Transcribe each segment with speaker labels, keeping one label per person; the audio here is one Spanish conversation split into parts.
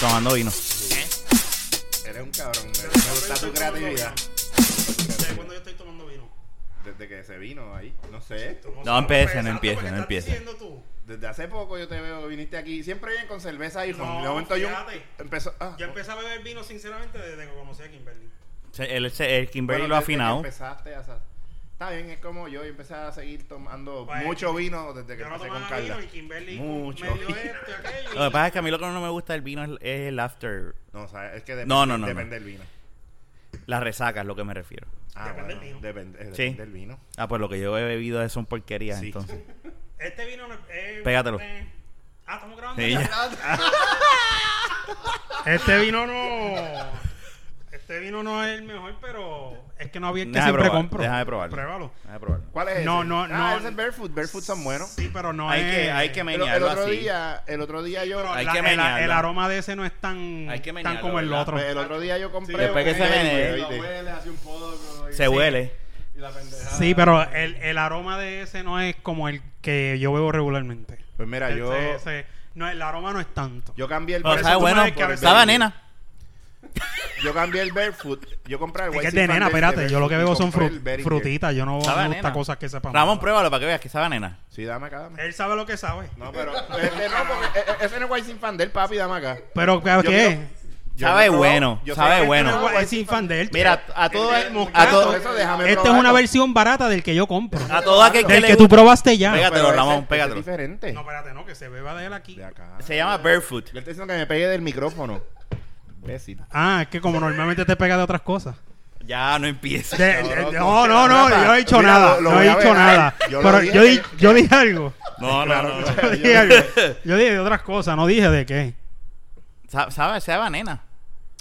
Speaker 1: tomando vino.
Speaker 2: Eres un cabrón. Me me gusta tu creatividad.
Speaker 3: ¿Desde cuándo yo estoy tomando vino?
Speaker 2: Desde que se vino ahí. No sé.
Speaker 1: No empiece, no
Speaker 3: Empezando
Speaker 1: empiece,
Speaker 3: porque
Speaker 1: no
Speaker 3: estás
Speaker 1: empiece.
Speaker 3: diciendo tú.
Speaker 2: Desde hace poco yo te veo, viniste aquí. Siempre vienen con cerveza y
Speaker 3: No,
Speaker 2: ron. de momento yo
Speaker 3: fíjate.
Speaker 2: empezó. Ah,
Speaker 3: Yo empecé a beber vino, sinceramente, desde que conocí a Kimberly.
Speaker 1: Se- El, se- el Kimberly
Speaker 2: bueno,
Speaker 1: lo ha
Speaker 2: desde que
Speaker 1: afinado.
Speaker 2: Empezaste a sa- Está bien, es como yo. Yo empecé a seguir tomando
Speaker 3: Pues,
Speaker 2: mucho vino desde que
Speaker 3: Yo no
Speaker 2: empecé con
Speaker 3: tomaba vino
Speaker 2: Carla.
Speaker 3: y Kimberly
Speaker 1: Mucho
Speaker 3: me dio
Speaker 1: vino.
Speaker 3: esto y aquello. y-
Speaker 1: Lo que pasa es que a mí lo que no me gusta del vino es, es el after.
Speaker 2: No, o sea, es que depende,
Speaker 1: No, no, no,
Speaker 2: depende
Speaker 1: no.
Speaker 2: del vino.
Speaker 1: Las resacas, lo que me refiero.
Speaker 2: Ah,
Speaker 3: Depende del
Speaker 2: bueno,
Speaker 3: vino.
Speaker 2: Depende, eh,
Speaker 1: Sí.
Speaker 2: depende del vino.
Speaker 1: Ah, pues lo que yo he bebido son porquerías,
Speaker 2: Sí.
Speaker 1: entonces.
Speaker 3: Este vino no es.
Speaker 1: Pégatelo.
Speaker 3: eh, Ah, estamos grabando.
Speaker 1: Sí,
Speaker 3: Este vino no. Este vino no es el mejor, pero es que no había el que
Speaker 1: Déjame
Speaker 3: siempre
Speaker 1: probar,
Speaker 3: compro.
Speaker 1: déjame probarlo.
Speaker 3: Pruébalo.
Speaker 1: Voy a probarlo.
Speaker 2: ¿Cuál es
Speaker 3: No,
Speaker 2: ese?
Speaker 3: no,
Speaker 2: ah,
Speaker 3: no.
Speaker 2: ese es Barefoot. Barefoot son buenos.
Speaker 3: Sí, pero no
Speaker 1: Hay
Speaker 3: es.
Speaker 1: que- hay que me-
Speaker 2: El, el
Speaker 1: menearlo
Speaker 2: otro
Speaker 1: así.
Speaker 2: día, el otro día yo,
Speaker 3: pero
Speaker 1: Hay
Speaker 3: la-
Speaker 1: que
Speaker 3: el- el,
Speaker 1: menearla.
Speaker 3: aroma de ese no es tan,
Speaker 1: Hay que
Speaker 3: tan
Speaker 1: menearlo,
Speaker 3: como el
Speaker 1: ¿verdad?
Speaker 3: otro.
Speaker 2: el otro día yo compré.
Speaker 1: Después que
Speaker 2: un
Speaker 1: se
Speaker 2: Gateway,
Speaker 1: menee.
Speaker 2: ¿oíste?
Speaker 4: hace un poco.
Speaker 1: Se huele.
Speaker 4: Y la pendejada.
Speaker 3: Sí, pero el, el aroma de ese no es como el que yo bebo regularmente.
Speaker 2: Pues mira, yo,
Speaker 3: Ese- ese- no, el aroma no es tanto.
Speaker 2: yo cambié el
Speaker 1: Pero
Speaker 2: Barefoot
Speaker 1: sabe
Speaker 3: tú me
Speaker 1: bueno,
Speaker 3: ves que a veces-
Speaker 1: sabe a nena.
Speaker 2: Yo cambié el Barefoot. Yo compré el
Speaker 3: es que
Speaker 2: White
Speaker 3: es de
Speaker 2: Sea
Speaker 3: nena,
Speaker 2: Fan del-
Speaker 3: espérate.
Speaker 2: de
Speaker 3: Yo lo que
Speaker 2: Barefoot
Speaker 3: bebo
Speaker 2: y
Speaker 3: son
Speaker 2: compré
Speaker 3: fru-
Speaker 2: el Beringer.
Speaker 3: frutitas. Yo no no
Speaker 1: Sabe a
Speaker 3: me gusta
Speaker 1: nena.
Speaker 3: cosas que sepan.
Speaker 1: Ramón,
Speaker 3: mal.
Speaker 1: pruébalo para que veas que sabe a nena.
Speaker 2: Sí, dame acá, dame.
Speaker 3: Él sabe lo que sabe.
Speaker 2: No, pero este no, porque e- e- ese no es White Sin Fan del papi, dame acá.
Speaker 3: Pero, ¿qué?
Speaker 2: Yo
Speaker 3: ¿qué?
Speaker 2: Yo
Speaker 1: Sabe
Speaker 2: no he
Speaker 1: bueno,
Speaker 2: probado. Yo
Speaker 1: sabe
Speaker 2: sé que
Speaker 1: bueno.
Speaker 2: este no
Speaker 3: Pero
Speaker 2: es
Speaker 3: es
Speaker 2: White
Speaker 3: sin
Speaker 2: Sin
Speaker 3: fan de él.
Speaker 1: Mira, a todo,
Speaker 3: Eh,
Speaker 2: Fan. El de
Speaker 1: a
Speaker 2: Moscato,
Speaker 1: todo,
Speaker 2: eso déjame
Speaker 3: Esta es
Speaker 2: probarlo.
Speaker 3: una versión barata del que yo compro.
Speaker 1: a todo aquel que
Speaker 3: Del
Speaker 1: le
Speaker 3: Ah, que tú
Speaker 1: gusta-
Speaker 3: probaste ya.
Speaker 1: Pégate. pégatelo,
Speaker 2: Pero
Speaker 1: Ramón,
Speaker 2: ese- ese
Speaker 1: pégatelo.
Speaker 2: Es diferente.
Speaker 3: No, espérate, no, que se beba de él aquí.
Speaker 2: De acá.
Speaker 1: Se llama Barefoot.
Speaker 2: Yo estoy diciendo que me pegue del micrófono. Imbécil.
Speaker 3: Ah, es que como normalmente te pega de otras cosas.
Speaker 1: Ya no empieza.
Speaker 3: De-
Speaker 2: No,
Speaker 3: de-
Speaker 2: loco,
Speaker 3: no, no, no,
Speaker 2: Rafa,
Speaker 3: yo no he dicho
Speaker 2: mira,
Speaker 3: nada.
Speaker 2: lo- lo
Speaker 3: no
Speaker 2: voy
Speaker 3: he
Speaker 2: a
Speaker 3: dicho
Speaker 2: ver.
Speaker 3: nada.
Speaker 2: Yo lo
Speaker 3: Pero
Speaker 2: dije
Speaker 3: yo, di-
Speaker 2: que-
Speaker 3: yo dije algo.
Speaker 1: No, no, no.
Speaker 3: Yo dije algo. Yo dije de otras cosas, no dije de qué.
Speaker 1: Sa- Sabe, sabe a nena.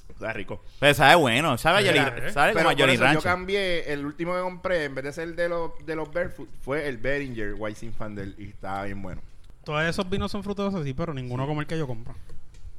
Speaker 2: Está rico.
Speaker 1: Pero sabe bueno, sabe a
Speaker 3: Mira,
Speaker 1: Jolly-
Speaker 3: eh.
Speaker 1: sabe
Speaker 2: Pero
Speaker 1: como a
Speaker 2: por
Speaker 1: Jolly
Speaker 2: eso yo
Speaker 1: Rancher.
Speaker 2: cambié, el último que compré, en vez de ser el de los, de los Barefoot, fue el Beringer White Sin Fan del y estaba bien bueno.
Speaker 3: Todos esos vinos son frutosos, sí, pero ninguno como el que yo compro.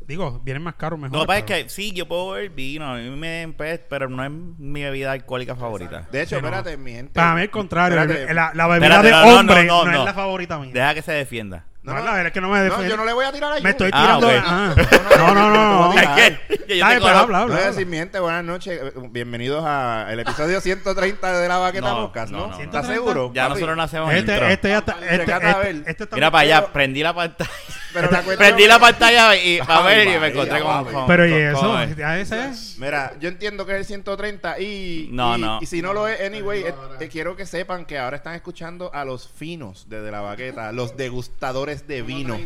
Speaker 3: Digo, vienen más caros, mejor.
Speaker 1: No, pasa es
Speaker 3: pero-
Speaker 1: que sí, yo puedo beber vino, a mí me, pues, pero no es mi bebida alcohólica favorita.
Speaker 2: De hecho,
Speaker 3: Sí, no.
Speaker 2: espérate, mi gente.
Speaker 3: Para mí, el contrario. el-
Speaker 2: Espérate.
Speaker 3: la, la bebida
Speaker 1: Espérate,
Speaker 3: de
Speaker 1: no, no,
Speaker 3: hombre
Speaker 1: no,
Speaker 3: no,
Speaker 1: no.
Speaker 3: es la favorita mía.
Speaker 1: Deja que se defienda.
Speaker 3: No, la verdad es que no me
Speaker 2: No,
Speaker 3: defiendo.
Speaker 2: yo no le voy a tirar a
Speaker 3: Me estoy
Speaker 1: Ah,
Speaker 3: tirando.
Speaker 1: ok.
Speaker 3: ah. No, no, no. no.
Speaker 2: Ah.
Speaker 1: Es que- que yo
Speaker 3: Dale,
Speaker 1: te
Speaker 3: pero
Speaker 1: conozco.
Speaker 3: habla,
Speaker 2: No
Speaker 3: habla,
Speaker 2: voy a
Speaker 3: habla.
Speaker 2: decir, mi gente, buenas noches. eh, Bienvenidos al episodio 130 de la Baqueta
Speaker 1: No,
Speaker 2: Podcast,
Speaker 1: no,
Speaker 2: ¿no?
Speaker 1: no, no.
Speaker 2: ¿Estás seguro?
Speaker 1: Ya
Speaker 2: papi?
Speaker 1: nosotros no hacemos intro.
Speaker 3: Este, este ya está. Este,
Speaker 2: Checate a ver.
Speaker 3: este- este está
Speaker 1: Mira para allá,
Speaker 2: pero-
Speaker 1: prendí la pantalla.
Speaker 2: Pero la cuestión-
Speaker 1: prendí la pantalla y a
Speaker 2: Ay,
Speaker 1: ver y me
Speaker 2: María,
Speaker 1: encontré con,
Speaker 2: papi.
Speaker 1: con-
Speaker 3: Pero y
Speaker 1: con-
Speaker 3: eso, Este,
Speaker 1: con-
Speaker 3: a ese es.
Speaker 2: Mira, yo entiendo que es el 130 y...
Speaker 1: No,
Speaker 2: y-
Speaker 1: no.
Speaker 2: Y si no lo es, anyway, eh, eh, quiero que sepan que ahora están escuchando a los finos de, De La Baqueta, los degustadores de vino.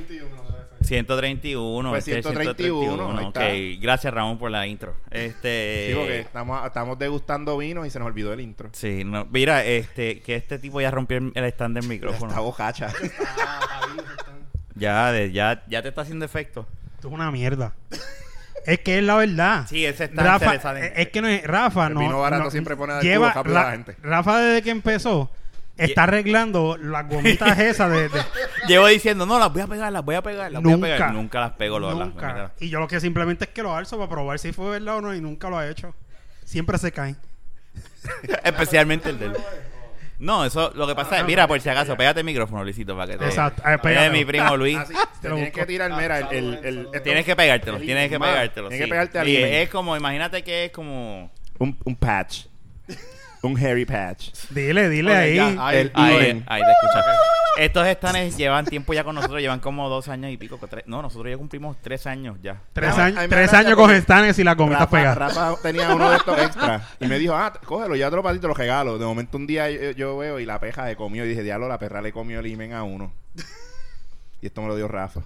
Speaker 1: 131,
Speaker 2: Pues,
Speaker 1: este es
Speaker 2: 131, ahí
Speaker 1: 131. Ok, gracias Ramón por la intro. Este
Speaker 2: Digo que estamos, estamos degustando vino y se nos olvidó el intro.
Speaker 1: Sí, no, mira, este que este tipo ya rompió el el stand del
Speaker 2: Ya está
Speaker 1: micrófono.
Speaker 2: bocacha.
Speaker 1: Ya, de- ya ya te está haciendo efecto.
Speaker 3: Esto es una mierda. Es que es la verdad.
Speaker 1: Sí, ese está
Speaker 3: Rafa,
Speaker 1: interesante.
Speaker 3: es- es que no es Rafa,
Speaker 2: El
Speaker 3: no.
Speaker 2: vino barato
Speaker 3: no-
Speaker 2: siempre pone del
Speaker 3: lleva
Speaker 2: culo rápido a la
Speaker 3: Ra-
Speaker 2: gente.
Speaker 3: Rafa desde que empezó está arreglando las gomitas esas de, de-
Speaker 1: Llevo diciendo, no, las voy a pegar, las voy a pegar, las voy a
Speaker 3: nunca.
Speaker 1: pegar. Nunca las pego, lo- las-
Speaker 3: Nunca.
Speaker 1: mira.
Speaker 3: Y yo lo que simplemente es que lo alzo para probar si fue verdad o no y nunca lo ha hecho. Siempre se caen.
Speaker 1: Especialmente el del. No, eso, lo que pasa es, mira, por si acaso, pégate el micrófono, Luisito, para que te.
Speaker 3: Exacto. Eh,
Speaker 1: Es
Speaker 3: pégalo.
Speaker 1: mi primo Luis.
Speaker 2: Así, te
Speaker 3: lo
Speaker 2: tienes
Speaker 3: busco.
Speaker 2: que tirar, mira, el... el- el- esto-
Speaker 1: Tienes que pegártelo,
Speaker 2: El
Speaker 1: tienes que
Speaker 2: imán.
Speaker 1: pegártelo.
Speaker 2: Tienes que
Speaker 1: sí.
Speaker 2: pegarte al
Speaker 1: Y
Speaker 2: imán.
Speaker 1: Es como, imagínate que es como.
Speaker 2: Un, un patch. Un hairy patch.
Speaker 3: Dile, dile
Speaker 1: Ok,
Speaker 3: ahí.
Speaker 1: ya,
Speaker 2: El
Speaker 1: Ahí,
Speaker 2: Ian.
Speaker 1: ahí te escuchas. Estos estanes llevan tiempo ya con nosotros, llevan como dos años y pico. tres- no, nosotros ya cumplimos tres años ya.
Speaker 3: Tres,
Speaker 2: Ah,
Speaker 3: años-
Speaker 2: a mí me
Speaker 3: tres
Speaker 2: da
Speaker 3: años
Speaker 2: gracia
Speaker 3: con
Speaker 2: porque
Speaker 3: estanes y las gomitas
Speaker 2: Rafa,
Speaker 3: pegadas.
Speaker 2: Rafa tenía uno de estos extra y me dijo, ah, t- cógelo, ya te lo patito, lo regalo. De momento un día yo, yo veo y la peja le comió y dije, diablo, la perra le comió el imen a uno. Y esto me lo dio Rafa.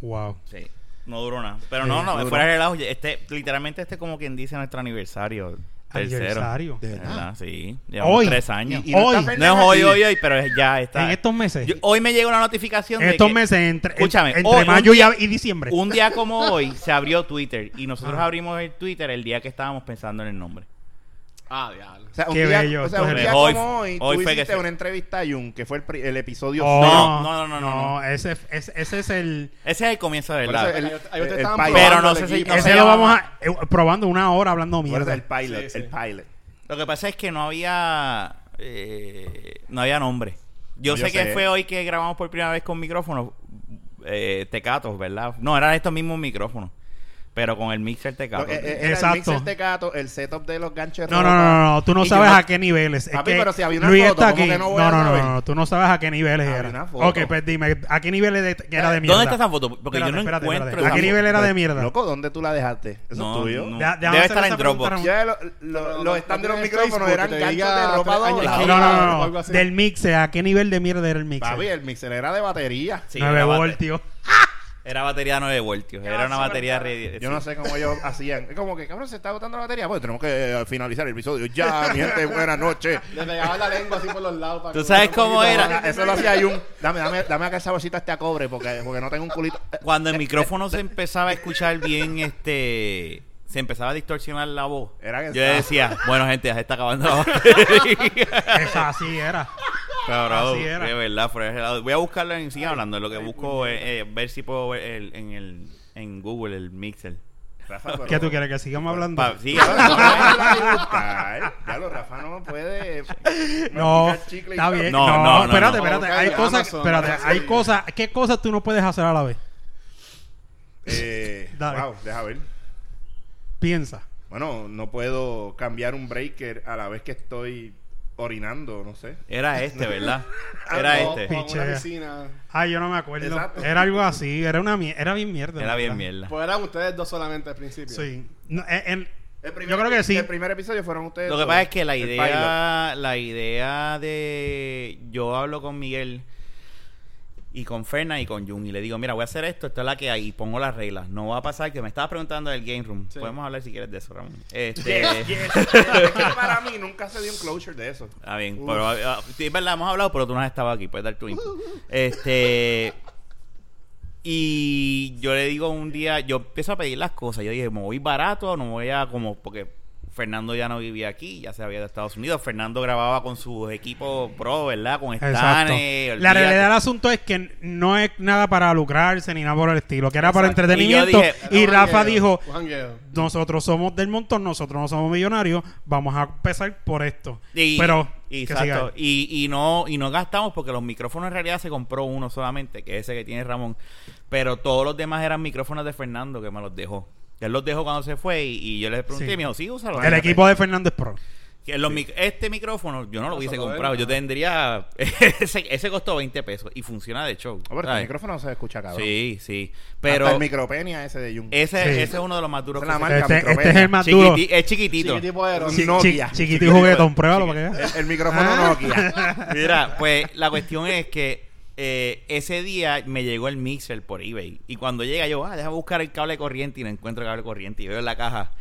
Speaker 3: Wow.
Speaker 1: Sí. No duró nada. Pero
Speaker 3: Sí,
Speaker 1: no, no,
Speaker 3: no duró.
Speaker 1: fuera de relajo. Este, literalmente este como quien dice nuestro aniversario. Tercero.
Speaker 3: Aniversario.
Speaker 2: De
Speaker 1: De verdad,
Speaker 2: verdad.
Speaker 1: sí. Llevamos
Speaker 3: Hoy.
Speaker 1: tres años.
Speaker 2: Y- y
Speaker 3: Hoy.
Speaker 2: está Fernan
Speaker 1: no es hoy,
Speaker 2: aquí.
Speaker 1: hoy, hoy, pero es ya está.
Speaker 3: En estos meses.
Speaker 1: Yo- hoy me llegó una notificación de
Speaker 3: estos
Speaker 1: que
Speaker 3: meses entre,
Speaker 1: Escúchame,
Speaker 3: entre
Speaker 1: hoy, un
Speaker 3: mayo y
Speaker 1: día-
Speaker 3: ab- y diciembre.
Speaker 1: un día como hoy se abrió Twitter y nosotros
Speaker 3: Ajá.
Speaker 1: abrimos el Twitter el día que estábamos pensando en el nombre.
Speaker 4: Ah, diablo.
Speaker 2: O sea, un
Speaker 3: Qué
Speaker 2: día,
Speaker 3: bello,
Speaker 2: o sea,
Speaker 3: esto
Speaker 2: un
Speaker 3: es
Speaker 2: día
Speaker 1: bello. Hoy-
Speaker 2: como hoy,
Speaker 1: hoy
Speaker 2: tú
Speaker 1: fue que
Speaker 2: hiciste
Speaker 1: se-
Speaker 2: una entrevista a Jun, que fue el, pri- el episodio
Speaker 3: Oh,
Speaker 2: cero.
Speaker 1: No, no, no, no, no.
Speaker 3: ese, ese, ese es el.
Speaker 1: Ese es el comienzo de
Speaker 2: Por
Speaker 1: la
Speaker 2: eso el-
Speaker 4: Ahí ustedes
Speaker 2: el- el
Speaker 4: estaban
Speaker 2: pilot.
Speaker 1: Pero no sé si- no
Speaker 3: ese
Speaker 1: se
Speaker 3: lo
Speaker 1: llama-
Speaker 3: vamos a. eh, probando una hora hablando
Speaker 2: Por eso
Speaker 3: mierda.
Speaker 2: el pilot,
Speaker 4: Sí, sí.
Speaker 2: el pilot.
Speaker 1: Lo que pasa es que no había eh, no había nombre. Yo
Speaker 2: No, yo
Speaker 1: sé que
Speaker 2: sé.
Speaker 1: fue hoy que grabamos por primera vez con micrófonos eh, tecatos, ¿verdad? No, eran estos mismos micrófonos. pero con el mixer te
Speaker 2: Lo-
Speaker 1: cago.
Speaker 2: eh, eh, era
Speaker 3: Exacto.
Speaker 2: El mixer de gato, el setup de los ganchos. de
Speaker 3: No, no,
Speaker 2: ropa.
Speaker 3: no, no, tú no
Speaker 2: Y
Speaker 3: sabes
Speaker 2: yo-
Speaker 3: a qué niveles. Es
Speaker 2: Papi,
Speaker 3: que
Speaker 2: pero si había una
Speaker 3: Luis
Speaker 2: foto,
Speaker 3: está
Speaker 2: ¿cómo
Speaker 3: aquí.
Speaker 2: que no voy
Speaker 3: no,
Speaker 2: a
Speaker 3: no, no,
Speaker 2: saber?
Speaker 3: no, tú no sabes a qué niveles
Speaker 2: Había
Speaker 3: era.
Speaker 2: una foto.
Speaker 3: Ok, pues dime, ¿a qué niveles de- que era de mierda?
Speaker 1: ¿Dónde está esa foto? Porque
Speaker 3: Espérate,
Speaker 1: yo no
Speaker 3: espérate,
Speaker 1: encuentro.
Speaker 3: espérate. ¿A
Speaker 1: esa
Speaker 3: qué nivel
Speaker 1: foto.
Speaker 3: era de
Speaker 2: Pues,
Speaker 3: mierda?
Speaker 2: Loco, ¿dónde tú la dejaste? Eso
Speaker 1: No,
Speaker 2: es tuyo.
Speaker 1: no.
Speaker 3: Ya- déjame
Speaker 1: Debe
Speaker 3: hacer
Speaker 1: estar
Speaker 3: esa
Speaker 1: en Dropbox.
Speaker 3: pregunta,
Speaker 2: Ya lo- lo- los stands de los micrófonos eran ganchos de ropa
Speaker 3: No,
Speaker 2: doblada.
Speaker 3: no,
Speaker 4: Ah, o
Speaker 3: no,
Speaker 4: algo
Speaker 3: no.
Speaker 4: así.
Speaker 3: Del mixer, ¿a qué nivel de mierda era el mixer?
Speaker 2: Papi, el mixer era de batería.
Speaker 1: Sí,
Speaker 3: 9
Speaker 1: era, bate-
Speaker 3: voltios.
Speaker 1: era batería 9 voltios. Era una batería re-
Speaker 2: Yo no sé cómo ellos hacían. Es como que, cabrón, se está agotando la batería. Bueno, tenemos que eh, finalizar el episodio. Ya, mi gente, buenas noches.
Speaker 4: Le pegaba la lengua así por los lados. para
Speaker 1: ¿Tú
Speaker 4: que
Speaker 1: sabes
Speaker 4: fuera un
Speaker 1: cómo
Speaker 4: poquito
Speaker 1: era?
Speaker 4: más-
Speaker 2: Ah, Eso lo hacía Jun. Dame, dame, dame acá esa bolsita este a cobre porque, porque no tengo un culito.
Speaker 1: Cuando
Speaker 3: Eh,
Speaker 1: el micrófono se empezaba a escuchar bien, este. Se empezaba a distorsionar la voz.
Speaker 2: Era que
Speaker 1: yo
Speaker 2: estaba-
Speaker 1: decía, bueno, gente, ya se está acabando la batería.
Speaker 3: Esa así era.
Speaker 1: Cabrón,
Speaker 3: Así era.
Speaker 1: de verdad, fuera de relajo. Voy a buscarlo en sigue hablando. Lo que busco es eh, ver si puedo ver el- en, el, en Google el mixer.
Speaker 2: Rafa, pero-
Speaker 3: ¿Qué tú quieres que sigamos hablando?
Speaker 1: Pa- sí,
Speaker 2: Claro, no me habla de buscar. Ya lo Rafa no puede.
Speaker 3: No,
Speaker 2: masticar chicle y
Speaker 3: está
Speaker 2: tal.
Speaker 3: bien.
Speaker 1: No,
Speaker 3: No,
Speaker 1: no, no,
Speaker 3: espérate,
Speaker 1: no.
Speaker 3: espérate. Hay
Speaker 4: Ok,
Speaker 3: cosas,
Speaker 4: Amazon,
Speaker 3: espérate,
Speaker 4: Amazon.
Speaker 3: hay cosas. ¿Qué cosas tú no puedes hacer a la vez?
Speaker 2: Eh,
Speaker 3: Dale.
Speaker 2: Wow, deja ver.
Speaker 3: Piensa.
Speaker 2: Bueno, no puedo cambiar un breaker a la vez que estoy orinando, no sé.
Speaker 1: Era este, ¿verdad? Era
Speaker 4: O-
Speaker 1: este.
Speaker 4: o en una
Speaker 3: Pichea.
Speaker 4: piscina.
Speaker 3: Ay, yo no me acuerdo.
Speaker 2: Exacto.
Speaker 3: Era algo así, era una mier- era bien mierda.
Speaker 1: Era bien
Speaker 3: ¿verdad?
Speaker 1: mierda.
Speaker 4: Pues eran ustedes dos solamente al principio.
Speaker 3: Sí. No, eh, el-
Speaker 2: El primer-
Speaker 3: yo creo que sí.
Speaker 2: El primer episodio fueron ustedes.
Speaker 1: Lo que
Speaker 2: dos.
Speaker 1: pasa es que la
Speaker 2: El
Speaker 1: idea, la idea de yo hablo con Miguel y con Ferna y con Jun y le digo, mira, voy a hacer esto, esta es la que hay, y pongo las reglas. No va a pasar que me estabas preguntando del game room.
Speaker 4: Sí.
Speaker 1: Podemos hablar si quieres de eso, Ramón. Este,
Speaker 2: pilot. Yes, yes, yes. Es que para mí nunca se dio un closure de eso.
Speaker 1: Está bien, pero ah, sí, es verdad, hemos hablado, pero tú no has estado aquí, puedes dar tu input. Este y yo le digo un día, yo empiezo a pedir las cosas, yo dije, me voy barato, no voy a como porque Fernando ya no vivía aquí, ya se había ido a Estados Unidos, Fernando grababa con sus equipos pro, ¿verdad? Con
Speaker 3: Exacto.
Speaker 1: Stane,
Speaker 3: La realidad del asunto es que no es nada para lucrarse ni nada por el estilo, que era para
Speaker 1: Exacto. Y yo
Speaker 3: entretenimiento. Y,
Speaker 1: dije,
Speaker 4: Era un
Speaker 3: Rafa
Speaker 4: jangueo,
Speaker 3: dijo,
Speaker 4: un jangueo.
Speaker 3: nosotros somos del montón, nosotros no somos millonarios, vamos a empezar por esto.
Speaker 1: Y,
Speaker 3: Pero,
Speaker 1: y,
Speaker 3: que
Speaker 1: exacto.
Speaker 3: siga.
Speaker 1: Y, y no y no gastamos porque los micrófonos en realidad se compró uno solamente, que es ese que tiene Ramón. Pero todos los demás eran micrófonos de Fernando que me los dejó. Él los dejó cuando se fue y, y yo le pregunté,
Speaker 3: Sí.
Speaker 1: y me dijo, sí, úsalo.
Speaker 3: el equipo de Fernández Pro.
Speaker 1: Que los mic- este micrófono yo no lo
Speaker 4: Ah,
Speaker 1: hubiese
Speaker 4: solo él,
Speaker 1: comprado. Yo
Speaker 4: ah.
Speaker 1: tendría... ese, ese costó 20 pesos y funciona de show.
Speaker 2: A ver, el
Speaker 1: ¿sabes?
Speaker 2: Ah, este micrófono se escucha, cabrón.
Speaker 1: Sí, sí.
Speaker 2: Pero. Hasta
Speaker 1: Pero
Speaker 2: el micropenia ese de Jun.
Speaker 1: ese,
Speaker 3: Sí.
Speaker 1: ese es uno de los más duros
Speaker 2: Esa es la
Speaker 1: se-
Speaker 2: marca
Speaker 3: Este,
Speaker 2: micromedia.
Speaker 3: este es el más duro.
Speaker 1: Chiquiti- es chiquitito.
Speaker 4: ¿Qué tipo era?
Speaker 2: Sí.
Speaker 3: Chi-
Speaker 2: Nokia.
Speaker 3: chi- Ah. chiquito y juguetón, pruébalo para que veas.
Speaker 2: El micrófono Nokia.
Speaker 1: Mira, pues la cuestión es que eh, ese día me llegó el mixer por eBay. Y cuando llega yo, ah, déjame buscar el cable corriente y no encuentro el cable corriente. Y veo en la caja.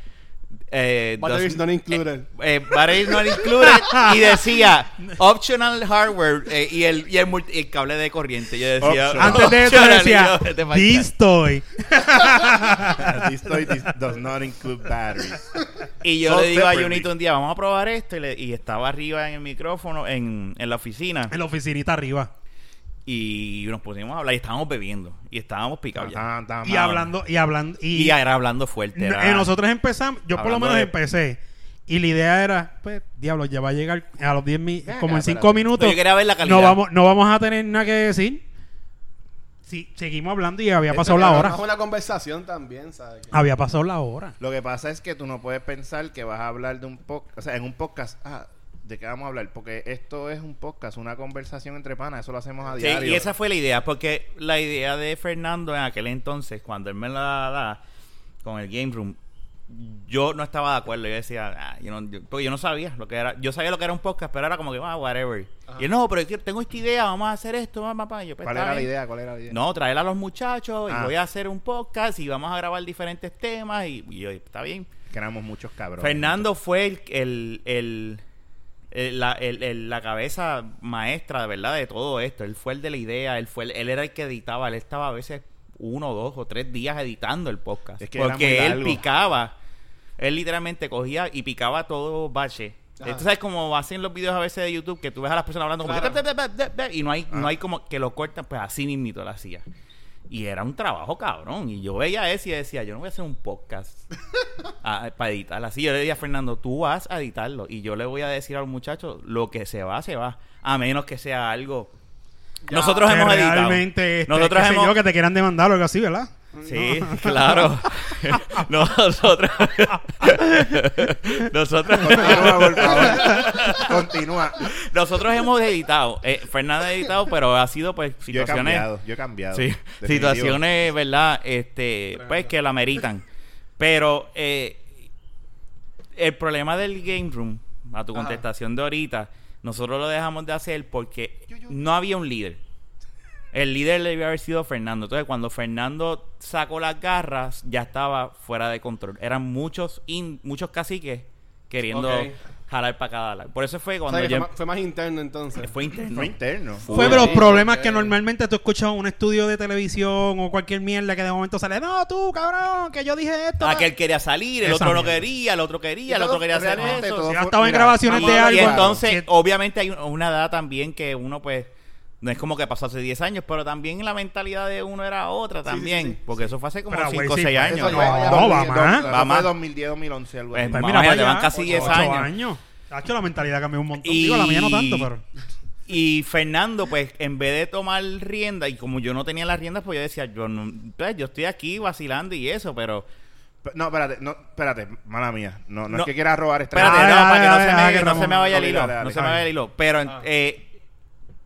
Speaker 1: Eh,
Speaker 4: Batteries
Speaker 1: dos-
Speaker 4: not included.
Speaker 1: Eh, eh, batteries not included. y decía optional hardware eh, y, el, y el, multi- el cable de corriente. Yo decía,
Speaker 2: Optional.
Speaker 3: Antes de eso
Speaker 1: optional,
Speaker 3: decía,
Speaker 1: y yo, "Este "Vete pa' allá".
Speaker 3: Distoy.
Speaker 2: this toy dis- does not include batteries.
Speaker 1: Y yo
Speaker 2: So
Speaker 1: le digo a
Speaker 2: separately.
Speaker 1: Junito un día, vamos a probar esto. Y, le- y estaba arriba en el micrófono, en, en la oficina.
Speaker 3: En la oficinita arriba.
Speaker 1: Y nos pusimos a hablar y estábamos bebiendo. Y estábamos picados ya.
Speaker 2: Ah, está
Speaker 3: Y
Speaker 2: mal.
Speaker 3: hablando, y hablando, y,
Speaker 1: Y era hablando fuerte.
Speaker 3: No,
Speaker 1: Era,
Speaker 3: eh, nosotros empezamos, yo por lo
Speaker 1: Hablando
Speaker 3: menos
Speaker 1: de-
Speaker 3: empecé. Y la idea era, pues, diablo, ya va a llegar a los 10 mil,
Speaker 2: Ven
Speaker 3: como
Speaker 2: acá,
Speaker 3: en 5
Speaker 1: Pero
Speaker 2: espérate.
Speaker 3: minutos.
Speaker 1: yo quería ver la calidad.
Speaker 3: no vamos, no vamos a tener nada que decir. Sí, seguimos hablando y había pasado la hora. Ah,
Speaker 4: Es una conversación también, ¿sabes?
Speaker 3: Había pasado la hora.
Speaker 2: Lo que pasa es que tú no puedes pensar que vas a hablar de un podcast, o sea, en un podcast, ah, ¿de qué vamos a hablar? Porque esto es un podcast, una conversación entre panas, eso lo hacemos a
Speaker 1: Sí,
Speaker 2: diario.
Speaker 1: y esa fue la idea, porque la idea de Fernando en aquel entonces, cuando él me la da con el Game Room, yo no estaba de acuerdo. Yo decía, ah, yo no- yo- porque yo no sabía lo que era. Yo sabía lo que era un podcast, pero era como que, ah, whatever.
Speaker 4: Ajá.
Speaker 1: Y él, no, pero es que tengo esta idea, vamos a hacer esto, mamá, papá. Y yo, pues,
Speaker 2: ¿Cuál
Speaker 1: está
Speaker 2: era la
Speaker 1: bien.
Speaker 2: idea? ¿Cuál era la idea?
Speaker 1: No, traer a los muchachos y
Speaker 2: Ah.
Speaker 1: voy a hacer un podcast y vamos a grabar diferentes temas. Y, y yo, está bien.
Speaker 2: Que éramos muchos cabrones.
Speaker 1: Fernando fue el, el- el- el- la, el- el- la cabeza maestra, de verdad, de todo esto. Él fue el de la idea, él fue el- él era el que editaba, él estaba a veces uno, dos o tres días editando el podcast.
Speaker 2: Es que era muy
Speaker 1: porque él
Speaker 2: largo.
Speaker 1: picaba, él literalmente cogía y picaba todo bache.
Speaker 4: Ajá.
Speaker 1: Entonces, ¿sabes como hacen los videos a veces de YouTube que tú ves a las personas hablando como
Speaker 4: Claro.
Speaker 1: que "Tep, tep, tep, tep", y no hay, no
Speaker 2: Ah.
Speaker 1: hay como que lo cortan, pues así mismito lo hacía. Y era un trabajo cabrón. Y yo veía eso y decía, yo no voy a hacer un podcast para editar así. Yo le dije a Fernando, tú vas a editarlo. Y yo le voy a decir al muchacho, lo que se va, se va. A menos que sea algo.
Speaker 4: Ya,
Speaker 1: Nosotros
Speaker 3: Que
Speaker 1: hemos editado.
Speaker 3: realmente, este,
Speaker 1: Nosotros
Speaker 3: qué sé
Speaker 1: hemos.
Speaker 3: yo, que te quieran demandar o algo así, ¿verdad?
Speaker 1: Sí, claro. Nosotros. Nosotros.
Speaker 2: Continúa, por favor. Continúa.
Speaker 1: Nosotros hemos editado. Eh, Fernanda ha editado, pero ha sido pues
Speaker 2: Yo he
Speaker 1: situaciones.
Speaker 2: cambiado, yo he cambiado.
Speaker 1: Sí,
Speaker 2: Definitivo.
Speaker 1: situaciones, ¿verdad? Este, pues que la meritan. Pero eh, el problema del game room, a tu
Speaker 4: Ajá.
Speaker 1: contestación de ahorita, nosotros lo dejamos de hacer porque no había un líder. El líder le debía haber sido Fernando. Entonces, cuando Fernando sacó las garras, ya estaba fuera de control. Eran muchos in- muchos caciques queriendo
Speaker 4: Ok.
Speaker 1: jalar para cada lado. Por eso fue
Speaker 4: O
Speaker 1: cuando
Speaker 4: sea, que
Speaker 1: yo- em,
Speaker 4: fue, más, fue más interno entonces.
Speaker 1: fue interno.
Speaker 2: Fue interno.
Speaker 3: Fue de los
Speaker 4: Sí,
Speaker 3: problemas
Speaker 4: ok.
Speaker 3: que normalmente tú escuchas en un estudio de televisión o cualquier mierda que de momento sale, no, tú, cabrón, que yo dije esto.
Speaker 1: Ah, que él quería salir, el
Speaker 3: Esa
Speaker 1: otro no
Speaker 3: mierda.
Speaker 1: quería, el otro quería, el
Speaker 2: Todo-
Speaker 1: otro quería hacer
Speaker 2: realmente
Speaker 1: eso.
Speaker 2: todo
Speaker 3: Sí,
Speaker 2: fue-
Speaker 3: estaba en
Speaker 2: mira,
Speaker 3: grabaciones de
Speaker 2: vamos a
Speaker 1: Y
Speaker 3: algo.
Speaker 2: hablar claro.
Speaker 1: entonces,
Speaker 3: Que-
Speaker 1: obviamente hay una edad también que uno pues no es como que pasó hace 10 años, pero también la mentalidad de uno era otra
Speaker 4: Sí,
Speaker 1: también,
Speaker 4: sí, sí.
Speaker 1: porque eso fue hace como
Speaker 3: Pero,
Speaker 1: 5 o
Speaker 3: güey, sí,
Speaker 1: 6
Speaker 3: pero
Speaker 1: años.
Speaker 2: Eso
Speaker 3: No,
Speaker 2: fue
Speaker 1: ¿no?
Speaker 2: dos-
Speaker 3: va
Speaker 2: dos-
Speaker 3: más.
Speaker 2: eso
Speaker 1: Va
Speaker 2: fue
Speaker 1: más.
Speaker 2: 2010, 2011, algo
Speaker 1: Pues,
Speaker 2: así.
Speaker 1: más.
Speaker 3: Pues mira,
Speaker 1: Imagínate,
Speaker 3: para allá,
Speaker 1: van casi
Speaker 3: ocho-
Speaker 1: 10
Speaker 3: ocho
Speaker 1: años.
Speaker 3: Hacho, la mentalidad cambió un montón.
Speaker 1: Y-
Speaker 3: Digo, la mía no tanto, pero.
Speaker 1: Y Fernando, pues, en vez de tomar rienda, y como yo no tenía las riendas, pues yo decía, yo, no- pues, yo estoy aquí vacilando y eso, pero...
Speaker 2: P- No, espérate, no, espérate, mala mía. No, no,
Speaker 1: No.
Speaker 2: es que quiera robar estrellas.
Speaker 1: Espérate,
Speaker 3: Dale,
Speaker 1: no,
Speaker 3: dale,
Speaker 1: para que no
Speaker 3: dale,
Speaker 1: se me-
Speaker 3: dale,
Speaker 1: no se me,
Speaker 3: Ramón. Ah.
Speaker 1: vaya el
Speaker 2: Dale,
Speaker 1: hilo.
Speaker 2: dale, dale.
Speaker 1: no se me
Speaker 3: Ay.
Speaker 1: vaya el hilo. Pero eh,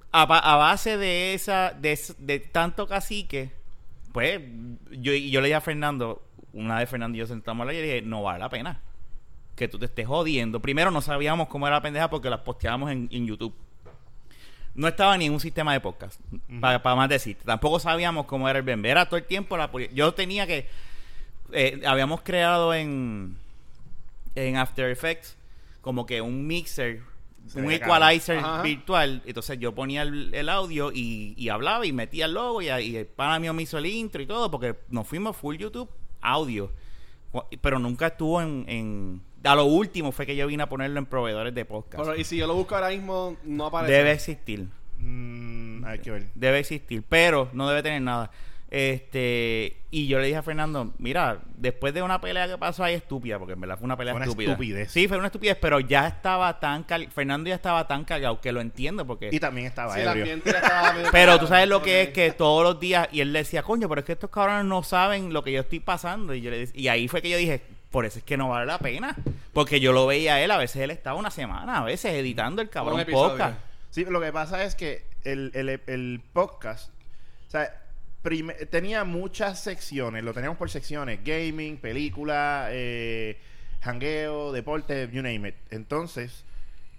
Speaker 1: a, pa- a base de esa, de, es- de tanto cacique, pues, yo, y yo le dije a Fernando, una vez Fernando y yo sentamos a la y dije, no vale la pena que tú te estés jodiendo. Primero no sabíamos cómo era la pendeja porque las posteábamos en, en YouTube. No estaba ni en un sistema de podcast, para más decirte. Tampoco sabíamos cómo era el BMB. Era todo el tiempo la poli- Yo tenía que... eh, habíamos creado en en After Effects como que un mixer,
Speaker 2: Se
Speaker 1: un
Speaker 2: veía cabrón.
Speaker 1: equalizer
Speaker 4: Ajá.
Speaker 1: virtual. Entonces yo ponía el, el audio y, y hablaba y metía el logo y, y el pana mío me hizo el intro y todo porque nos fuimos full YouTube audio. Cu- Pero nunca estuvo en... en- a lo último fue que yo vine a ponerlo en proveedores de podcast.
Speaker 4: Pero, y si yo lo busco ahora mismo, no aparece.
Speaker 1: Debe existir.
Speaker 2: Mm, hay que ver.
Speaker 1: Debe existir, pero no debe tener nada. Este, y yo le dije a Fernando, mira, después de una pelea que pasó ahí estúpida, porque en verdad fue una pelea
Speaker 2: Fue una
Speaker 1: estúpida.
Speaker 2: estupidez.
Speaker 1: Sí, fue una estupidez, pero ya estaba tan cal- Fernando ya estaba tan cargado que lo entiendo porque
Speaker 2: Y también estaba
Speaker 4: Sí, el
Speaker 2: ebrio.
Speaker 4: ambiente ya estaba medio-
Speaker 1: pero tú sabes lo que es
Speaker 4: Ok.
Speaker 1: que todos los días y él decía, "Coño, pero es que estos cabrones no saben lo que yo estoy pasando." Y yo le dec- y ahí fue que yo dije, "Por eso es que no vale la pena." Porque yo lo veía a él, a veces él estaba una semana, a veces editando el
Speaker 4: Un
Speaker 1: cabrón
Speaker 4: episodio.
Speaker 1: podcast.
Speaker 2: Sí, lo que pasa es que el, el- el podcast, o sea, prime- tenía muchas secciones, lo teníamos por secciones, gaming, película, eh, jangueo, deporte, you name it. Entonces,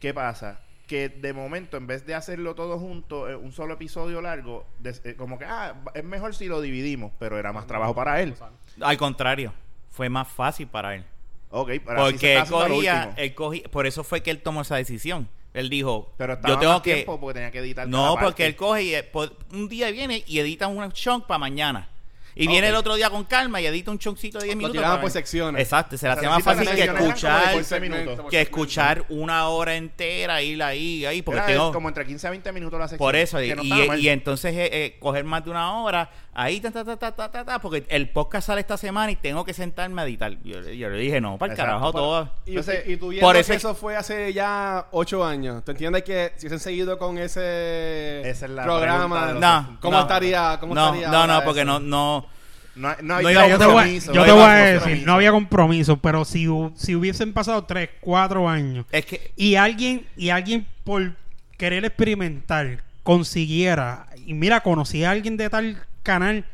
Speaker 2: ¿qué pasa? Que de momento, en vez de hacerlo todo junto, eh, un solo episodio largo, des- eh, como que, ah, es mejor si lo dividimos, pero era más trabajo para él.
Speaker 1: Al contrario, fue más fácil para él.
Speaker 2: Ok, para así se
Speaker 1: Porque
Speaker 2: está
Speaker 1: él
Speaker 2: haciendo lo
Speaker 1: cogía,
Speaker 2: último.
Speaker 1: él cogía- por eso fue que él tomó esa decisión. Él dijo,
Speaker 2: pero estaba
Speaker 1: yo tengo
Speaker 2: más
Speaker 1: que,
Speaker 2: tiempo porque tenía que editar
Speaker 1: no, porque
Speaker 2: cada parte.
Speaker 1: él coge y eh, po- un día viene y edita un chunk para mañana. Y
Speaker 4: Ok.
Speaker 1: viene el otro día con calma y edita un chunkcito de 10
Speaker 4: Lo
Speaker 1: minutos.
Speaker 4: tiraban
Speaker 1: para-
Speaker 4: por secciones.
Speaker 1: Exacto, se le
Speaker 2: O
Speaker 1: hacía
Speaker 2: sea,
Speaker 1: más
Speaker 2: necesitan
Speaker 1: fácil que
Speaker 2: secciones como de
Speaker 1: escuchar,
Speaker 2: 15 minutos.
Speaker 1: que escuchar una hora entera, ir ahí, ahí, porque
Speaker 2: Era
Speaker 1: tengo...
Speaker 2: como entre 15 a 20 minutos la sección.
Speaker 1: Por eso, y,
Speaker 2: que no
Speaker 1: y-
Speaker 2: estaba mal.
Speaker 1: y entonces eh, eh, coger más de una hora, ahí, ta, ta, ta, ta, ta, ta, ta, porque el podcast sale esta semana y tengo que sentarme a editar. Yo, yo le dije, no, para el
Speaker 2: Exacto,
Speaker 1: carajo
Speaker 2: para-
Speaker 1: todo.
Speaker 4: Y,
Speaker 2: Entonces,
Speaker 4: y, y tú viendo
Speaker 1: por
Speaker 4: que
Speaker 1: eso es-
Speaker 4: eso fue hace ya ocho años, ¿te entiendes que si hubiesen seguido con ese
Speaker 2: Esa es la pregunta
Speaker 4: programa,
Speaker 2: de los-
Speaker 1: No,
Speaker 4: cómo
Speaker 1: no.
Speaker 4: estaría? ¿Cómo
Speaker 1: no,
Speaker 4: estaría
Speaker 1: no,
Speaker 4: ahora
Speaker 1: no, porque no,
Speaker 4: eso?
Speaker 1: no.
Speaker 2: No, hay- no hay
Speaker 1: No,
Speaker 3: Mira, yo te voy,
Speaker 2: compromiso,
Speaker 3: yo
Speaker 2: no
Speaker 3: te
Speaker 2: hay
Speaker 3: voy a
Speaker 2: compromiso.
Speaker 3: decir, no había compromiso, pero si, hu- si hubiesen pasado 3, 4 años
Speaker 1: Es que
Speaker 3: y alguien, y alguien por querer experimentar consiguiera, y mira, conocí a alguien de tal canal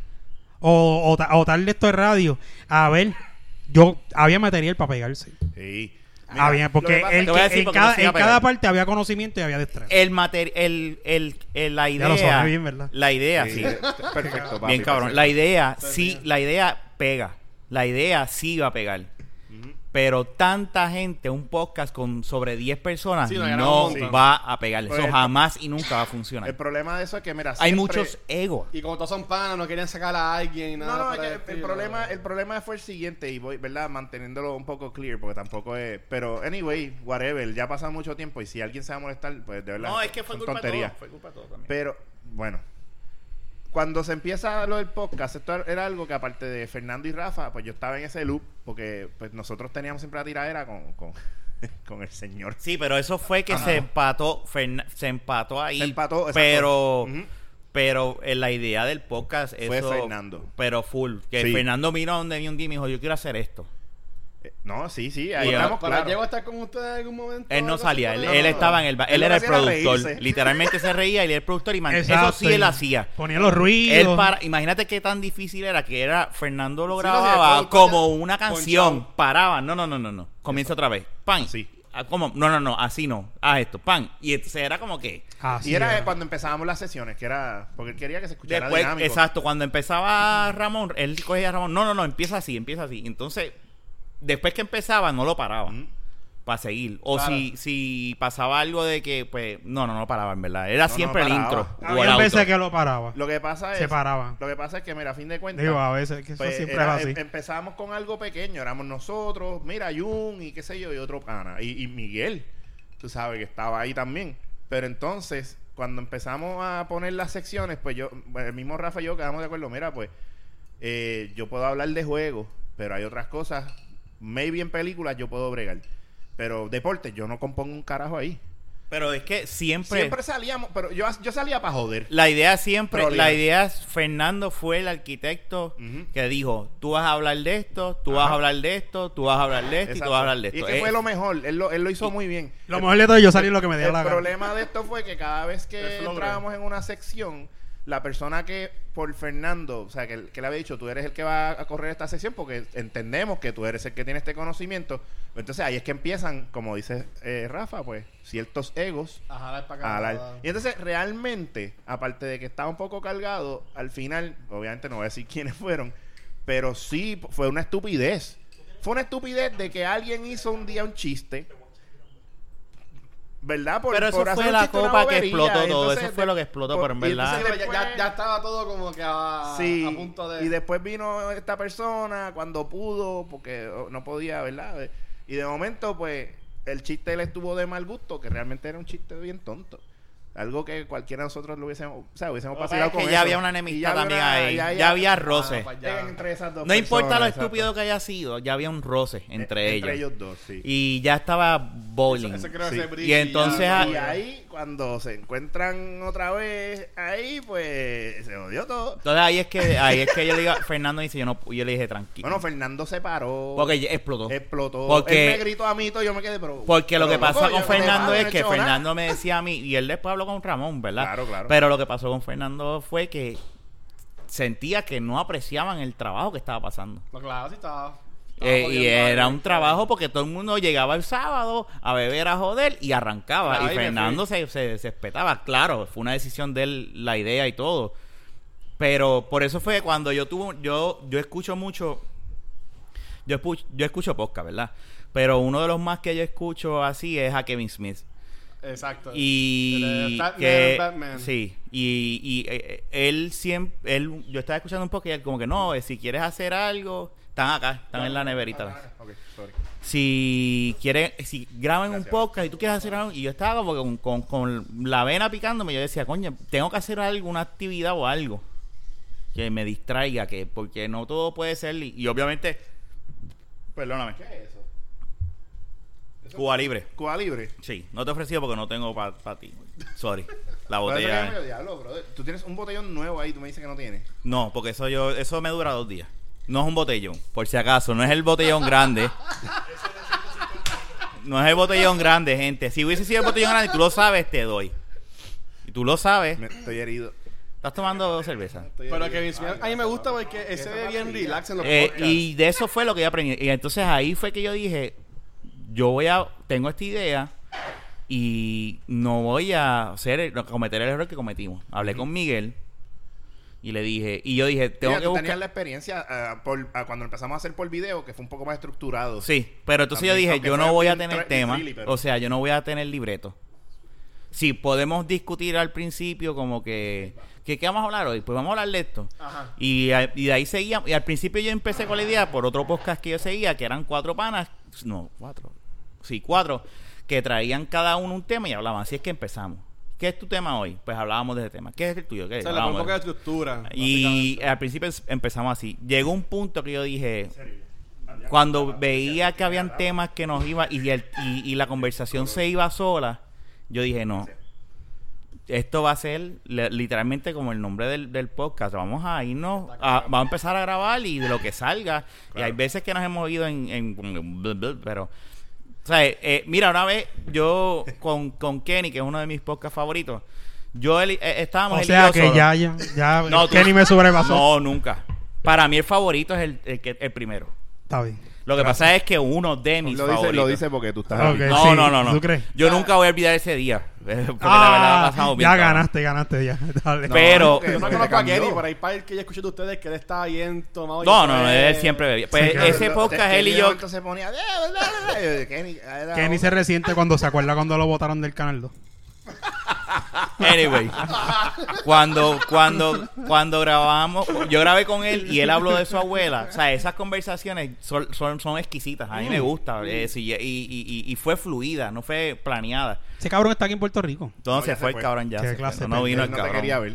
Speaker 3: o, o, ta- o tal de esto de radio, a ver, yo había material para pegarse.
Speaker 2: Sí. Mira,
Speaker 3: Ah, bien, porque,
Speaker 2: lo que pasa-
Speaker 3: el
Speaker 1: Te voy a
Speaker 3: que-
Speaker 1: decir
Speaker 3: en,
Speaker 1: porque
Speaker 3: cada,
Speaker 1: no se iba a
Speaker 3: en cada
Speaker 1: pegar. Eh,
Speaker 3: parte había conocimiento y había destreza.
Speaker 1: el material, el, el, el- la idea.
Speaker 3: Ya lo suena bien, ¿verdad?
Speaker 1: La idea, sí.
Speaker 2: Sí, perfecto, papi,
Speaker 1: Bien cabrón.
Speaker 2: perfecto.
Speaker 1: La idea, sí, la idea pega. La idea sí va a pegar. Pero tanta gente, un podcast con sobre 10 personas
Speaker 4: Sí, lo ganaba
Speaker 1: no
Speaker 4: un montón.
Speaker 1: va a pegar. Eso
Speaker 2: Pues el-
Speaker 1: jamás y nunca va a funcionar.
Speaker 2: El problema de eso es que, mira,
Speaker 1: Hay
Speaker 2: siempre-
Speaker 1: muchos egos.
Speaker 4: Y como todos son panas, no querían sacar a alguien y
Speaker 2: No,
Speaker 4: nada.
Speaker 2: no,
Speaker 4: por
Speaker 2: es que
Speaker 4: el
Speaker 2: el,
Speaker 4: estilo.
Speaker 2: problema, el problema fue el siguiente, y voy, ¿verdad? Manteniéndolo un poco clear, porque tampoco es. Pero, anyway, whatever, ya pasa mucho tiempo, y si alguien se va a molestar, pues de verdad. son tonterías.
Speaker 1: Fue culpa de todo también.
Speaker 2: Pero, bueno. Cuando se empieza lo del podcast, esto era algo que aparte de Fernando y Rafa, pues yo estaba en ese loop, porque pues nosotros teníamos siempre la tiradera con, con, con el señor.
Speaker 1: Sí, pero eso fue que se empató, Ferna- se empató ahí.
Speaker 2: Se empató, exacto.
Speaker 1: Pero
Speaker 2: Ujú.
Speaker 1: Pero eh, la idea del podcast
Speaker 2: Fue
Speaker 1: eso-
Speaker 2: Fernando.
Speaker 1: Pero full. Que
Speaker 2: Sí.
Speaker 1: Fernando vino donde mí un día y me dijo, yo quiero hacer esto.
Speaker 2: Eh, No, sí, sí, ahí
Speaker 1: Yo-
Speaker 2: estamos
Speaker 4: Pero
Speaker 2: claro.
Speaker 4: llego a estar con ustedes en algún momento.
Speaker 1: Él no
Speaker 4: algo
Speaker 1: salía,
Speaker 4: así,
Speaker 1: él,
Speaker 4: ¿no?
Speaker 1: él estaba en el... ba-
Speaker 2: Él
Speaker 1: Él
Speaker 2: lo
Speaker 1: era el
Speaker 2: que hacía era
Speaker 1: productor.
Speaker 2: reírse.
Speaker 1: Literalmente se reía y él era el productor y man- eso
Speaker 3: Exacto,
Speaker 1: sí él
Speaker 3: y
Speaker 1: hacía.
Speaker 3: Ponía los ruidos.
Speaker 1: Él para, imagínate qué tan difícil era que era Fernando lo
Speaker 4: Sí, no, sí,
Speaker 1: grababa
Speaker 4: todo-
Speaker 1: como una canción,
Speaker 4: ponchado.
Speaker 1: paraba, no, no, no, no, no, comienza otra vez, pan,
Speaker 2: Sí.
Speaker 1: Ah, ¿cómo? no, no, no, así no, haz esto, pan, y entonces era como que
Speaker 3: Así
Speaker 2: Y era
Speaker 3: era.
Speaker 2: eh, cuando empezábamos las sesiones, que era porque él quería que se escuchara
Speaker 1: después,
Speaker 2: dinámico.
Speaker 1: exacto, cuando empezaba Ramón, él cogía a Ramón, no, no, no, empieza así, empieza así, entonces después que empezaba no lo paraba
Speaker 2: Mm.
Speaker 1: para seguir, o
Speaker 4: Claro.
Speaker 1: si, si pasaba algo de que, pues, no, no, no paraba en verdad, era
Speaker 2: No, no
Speaker 1: siempre el
Speaker 2: paraba.
Speaker 1: intro, o el
Speaker 3: Había veces
Speaker 1: outro.
Speaker 3: que lo paraba.
Speaker 2: Lo que pasa es
Speaker 3: Se paraban.
Speaker 2: Lo que pasa es que mira, a fin de cuentas
Speaker 3: Digo, a veces, que eso
Speaker 2: pues,
Speaker 3: siempre
Speaker 2: era-
Speaker 3: es así.
Speaker 2: em- empezamos con algo pequeño, éramos nosotros, mira, Jun y qué sé yo, y otro pana, y, y Miguel, tú sabes que estaba ahí también. Pero entonces, cuando empezamos a poner las secciones, pues yo, bueno, el mismo Rafa y yo quedamos de acuerdo, mira, pues eh, yo puedo hablar de juegos, pero hay otras cosas, maybe en películas yo puedo bregar, pero deporte yo no compongo un carajo ahí.
Speaker 1: pero es que siempre...
Speaker 2: Siempre salíamos, pero yo, yo salía para joder.
Speaker 1: La idea siempre,
Speaker 2: Prolijo.
Speaker 1: la idea, es- Fernando fue el arquitecto
Speaker 2: Ujú.
Speaker 1: que dijo, tú vas a hablar de esto, tú vas
Speaker 2: Ajá.
Speaker 1: a hablar de esto, tú vas a hablar de esto y tú vas a hablar de
Speaker 2: Y
Speaker 1: esto.
Speaker 2: es que
Speaker 1: Eh,
Speaker 2: fue lo mejor, él lo, él lo hizo muy bien.
Speaker 3: Lo mejor de todo yo salí lo que me dio
Speaker 2: El
Speaker 3: la gana.
Speaker 2: problema de esto fue que cada vez
Speaker 4: El
Speaker 2: que
Speaker 4: flow,
Speaker 2: entrábamos en una sección, la persona que por Fernando, o sea, que, que le había dicho, tú eres el que va a correr esta sección porque entendemos que tú eres el que tiene este conocimiento. Entonces ahí es que empiezan, como dice eh, Rafa, pues ciertos egos
Speaker 4: A jalar para acá.
Speaker 2: a hablar. Y entonces realmente, aparte de que estaba un poco cargado, al final, obviamente no voy a decir quiénes fueron, pero sí p- fue una estupidez. Fue una estupidez de que alguien hizo un día un chiste. ¿Verdad? Por-
Speaker 1: Pero eso
Speaker 2: por hacer
Speaker 1: fue
Speaker 2: un
Speaker 1: la
Speaker 2: chiste, una
Speaker 1: copa que
Speaker 2: bobería.
Speaker 1: explotó todo,
Speaker 2: Entonces,
Speaker 1: eso fue lo que explotó, pero en
Speaker 2: y
Speaker 1: verdad-
Speaker 2: entonces
Speaker 4: Sí, pero ya,
Speaker 2: Ah, después-
Speaker 4: ya- ya estaba todo como que a,
Speaker 2: Sí,
Speaker 4: a punto de.
Speaker 2: y después vino esta persona cuando pudo, porque oh, no podía, ¿verdad? Eh, Y de momento, pues, el chiste le estuvo de mal gusto, que realmente era un chiste bien tonto. Algo que cualquiera de nosotros lo hubiésemos, o sea,
Speaker 1: Lo
Speaker 2: hubiésemos
Speaker 1: que
Speaker 2: pasado
Speaker 1: pasa es
Speaker 2: con
Speaker 1: que ya
Speaker 2: eso.
Speaker 1: había una
Speaker 2: Y
Speaker 1: enemistad
Speaker 2: ya había Ah,
Speaker 1: también
Speaker 2: una-
Speaker 1: ahí, ya había roce.
Speaker 4: pues ya.
Speaker 2: en- entre esas dos
Speaker 1: no importa lo
Speaker 2: personas,
Speaker 1: estúpido
Speaker 2: exacto.
Speaker 1: que haya sido, ya había un roce entre,
Speaker 2: Eh,
Speaker 1: ellos.
Speaker 2: Entre ellos dos, sí.
Speaker 1: Y ya estaba bowling.
Speaker 4: Eso creo que
Speaker 2: Sí.
Speaker 4: se brilla,
Speaker 1: Y entonces ah,
Speaker 4: ya,
Speaker 1: a-
Speaker 2: Y
Speaker 4: como-
Speaker 2: ahí, cuando se encuentran otra vez, ahí, pues, se odió todo.
Speaker 1: Entonces ahí es que ahí es que yo le digo, Fernando dice, yo no yo le dije tranquilo.
Speaker 2: Bueno, Fernando se paró.
Speaker 1: porque ya explotó.
Speaker 2: Explotó.
Speaker 1: Porque-
Speaker 2: Él me gritó a mí y todo, yo me quedé, pero.
Speaker 1: Porque lo
Speaker 2: pero
Speaker 1: que pasa con
Speaker 2: loco, yo no te
Speaker 1: Fernando
Speaker 2: paro,
Speaker 1: es
Speaker 2: no he
Speaker 1: que
Speaker 2: hecho nada.
Speaker 1: Fernando me decía a mí, y él después habló con Ramón, ¿verdad?
Speaker 2: Claro, claro.
Speaker 1: Pero lo que pasó con Fernando fue que sentía que no apreciaban el trabajo que estaba pasando.
Speaker 4: No, claro, sí estaba. estaba
Speaker 1: Eh, y
Speaker 4: Ah, jodiendo
Speaker 1: era
Speaker 4: ahí.
Speaker 1: un trabajo porque todo el mundo llegaba el sábado a beber, a joder y arrancaba.
Speaker 4: Ahí me
Speaker 1: y Fernando se, se desespetaba. Claro, fue una decisión de él, la idea y todo. Pero por eso fue cuando yo tuve. Yo, yo escucho mucho. Yo, espu- yo escucho podcast, ¿verdad? Pero uno de los más que yo escucho así es a Kevin Smith.
Speaker 4: Exacto.
Speaker 2: Pues,
Speaker 1: Y
Speaker 4: El Batman,
Speaker 1: que,
Speaker 4: Batman.
Speaker 1: sí, y, y, eh, eh, él siempre, él, yo estaba escuchando un poco y él como que no, eh, si quieres hacer algo, están acá, están en la neverita. pues".
Speaker 2: Ok, sorry.
Speaker 1: Si quieres, si graban
Speaker 2: Gracias.
Speaker 1: un podcast y tú quieres hacer algo, y yo estaba como que con, con, con la vena picándome, yo decía, coño, tengo que hacer alguna actividad o algo que me distraiga, que porque no todo puede ser, y, y obviamente, perdóname,
Speaker 2: ¿Qué es eso?
Speaker 1: Cuba Libre.
Speaker 2: Cuba Libre.
Speaker 1: Sí, no te he ofrecido porque no tengo para ti. Sorry. La
Speaker 2: Por eso que yo
Speaker 1: botella.
Speaker 2: me lo diablo, brother. Tú tienes un botellón nuevo ahí, tú me dices que no tienes.
Speaker 1: No, porque eso yo, eso me dura dos días. No es un botellón, por si acaso, no es el botellón grande. No es el botellón grande, gente. Si hubiese sido el botellón grande, tú lo sabes, te doy. Y tú lo sabes.
Speaker 2: Me- estoy herido.
Speaker 1: Estás tomando cerveza.
Speaker 2: Estoy
Speaker 4: Pero
Speaker 2: herido.
Speaker 4: Kevin Smith, a mí me gusta porque ese ve bien relax en los
Speaker 1: Eh,
Speaker 4: podcasts.
Speaker 1: y de eso fue lo que yo aprendí. Y entonces ahí fue que yo dije, yo voy a, tengo esta idea y no voy a hacer, el- a cometer el error que cometimos. Hablé con Miguel y le dije, y yo dije, tengo
Speaker 2: Mira,
Speaker 1: que
Speaker 2: tú tenías
Speaker 1: buscar...
Speaker 2: la experiencia ah, por- ah, cuando empezamos a hacer por video, que fue un poco más estructurado.
Speaker 1: Sí, pero entonces
Speaker 2: También,
Speaker 1: yo dije,
Speaker 2: aunque
Speaker 1: yo
Speaker 2: sea
Speaker 1: no voy a
Speaker 2: bien
Speaker 1: tener
Speaker 2: tra-
Speaker 1: tema,
Speaker 2: really, pero-
Speaker 1: o sea, yo no voy a tener libreto. Si podemos discutir al principio como que, que ¿qué vamos a hablar hoy? Pues vamos a hablar de esto.
Speaker 2: Ah,
Speaker 4: Ajá.
Speaker 1: Y, a- y de ahí seguía. Y al principio yo empecé con la idea por otro podcast que yo seguía, que eran cuatro panas. No, cuatro. Sí, cuatro. Que traían cada uno un tema y hablaban. Así es que empezamos. ¿Qué es tu tema hoy? Pues hablábamos de ese tema. ¿Qué es el tuyo? Ah, ¿Qué
Speaker 4: O sea, le pongo
Speaker 1: Hablábamos
Speaker 4: un poco
Speaker 1: de-
Speaker 4: de estructura.
Speaker 1: Eh, y
Speaker 4: básicamente.
Speaker 1: al principio es- empezamos así. Llegó un punto que yo dije, cuando veía que habían temas que nos iba y, el- y- y la conversación se iba sola, yo dije, no, esto va a ser le- literalmente como el nombre del, del podcast. Vamos a irnos, a- vamos a empezar a grabar y de lo que salga. Y hay veces que nos hemos ido en... en- pero... O sea, eh, mira, una vez yo con, con Kenny, que es uno de mis podcasts favoritos, yo él, eh, estábamos...
Speaker 3: O
Speaker 1: él y
Speaker 3: sea
Speaker 1: yo
Speaker 3: que
Speaker 1: solos.
Speaker 3: ya, ya, ya
Speaker 1: No, tú-
Speaker 3: Kenny me sobrepasó.
Speaker 1: No, nunca. Para mí el favorito es el, el, que- el primero.
Speaker 3: Está bien.
Speaker 1: Lo que pasa es que uno de mis
Speaker 2: Lo dice,
Speaker 1: favoritos...
Speaker 2: lo dice porque tú estás
Speaker 3: Ok.
Speaker 2: aquí.
Speaker 1: No,
Speaker 3: Sí,
Speaker 1: no, no, no.
Speaker 3: ¿tú crees?
Speaker 1: Yo nunca voy a olvidar ese día. Porque la verdad la
Speaker 3: Ah,
Speaker 1: pasamos bien.
Speaker 3: ya
Speaker 1: cabrón.
Speaker 3: ganaste, ganaste ya. Dale.
Speaker 1: No, Pero-
Speaker 2: porque-
Speaker 4: Yo no
Speaker 2: porque te
Speaker 4: conozco a
Speaker 2: cambió.
Speaker 4: Kenny, por ahí para el que ya escuché de ustedes que él está bien tomado. y
Speaker 1: No,
Speaker 4: eso
Speaker 1: no, no,
Speaker 4: es-
Speaker 1: él siempre bebía. Pues
Speaker 3: Sí, claro.
Speaker 1: ese
Speaker 2: Lo-
Speaker 1: podcast,
Speaker 2: te-
Speaker 1: él y
Speaker 2: Kenny
Speaker 1: yo.
Speaker 2: Roberto se ponía, "Eh, bla, bla, bla", y yo, Kenny, era
Speaker 3: Kenny se
Speaker 2: otro.
Speaker 3: resiente cuando se acuerda cuando lo votaron del canal 2.
Speaker 1: Anyway. Cuando, cuando, cuando grabamos, yo grabé con él y él habló de su abuela. O sea, esas conversaciones son, son, son exquisitas. A mí
Speaker 3: Mm.
Speaker 1: me gusta. eh, sí, y, y- y- y fue fluida, no fue planeada.
Speaker 3: Ese cabrón está aquí en Puerto Rico.
Speaker 1: Entonces
Speaker 2: No, ya se
Speaker 1: fue el
Speaker 2: fue.
Speaker 1: cabrón ya.
Speaker 3: Qué
Speaker 1: se fue.
Speaker 3: clase
Speaker 1: no
Speaker 3: de-
Speaker 1: vino
Speaker 2: Él
Speaker 1: el
Speaker 2: no te
Speaker 1: cabrón.
Speaker 2: quería ver.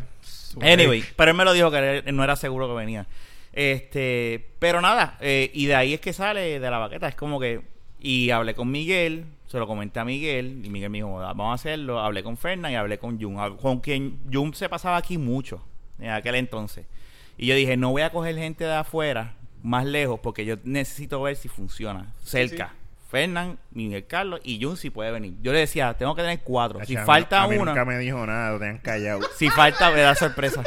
Speaker 1: Anyway, pero él me lo dijo que él no era seguro que venía. Este, pero nada, eh, y de ahí es que sale de la baqueta. Es como que. Y hablé con Miguel, se lo comenté a Miguel, y Miguel me dijo, "Ah, vamos a hacerlo. Hablé con Fernan y hablé con Jun, hab- con quien Jun se pasaba aquí mucho en aquel entonces. Y yo dije, no voy a coger gente de afuera, más lejos, porque yo necesito ver si funciona, cerca. Fernan, Miguel Carlos y Jun si puede venir. Yo le decía, tengo que tener cuatro. Si
Speaker 2: Chacho, a mí-
Speaker 1: falta
Speaker 2: a mí
Speaker 1: uno.
Speaker 2: Nunca me dijo nada, lo tenían callado.
Speaker 1: Si falta, me da sorpresa.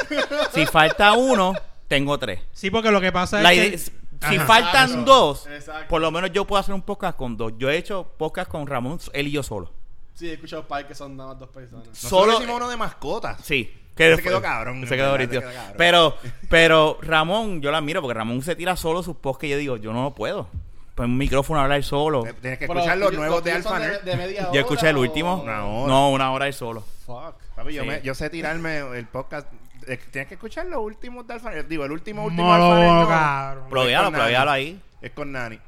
Speaker 1: Si falta uno, tengo tres.
Speaker 3: Sí, porque lo que pasa
Speaker 1: La
Speaker 3: es
Speaker 1: idea-
Speaker 3: que...
Speaker 1: si
Speaker 3: Ajá.
Speaker 1: faltan
Speaker 2: Ah,
Speaker 4: Exacto.
Speaker 1: dos,
Speaker 4: Exacto.
Speaker 1: por lo menos yo puedo hacer un podcast con dos. Yo he hecho podcast con Ramón, él y yo solo.
Speaker 4: Sí, he escuchado par que son nada más dos personas.
Speaker 2: Solo
Speaker 1: Solo-
Speaker 2: hicimos uno de mascotas.
Speaker 1: Sí.
Speaker 2: Se quedó cabrón,
Speaker 1: Se quedó
Speaker 2: en verdad,
Speaker 1: ahorita.
Speaker 2: se quedó cabrón.
Speaker 1: Pero, pero Ramón, yo la admiro porque Ramón se tira solo sus posts que yo digo, yo no puedo. Pues un micrófono hablar solo.
Speaker 2: Te- Tienes que
Speaker 4: Pero
Speaker 2: escuchar los
Speaker 4: tuyos-
Speaker 2: nuevos de
Speaker 4: tuyos
Speaker 2: Alfa
Speaker 4: son
Speaker 2: Nerd.
Speaker 4: de media
Speaker 1: Yo escuché
Speaker 4: hora
Speaker 1: el
Speaker 4: o-
Speaker 1: último.
Speaker 2: Una hora.
Speaker 1: No, una hora él solo.
Speaker 4: Fuck.
Speaker 2: Papi, yo,
Speaker 1: Sí.
Speaker 2: me- yo sé tirarme el podcast. Eh, Tienes que escuchar los últimos de Alfa Nerd. Digo, el último, último
Speaker 3: Molo,
Speaker 2: Alfa Nerd,
Speaker 3: molo,
Speaker 2: no.
Speaker 3: cabrón.
Speaker 1: Proguealo,
Speaker 2: con nadie.
Speaker 1: proguealo ahí.
Speaker 2: Es con Nani.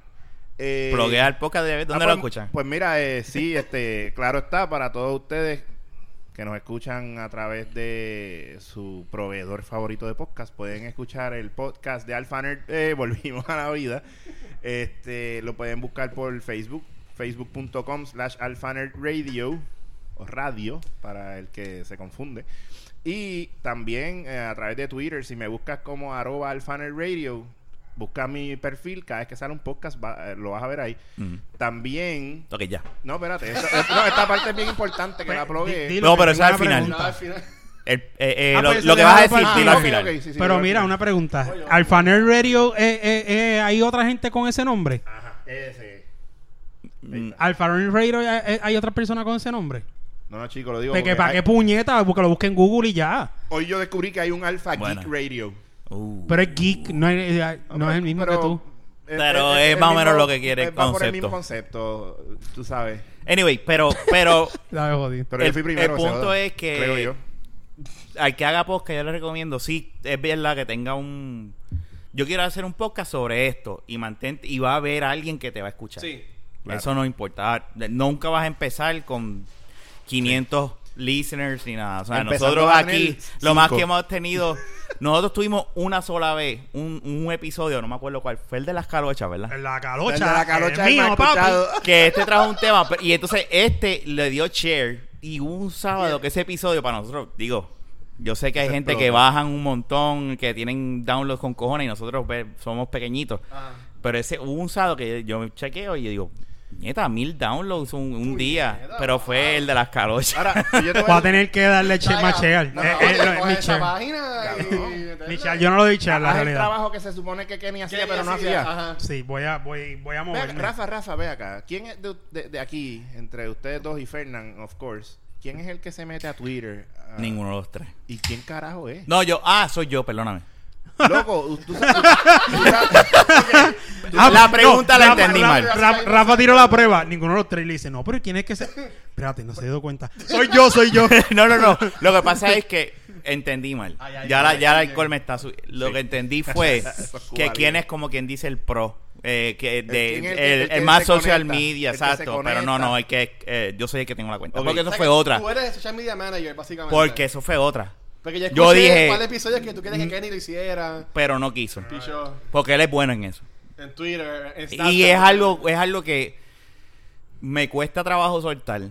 Speaker 2: Eh,
Speaker 1: Proguea el podcast de ¿Dónde
Speaker 2: Ah,
Speaker 1: lo
Speaker 2: pues-
Speaker 1: escuchan?
Speaker 2: Pues mira, eh, sí, este, claro está, para todos ustedes que nos escuchan a través de su proveedor favorito de podcast, pueden escuchar el podcast de Alfa Nerd, eh, Volvimos a la Vida. Este, lo pueden buscar por Facebook, facebook.com slash Alfa Nerd Radio, o radio, para el que se confunde. Y también eh, a través de Twitter, si me buscas como arroba Alfa Nerd Radio, busca mi perfil, cada vez que sale un podcast va- eh, lo vas a ver ahí.
Speaker 1: Mm.
Speaker 2: También.
Speaker 1: Ok, ya.
Speaker 2: No, espérate. Esta, esta- no, esta parte es bien importante que la
Speaker 3: Pues, Di-
Speaker 2: plugué.
Speaker 3: dilo,
Speaker 1: No,
Speaker 3: que
Speaker 1: pero
Speaker 3: tengo
Speaker 1: esa es al
Speaker 3: una
Speaker 1: final.
Speaker 3: pregunta.
Speaker 4: Nada, al final.
Speaker 1: El- eh, eh,
Speaker 3: Ah,
Speaker 1: lo,
Speaker 3: pues
Speaker 1: lo
Speaker 3: eso
Speaker 1: que vas a
Speaker 3: déjalo
Speaker 1: decir,
Speaker 3: para-
Speaker 1: dilo al
Speaker 3: ok,
Speaker 1: final.
Speaker 2: ok, sí, sí,
Speaker 3: Pero
Speaker 2: dilo al
Speaker 3: mira,
Speaker 2: final.
Speaker 3: una pregunta. ¿Alfaner Radio eh, eh, eh, hay otra gente con ese nombre?
Speaker 2: Ajá, ese.
Speaker 1: Mm,
Speaker 3: ¿Alfaner Radio eh, eh, hay otra persona con ese nombre?
Speaker 2: No, no, chicos, lo digo.
Speaker 3: Porque
Speaker 2: porque
Speaker 3: para
Speaker 2: hay-
Speaker 3: qué puñeta, porque lo busque en Google y ya.
Speaker 2: Hoy yo descubrí que hay un Alfa
Speaker 1: Bueno.
Speaker 2: Geek Radio.
Speaker 1: uh.
Speaker 3: Pero es geek, no es, eh, no es el mismo
Speaker 2: Pero-
Speaker 3: que tú.
Speaker 1: Pero es más o
Speaker 2: el
Speaker 1: menos lo que quiere el
Speaker 2: Va por el mismo concepto, tú sabes.
Speaker 1: Anyway, pero, pero
Speaker 3: La veo jodida.
Speaker 2: Pero yo
Speaker 1: El-
Speaker 2: fui primero.
Speaker 1: el
Speaker 2: se
Speaker 1: punto
Speaker 2: joda.
Speaker 1: es que-
Speaker 2: Creo yo.
Speaker 1: al que haga podcast, yo le recomiendo, sí, es verdad que tenga un... Yo quiero hacer un podcast sobre esto y mantente, y va a haber alguien que te va a escuchar.
Speaker 4: Sí.
Speaker 2: claro.
Speaker 1: Eso no importa. Nunca vas a empezar con 500 listeners ni nada. O sea,
Speaker 2: Empezando
Speaker 1: nosotros
Speaker 2: vas a tener
Speaker 1: aquí, lo más
Speaker 2: cinco.
Speaker 1: que hemos tenido, nosotros tuvimos una sola vez, un, un episodio, no me acuerdo cuál, fue el de las calochas, ¿verdad?
Speaker 3: La
Speaker 2: Desde
Speaker 3: calocha.
Speaker 2: la
Speaker 3: el
Speaker 2: calocha
Speaker 3: mío,
Speaker 2: mío,
Speaker 3: papi.
Speaker 1: que este trajo un tema pero- y entonces este le dio share y hubo un sábado que ese episodio para nosotros digo yo sé que hay
Speaker 2: Se
Speaker 1: gente que
Speaker 2: explota.
Speaker 1: bajan un montón que tienen downloads con cojones y nosotros pues, somos pequeñitos
Speaker 4: Ajá.
Speaker 1: pero ese hubo un sábado que yo me chequeo y yo digo nieta mil downloads un, un día
Speaker 4: nieta,
Speaker 1: pero fue el de las calochas
Speaker 2: Ahora, yo te voy
Speaker 3: Voy a tener que darle che, más cheal.
Speaker 4: No,
Speaker 3: Eh,
Speaker 4: no,
Speaker 3: eh,
Speaker 4: no,
Speaker 3: no,
Speaker 4: coge
Speaker 3: mi
Speaker 4: esa
Speaker 3: cheal.
Speaker 4: página y-
Speaker 2: Cabrón.
Speaker 4: y-
Speaker 3: Mi cheal, yo no lo doy cheal, la
Speaker 2: Haz el
Speaker 3: realidad.
Speaker 2: trabajo que se supone que Kenny hacía,
Speaker 4: Kenny
Speaker 2: pero no
Speaker 4: hacía,
Speaker 2: hacía.
Speaker 4: ajá.
Speaker 3: Sí, voy a, voy, voy a
Speaker 2: Ve acá,
Speaker 3: moverme.
Speaker 2: Rafa, Rafa, ve acá. ¿Quién es de, de- de aquí, entre ustedes dos y Fernán, of course? ¿Quién es el que se mete a Twitter? Ah,
Speaker 1: ninguno de los tres
Speaker 2: ¿Y quién carajo es?
Speaker 1: no yo ah soy yo perdóname
Speaker 2: Loco, tú sabes. tú sabes- ok, tú-
Speaker 3: Ah,
Speaker 1: La
Speaker 3: no,
Speaker 1: pregunta la
Speaker 3: Rafa-
Speaker 1: entendí
Speaker 3: Rafa-
Speaker 1: mal.
Speaker 3: Rafa, Rafa tiró la prueba. Ninguno de los tres le dice, no, pero ¿quién es que se...? Espérate, no se dio cuenta. Soy yo, soy yo.
Speaker 1: no no no lo que pasa es que entendí mal
Speaker 4: Ay, ay,
Speaker 1: ya la-
Speaker 4: ay,
Speaker 1: ya el
Speaker 4: ay,
Speaker 1: alcohol
Speaker 4: ay.
Speaker 1: me está subi- lo que entendí fue
Speaker 2: Eso es
Speaker 1: que
Speaker 2: Cuba
Speaker 1: quién
Speaker 2: Libre.
Speaker 1: es como quien dice el pro eh, que de, el,
Speaker 2: quién es el que- el que
Speaker 1: el más
Speaker 2: se
Speaker 1: social
Speaker 2: conecta,
Speaker 1: media
Speaker 2: el que se
Speaker 1: exacto pero no no
Speaker 2: conecta.
Speaker 1: hay que eh, yo soy el que tengo la cuenta
Speaker 2: Ok.
Speaker 1: porque
Speaker 4: O
Speaker 1: eso
Speaker 4: sea
Speaker 1: fue
Speaker 4: que
Speaker 1: otra
Speaker 4: Tú eres social media manager, básicamente.
Speaker 1: porque eso fue otra
Speaker 4: Porque ya
Speaker 1: yo
Speaker 4: escuché
Speaker 1: dije- Mm.
Speaker 4: cuáles episodios que tú quieres que Kenny lo hiciera.
Speaker 1: pero no quiso
Speaker 4: Picho,
Speaker 1: porque él es bueno en eso
Speaker 4: en Twitter, en
Speaker 1: y
Speaker 4: Snapchat.
Speaker 1: es algo es algo que me cuesta trabajo soltar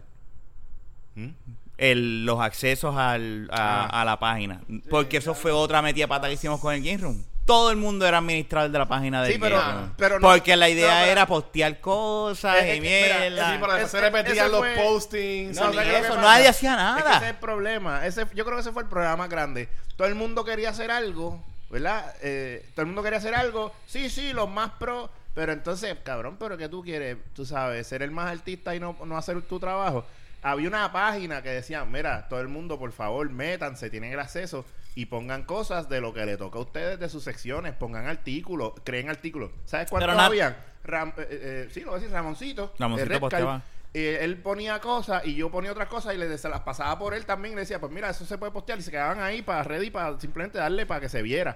Speaker 2: ¿Mm? Ah.
Speaker 1: el- los accesos al- a, a la página. Porque eso fue otra metida pata que hicimos con el Game Room. Todo el mundo era administrador de la página del
Speaker 2: Sí, pero-
Speaker 1: Game Room.
Speaker 2: pero no-
Speaker 1: porque la idea
Speaker 2: no, pero-
Speaker 1: era postear cosas
Speaker 2: Es- es
Speaker 1: y
Speaker 2: que, mira,
Speaker 1: mierda.
Speaker 4: Sí, para
Speaker 2: Es-
Speaker 4: que se
Speaker 2: es-
Speaker 4: repetían
Speaker 2: ese
Speaker 4: los
Speaker 2: fue-
Speaker 4: postings.
Speaker 1: No,
Speaker 4: y-
Speaker 1: ni
Speaker 2: ¿sabes qué es lo
Speaker 1: eso,
Speaker 2: que
Speaker 1: nadie hacía
Speaker 2: Es que
Speaker 1: nada.
Speaker 2: ese es el problema. Ese, yo creo que ese fue el programa grande. Todo el mundo quería hacer algo, ¿verdad? Eh, todo el mundo quería hacer algo. Sí, sí, los más pro. Pero entonces, cabrón, ¿pero qué tú quieres? Tú sabes, ser el más artista y no, no hacer tu trabajo. Había una página que decía, mira, todo el mundo, por favor, métanse, tienen el acceso y pongan cosas de lo que le toca a ustedes de sus secciones, pongan artículos, creen artículos. ¿Sabes cuántos
Speaker 1: Pero na-
Speaker 2: habían? Ram- eh, eh, sí, lo voy a decir, Ramoncito.
Speaker 1: Ramoncito
Speaker 2: eh, Red Cal-
Speaker 1: posteaba.
Speaker 2: eh, él ponía cosas y yo ponía otras cosas y le, se las pasaba por él también y le decía, pues mira, eso se puede postear y se quedaban ahí para ready, para simplemente darle para que se viera.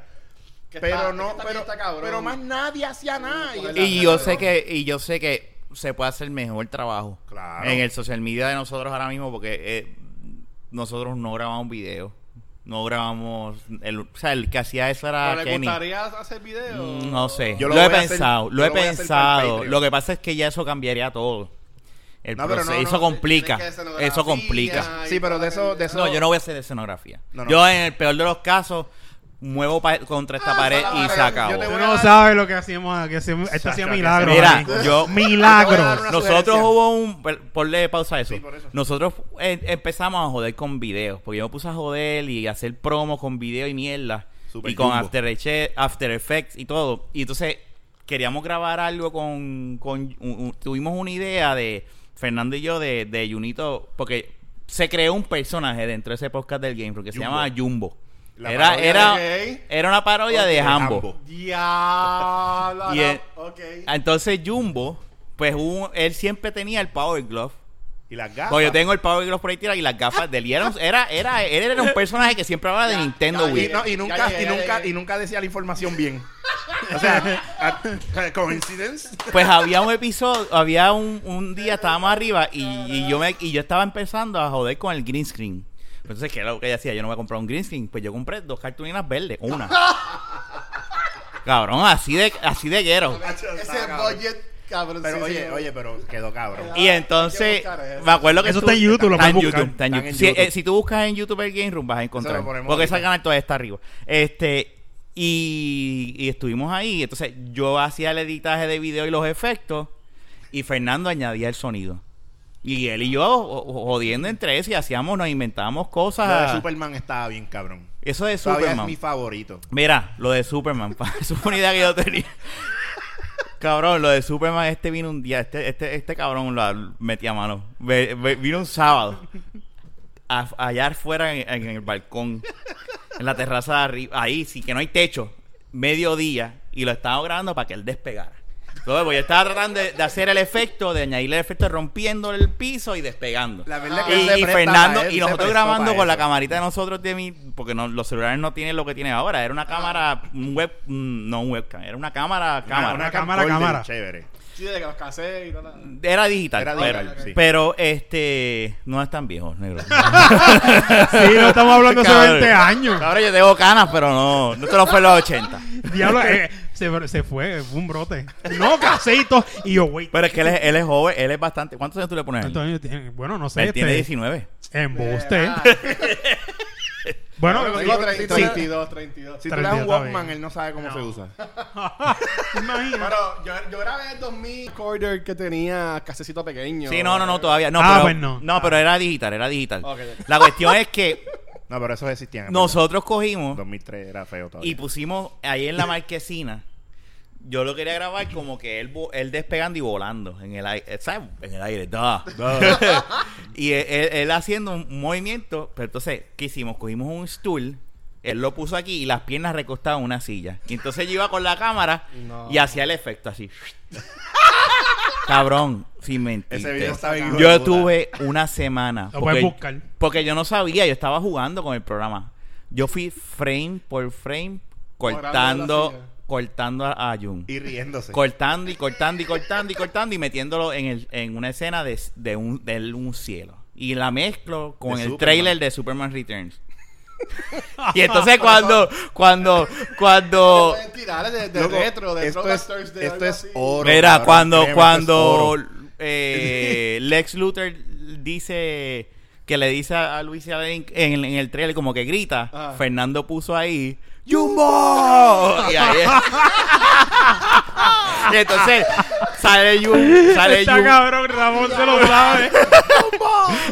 Speaker 4: que
Speaker 2: pero
Speaker 4: está-
Speaker 2: no,
Speaker 4: que está-
Speaker 2: pero,
Speaker 4: está cabrón.
Speaker 2: pero más nadie hacía nada.
Speaker 4: coger la-
Speaker 1: Y yo sé que, y yo sé que se puede hacer mejor trabajo
Speaker 2: Claro.
Speaker 1: en el social media de nosotros ahora mismo, porque eh, nosotros no grabamos video, no grabamos, el, o sea, el que hacía eso
Speaker 4: ¿No
Speaker 1: era
Speaker 4: le
Speaker 1: Ah, Kenny.
Speaker 4: gustaría hacer videos?
Speaker 1: Mm, No sé,
Speaker 2: Yo
Speaker 1: lo,
Speaker 2: lo
Speaker 1: he
Speaker 2: voy a hacer-
Speaker 1: pensado,
Speaker 2: yo
Speaker 1: lo he
Speaker 2: lo voy a hacer para el
Speaker 1: pensado.
Speaker 2: Patreon.
Speaker 1: Lo que pasa es que ya eso cambiaría todo. El
Speaker 2: No, pero no,
Speaker 1: proceso-
Speaker 2: no,
Speaker 1: eso
Speaker 2: tiene
Speaker 1: complica,
Speaker 4: Tiene que hacer
Speaker 1: eso
Speaker 4: escenografía
Speaker 1: complica.
Speaker 4: y
Speaker 2: Sí, pero de eso- de eso-
Speaker 1: No, yo no voy a hacer escenografía.
Speaker 2: No, no.
Speaker 1: Yo en el peor de los casos muevo pa- contra esta
Speaker 4: Ah,
Speaker 1: pared
Speaker 4: esa la
Speaker 1: Eh, y
Speaker 4: pared.
Speaker 1: se acabó.
Speaker 2: Yo te voy
Speaker 3: Tú
Speaker 2: a
Speaker 3: no
Speaker 2: dar-
Speaker 3: sabes lo que hacíamos aquí. hacíamos- Esto
Speaker 2: Exacto,
Speaker 3: hacía
Speaker 2: que
Speaker 3: milagros.
Speaker 1: Mira,
Speaker 3: aquí.
Speaker 1: yo-
Speaker 2: Te voy a dar
Speaker 3: Milagros.
Speaker 2: una-
Speaker 1: Nosotros
Speaker 2: sugerencia.
Speaker 1: hubo un... per- Ponle pausa a eso.
Speaker 2: Sí, por eso.
Speaker 1: Nosotros eh, empezamos a joder con videos, porque yo me puse a joder y a hacer promos con video y mierda.
Speaker 2: Super
Speaker 1: y con
Speaker 2: Jumbo.
Speaker 1: After, Eche- After Effects y todo. Y entonces queríamos grabar algo con... con- un- un- tuvimos una idea de Fernando y yo de, de Junito, porque se creó un personaje dentro de ese podcast del Game Room que se
Speaker 2: Jumbo.
Speaker 1: llamaba Jumbo.
Speaker 2: La
Speaker 1: era,
Speaker 2: parodia
Speaker 1: era,
Speaker 4: de gay.
Speaker 1: era una parodia de
Speaker 2: De
Speaker 1: Hambo.
Speaker 2: Hambo.
Speaker 4: Diablo.
Speaker 1: Y el-
Speaker 4: Ok.
Speaker 1: Entonces Jumbo, pues hubo- él siempre tenía el Power Glove.
Speaker 2: Y las gafas.
Speaker 1: Porque Pues yo tengo el Power Glove por ahí tirado y las gafas de él. Y era, un- era, era, él era un personaje que siempre hablaba de
Speaker 4: Ya,
Speaker 1: Nintendo
Speaker 4: ya,
Speaker 2: y,
Speaker 1: Wii.
Speaker 2: no- y
Speaker 4: Ya
Speaker 2: nunca,
Speaker 4: llegué,
Speaker 2: y
Speaker 4: ya
Speaker 2: nunca,
Speaker 4: llegué.
Speaker 2: y nunca decía la información bien. O sea, a- a- coincidence.
Speaker 1: Pues había un episodio, había un, un día, estábamos arriba y, y yo me, y yo estaba empezando a joder con el green screen. Pues Entonces, ¿qué era lo que ella hacía? Yo no voy a comprar un green screen. Pues yo compré dos cartulinas verdes, una. Cabrón, así de, así de guero.
Speaker 4: Ese budget, cabrón.
Speaker 2: Pero oye, oye, pero quedó cabrón.
Speaker 1: Y entonces,
Speaker 4: Hay que buscar eso.
Speaker 1: me acuerdo que
Speaker 3: Eso
Speaker 1: tú-
Speaker 3: está en YouTube, lo
Speaker 1: está en
Speaker 3: puedes buscar.
Speaker 1: YouTube, está en
Speaker 2: Están en
Speaker 1: YouTube. Si, eh,
Speaker 2: YouTube.
Speaker 1: si tú buscas en YouTube el Game Room, vas a
Speaker 2: Eso
Speaker 1: encontrar.
Speaker 2: lo ponemos
Speaker 1: Porque ese
Speaker 2: ahorita.
Speaker 1: canal todavía está arriba. Este, y, y estuvimos ahí. Entonces, yo hacía el editaje de video y los efectos. Y Fernando añadía el sonido. Y él y yo o- o- jodiendo entre eso y hacíamos, nos inventábamos
Speaker 2: Lo de
Speaker 1: cosas.
Speaker 2: Superman estaba bien, cabrón.
Speaker 1: eso de
Speaker 2: Todavía es
Speaker 1: Ah. Superman.
Speaker 2: mi favorito.
Speaker 1: Mira, lo de Superman, pa, eso fue una idea que yo tenía. Cabrón, lo de Superman, este vino un día, este, este, este cabrón lo metía a mano. Ve- ve- vino un sábado, a- allá afuera en, en el balcón, en la terraza de arriba, ahí sí que no hay techo, mediodía, y lo estaba grabando para que él despegara. Entonces, pues, yo estaba tratando de, de hacer el efecto, de añadirle el efecto rompiendo el piso y despegando
Speaker 2: La verdad
Speaker 1: y,
Speaker 2: que él se
Speaker 1: y
Speaker 2: presta
Speaker 1: Fernando
Speaker 2: pa' él,
Speaker 1: y
Speaker 2: se
Speaker 1: nosotros
Speaker 2: prestó
Speaker 1: grabando
Speaker 2: pa'
Speaker 1: con la
Speaker 2: eso.
Speaker 1: camarita de nosotros de mi porque no- los celulares no tienen lo que tienen ahora era una cámara un web mm, no un webcam era una cámara cámara
Speaker 2: Ah. Una, una
Speaker 3: cámara,
Speaker 2: camcorder
Speaker 3: cámara.
Speaker 2: Chévere.
Speaker 4: Sí, de que los casé y nada.
Speaker 1: era digital,
Speaker 2: Era
Speaker 1: pero,
Speaker 2: digital, sí.
Speaker 1: pero, este no es tan viejo negro
Speaker 3: Sí, no estamos hablando hace
Speaker 1: Cabrón.
Speaker 3: 20 años.
Speaker 1: ahora yo tengo canas pero no no te lo fue en los 80
Speaker 3: Diablo, eh, se, se fue, fue un brote. No, casito. Y yo, güey.
Speaker 1: pero es que él es, él es joven él es bastante ¿cuántos años tú le pones? a él?
Speaker 3: ¿cuántos años tiene? Bueno, no sé.
Speaker 1: él tiene
Speaker 3: este,
Speaker 1: 19
Speaker 3: Embuste.
Speaker 4: Ah,
Speaker 2: No,
Speaker 3: Bueno,
Speaker 2: no,
Speaker 3: sí,
Speaker 2: no,
Speaker 4: Tengo
Speaker 2: sí,
Speaker 4: 30,
Speaker 2: sí.
Speaker 4: 32,
Speaker 2: Si
Speaker 4: 32. Sí.
Speaker 2: tú le das un
Speaker 3: Está bien.
Speaker 2: Walkman, él no sabe cómo se usa.
Speaker 3: imagina.
Speaker 4: Pero yo, yo grabé el 2000 recorder que tenía casecito pequeño.
Speaker 1: sí no no
Speaker 2: eh.
Speaker 1: no todavía no
Speaker 3: Ah,
Speaker 1: pero,
Speaker 3: pues no.
Speaker 1: pero era digital era digital
Speaker 4: Ok, ok.
Speaker 1: la cuestión es que
Speaker 2: No, pero esos existían. en
Speaker 1: nosotros cogimos
Speaker 2: 2003 era feo todavía.
Speaker 1: Y pusimos ahí en la marquesina. Yo lo quería grabar como que él, vo- él despegando y volando en el aire. ¿Sabes? En el aire. da, da. y él, él- él haciendo un movimiento. Pero entonces, ¿qué hicimos? Cogimos un stool. Él lo puso aquí y las piernas recostadas en una silla. Y entonces yo iba con la cámara
Speaker 4: No.
Speaker 1: y hacía el efecto así. Cabrón, sin mentir.
Speaker 2: Ese video estaba bien hijo de
Speaker 1: Yo
Speaker 2: puta.
Speaker 1: tuve una semana.
Speaker 3: Lo puedes buscar.
Speaker 1: porque yo no sabía, yo estaba jugando con el programa. Yo fui frame por frame
Speaker 4: Morando la
Speaker 1: cortando
Speaker 4: silla.
Speaker 1: cortando a, a Jun.
Speaker 2: Y riéndose.
Speaker 1: Cortando y cortando y cortando y cortando y metiéndolo en, el, en una escena de, de, un, de un cielo. Y la mezclo con
Speaker 2: De
Speaker 1: el
Speaker 2: Superman.
Speaker 1: trailer de Superman Returns. y entonces cuando, cuando, cuando,
Speaker 4: Pueden tirar de, de
Speaker 2: Loco,
Speaker 4: retro, de
Speaker 2: esto
Speaker 4: Throwback
Speaker 2: es,
Speaker 4: Thursday,
Speaker 2: esto
Speaker 4: algo
Speaker 2: es
Speaker 4: así.
Speaker 2: oro.
Speaker 1: Mira,
Speaker 2: cabrón.
Speaker 1: cuando,
Speaker 2: Créeme, esto es
Speaker 1: cuando
Speaker 2: oro.
Speaker 1: eh, Lex Luthor dice que le dice a a Luis y a Lane en, en el trailer, como que grita,
Speaker 4: Ah.
Speaker 1: Fernando puso ahí, ¡Jumbo! Y ahí es- Y entonces sale Jumbo, sale
Speaker 3: Está
Speaker 1: Jumbo.
Speaker 3: cabrón, Ramón se lo sabe.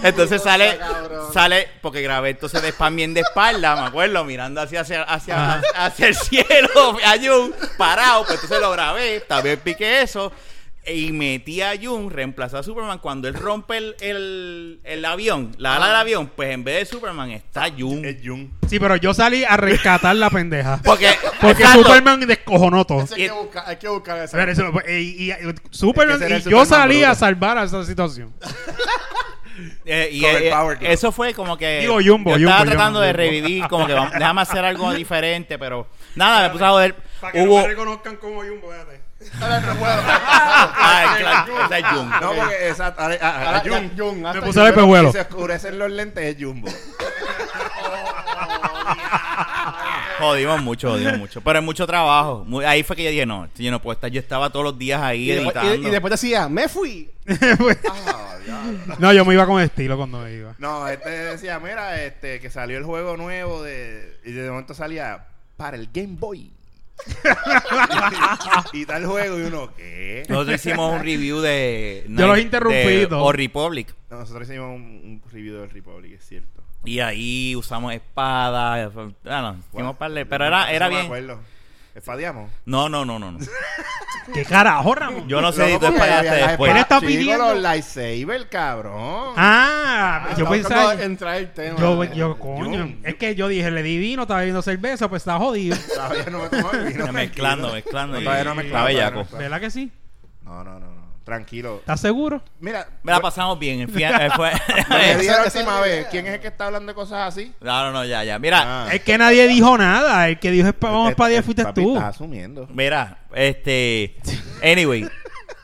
Speaker 1: Entonces sale,
Speaker 4: cabrón.
Speaker 1: sale, porque grabé entonces de spam bien de espalda, me acuerdo, mirando hacia, hacia, hacia, hacia el cielo, a Jun, parado, pues entonces lo grabé, también piqué eso. Y metí a Jun, reemplazó a Superman. Cuando él rompe el, el, el avión, la
Speaker 2: Ah.
Speaker 1: ala del avión, pues en vez de Superman está
Speaker 2: Es
Speaker 1: Jun.
Speaker 2: Jun.
Speaker 3: Sí, pero yo salí a rescatar la pendeja.
Speaker 1: Porque,
Speaker 3: Porque
Speaker 1: exacto.
Speaker 3: Superman descojonó todo.
Speaker 4: Hay que buscar, hay que buscar esa.
Speaker 3: A ver, eso- pues, eh, y, y- y- Superman,
Speaker 2: ese era
Speaker 3: y
Speaker 2: el
Speaker 3: yo
Speaker 2: Superman
Speaker 3: salí
Speaker 2: bruto.
Speaker 3: a salvar a esa situación.
Speaker 1: Eh, y,
Speaker 2: Con el
Speaker 1: eh,
Speaker 2: Power Glove.
Speaker 1: eso fue como que.
Speaker 3: Digo, Jumbo,
Speaker 1: yo estaba
Speaker 3: Jumbo,
Speaker 1: tratando
Speaker 3: Jumbo,
Speaker 1: de
Speaker 3: Jumbo.
Speaker 1: revivir, como que vamos- déjame hacer algo diferente, pero nada, me puse a joder. Hubo.
Speaker 3: reconozcan como Jumbo, fíjate.
Speaker 4: Ahora no puedo.
Speaker 1: Ah, claro, ese es Jumbo.
Speaker 2: No, porque exacto. ahora- ah, ah,
Speaker 4: Ahora, ya,
Speaker 2: Jun.
Speaker 4: Jun, hasta
Speaker 3: Me puse a ver
Speaker 4: Jun.
Speaker 3: pejuelo.
Speaker 2: Si se oscurecen los lentes es Jumbo.
Speaker 1: Jodimos mucho, jodimos mucho. Pero es mucho trabajo. Muy- ahí fue que yo dije, no, yo no puedo estar. Yo estaba todos los días ahí
Speaker 4: Y, después,
Speaker 1: editando.
Speaker 4: y- y después decía, me fui.
Speaker 2: Ah, diablo.
Speaker 3: No, yo me iba con estilo cuando me iba.
Speaker 2: No, este decía, mira, este, que salió el juego nuevo de. Y de momento salía para el Game Boy. y tal juego, y uno, ¿qué?
Speaker 1: Nosotros hicimos un review de.
Speaker 3: Yo los interrumpí,
Speaker 1: de-
Speaker 3: ¿no?
Speaker 1: O Republic.
Speaker 2: Nosotros hicimos un, un review del Republic, es cierto.
Speaker 1: Y ahí usamos espada. Bueno, hicimos par de- Pero era, era
Speaker 2: No me
Speaker 1: bien.
Speaker 2: acuerdo. Espadeamos.
Speaker 1: No, no, no, no. no.
Speaker 3: ¿Qué carajo, Ramón?
Speaker 1: Yo no sé si
Speaker 2: Loco,
Speaker 1: tú
Speaker 2: porque
Speaker 1: espadaste
Speaker 2: había las
Speaker 1: después.
Speaker 3: Él
Speaker 2: espadas-
Speaker 3: está
Speaker 2: Sí,
Speaker 3: pidiendo-
Speaker 2: con los lightsaber, cabrón.
Speaker 3: Ah, yo
Speaker 4: Estaba
Speaker 3: pensaba.
Speaker 4: tratando de entrar el tema.
Speaker 3: Yo,
Speaker 4: Eh,
Speaker 3: yo, coño.
Speaker 2: Jun.
Speaker 3: es que yo dije, le di vino, estaba bebiendo cerveza, pues está jodido.
Speaker 2: Todavía no me tomo el vino.
Speaker 1: Mezclando, eh. mezclando.
Speaker 2: No,
Speaker 1: y-
Speaker 2: todavía no
Speaker 1: y-
Speaker 2: mezclamos,
Speaker 1: está
Speaker 2: todavía
Speaker 1: bellaco.
Speaker 2: no mezclamos.
Speaker 3: ¿Verdad que sí?
Speaker 2: No, no, no, no. Tranquilo.
Speaker 3: ¿Estás seguro?
Speaker 2: Mira,
Speaker 1: Me la pasamos bien. en fin, eh, fue-
Speaker 2: lo que dije la
Speaker 4: Esa-
Speaker 2: última
Speaker 4: esa-
Speaker 2: vez, ¿quién es el que está hablando de cosas así?
Speaker 1: No, no, no, ya, ya. Mira,
Speaker 2: Ah.
Speaker 3: Es que nadie dijo nada. El que dijo, "Espa- Pues vamos
Speaker 2: El-
Speaker 3: para
Speaker 2: el
Speaker 3: 10 fuiste
Speaker 2: Eh, papi
Speaker 3: tú. Eh,
Speaker 2: Está asumiendo.
Speaker 1: mira, este. Anyway,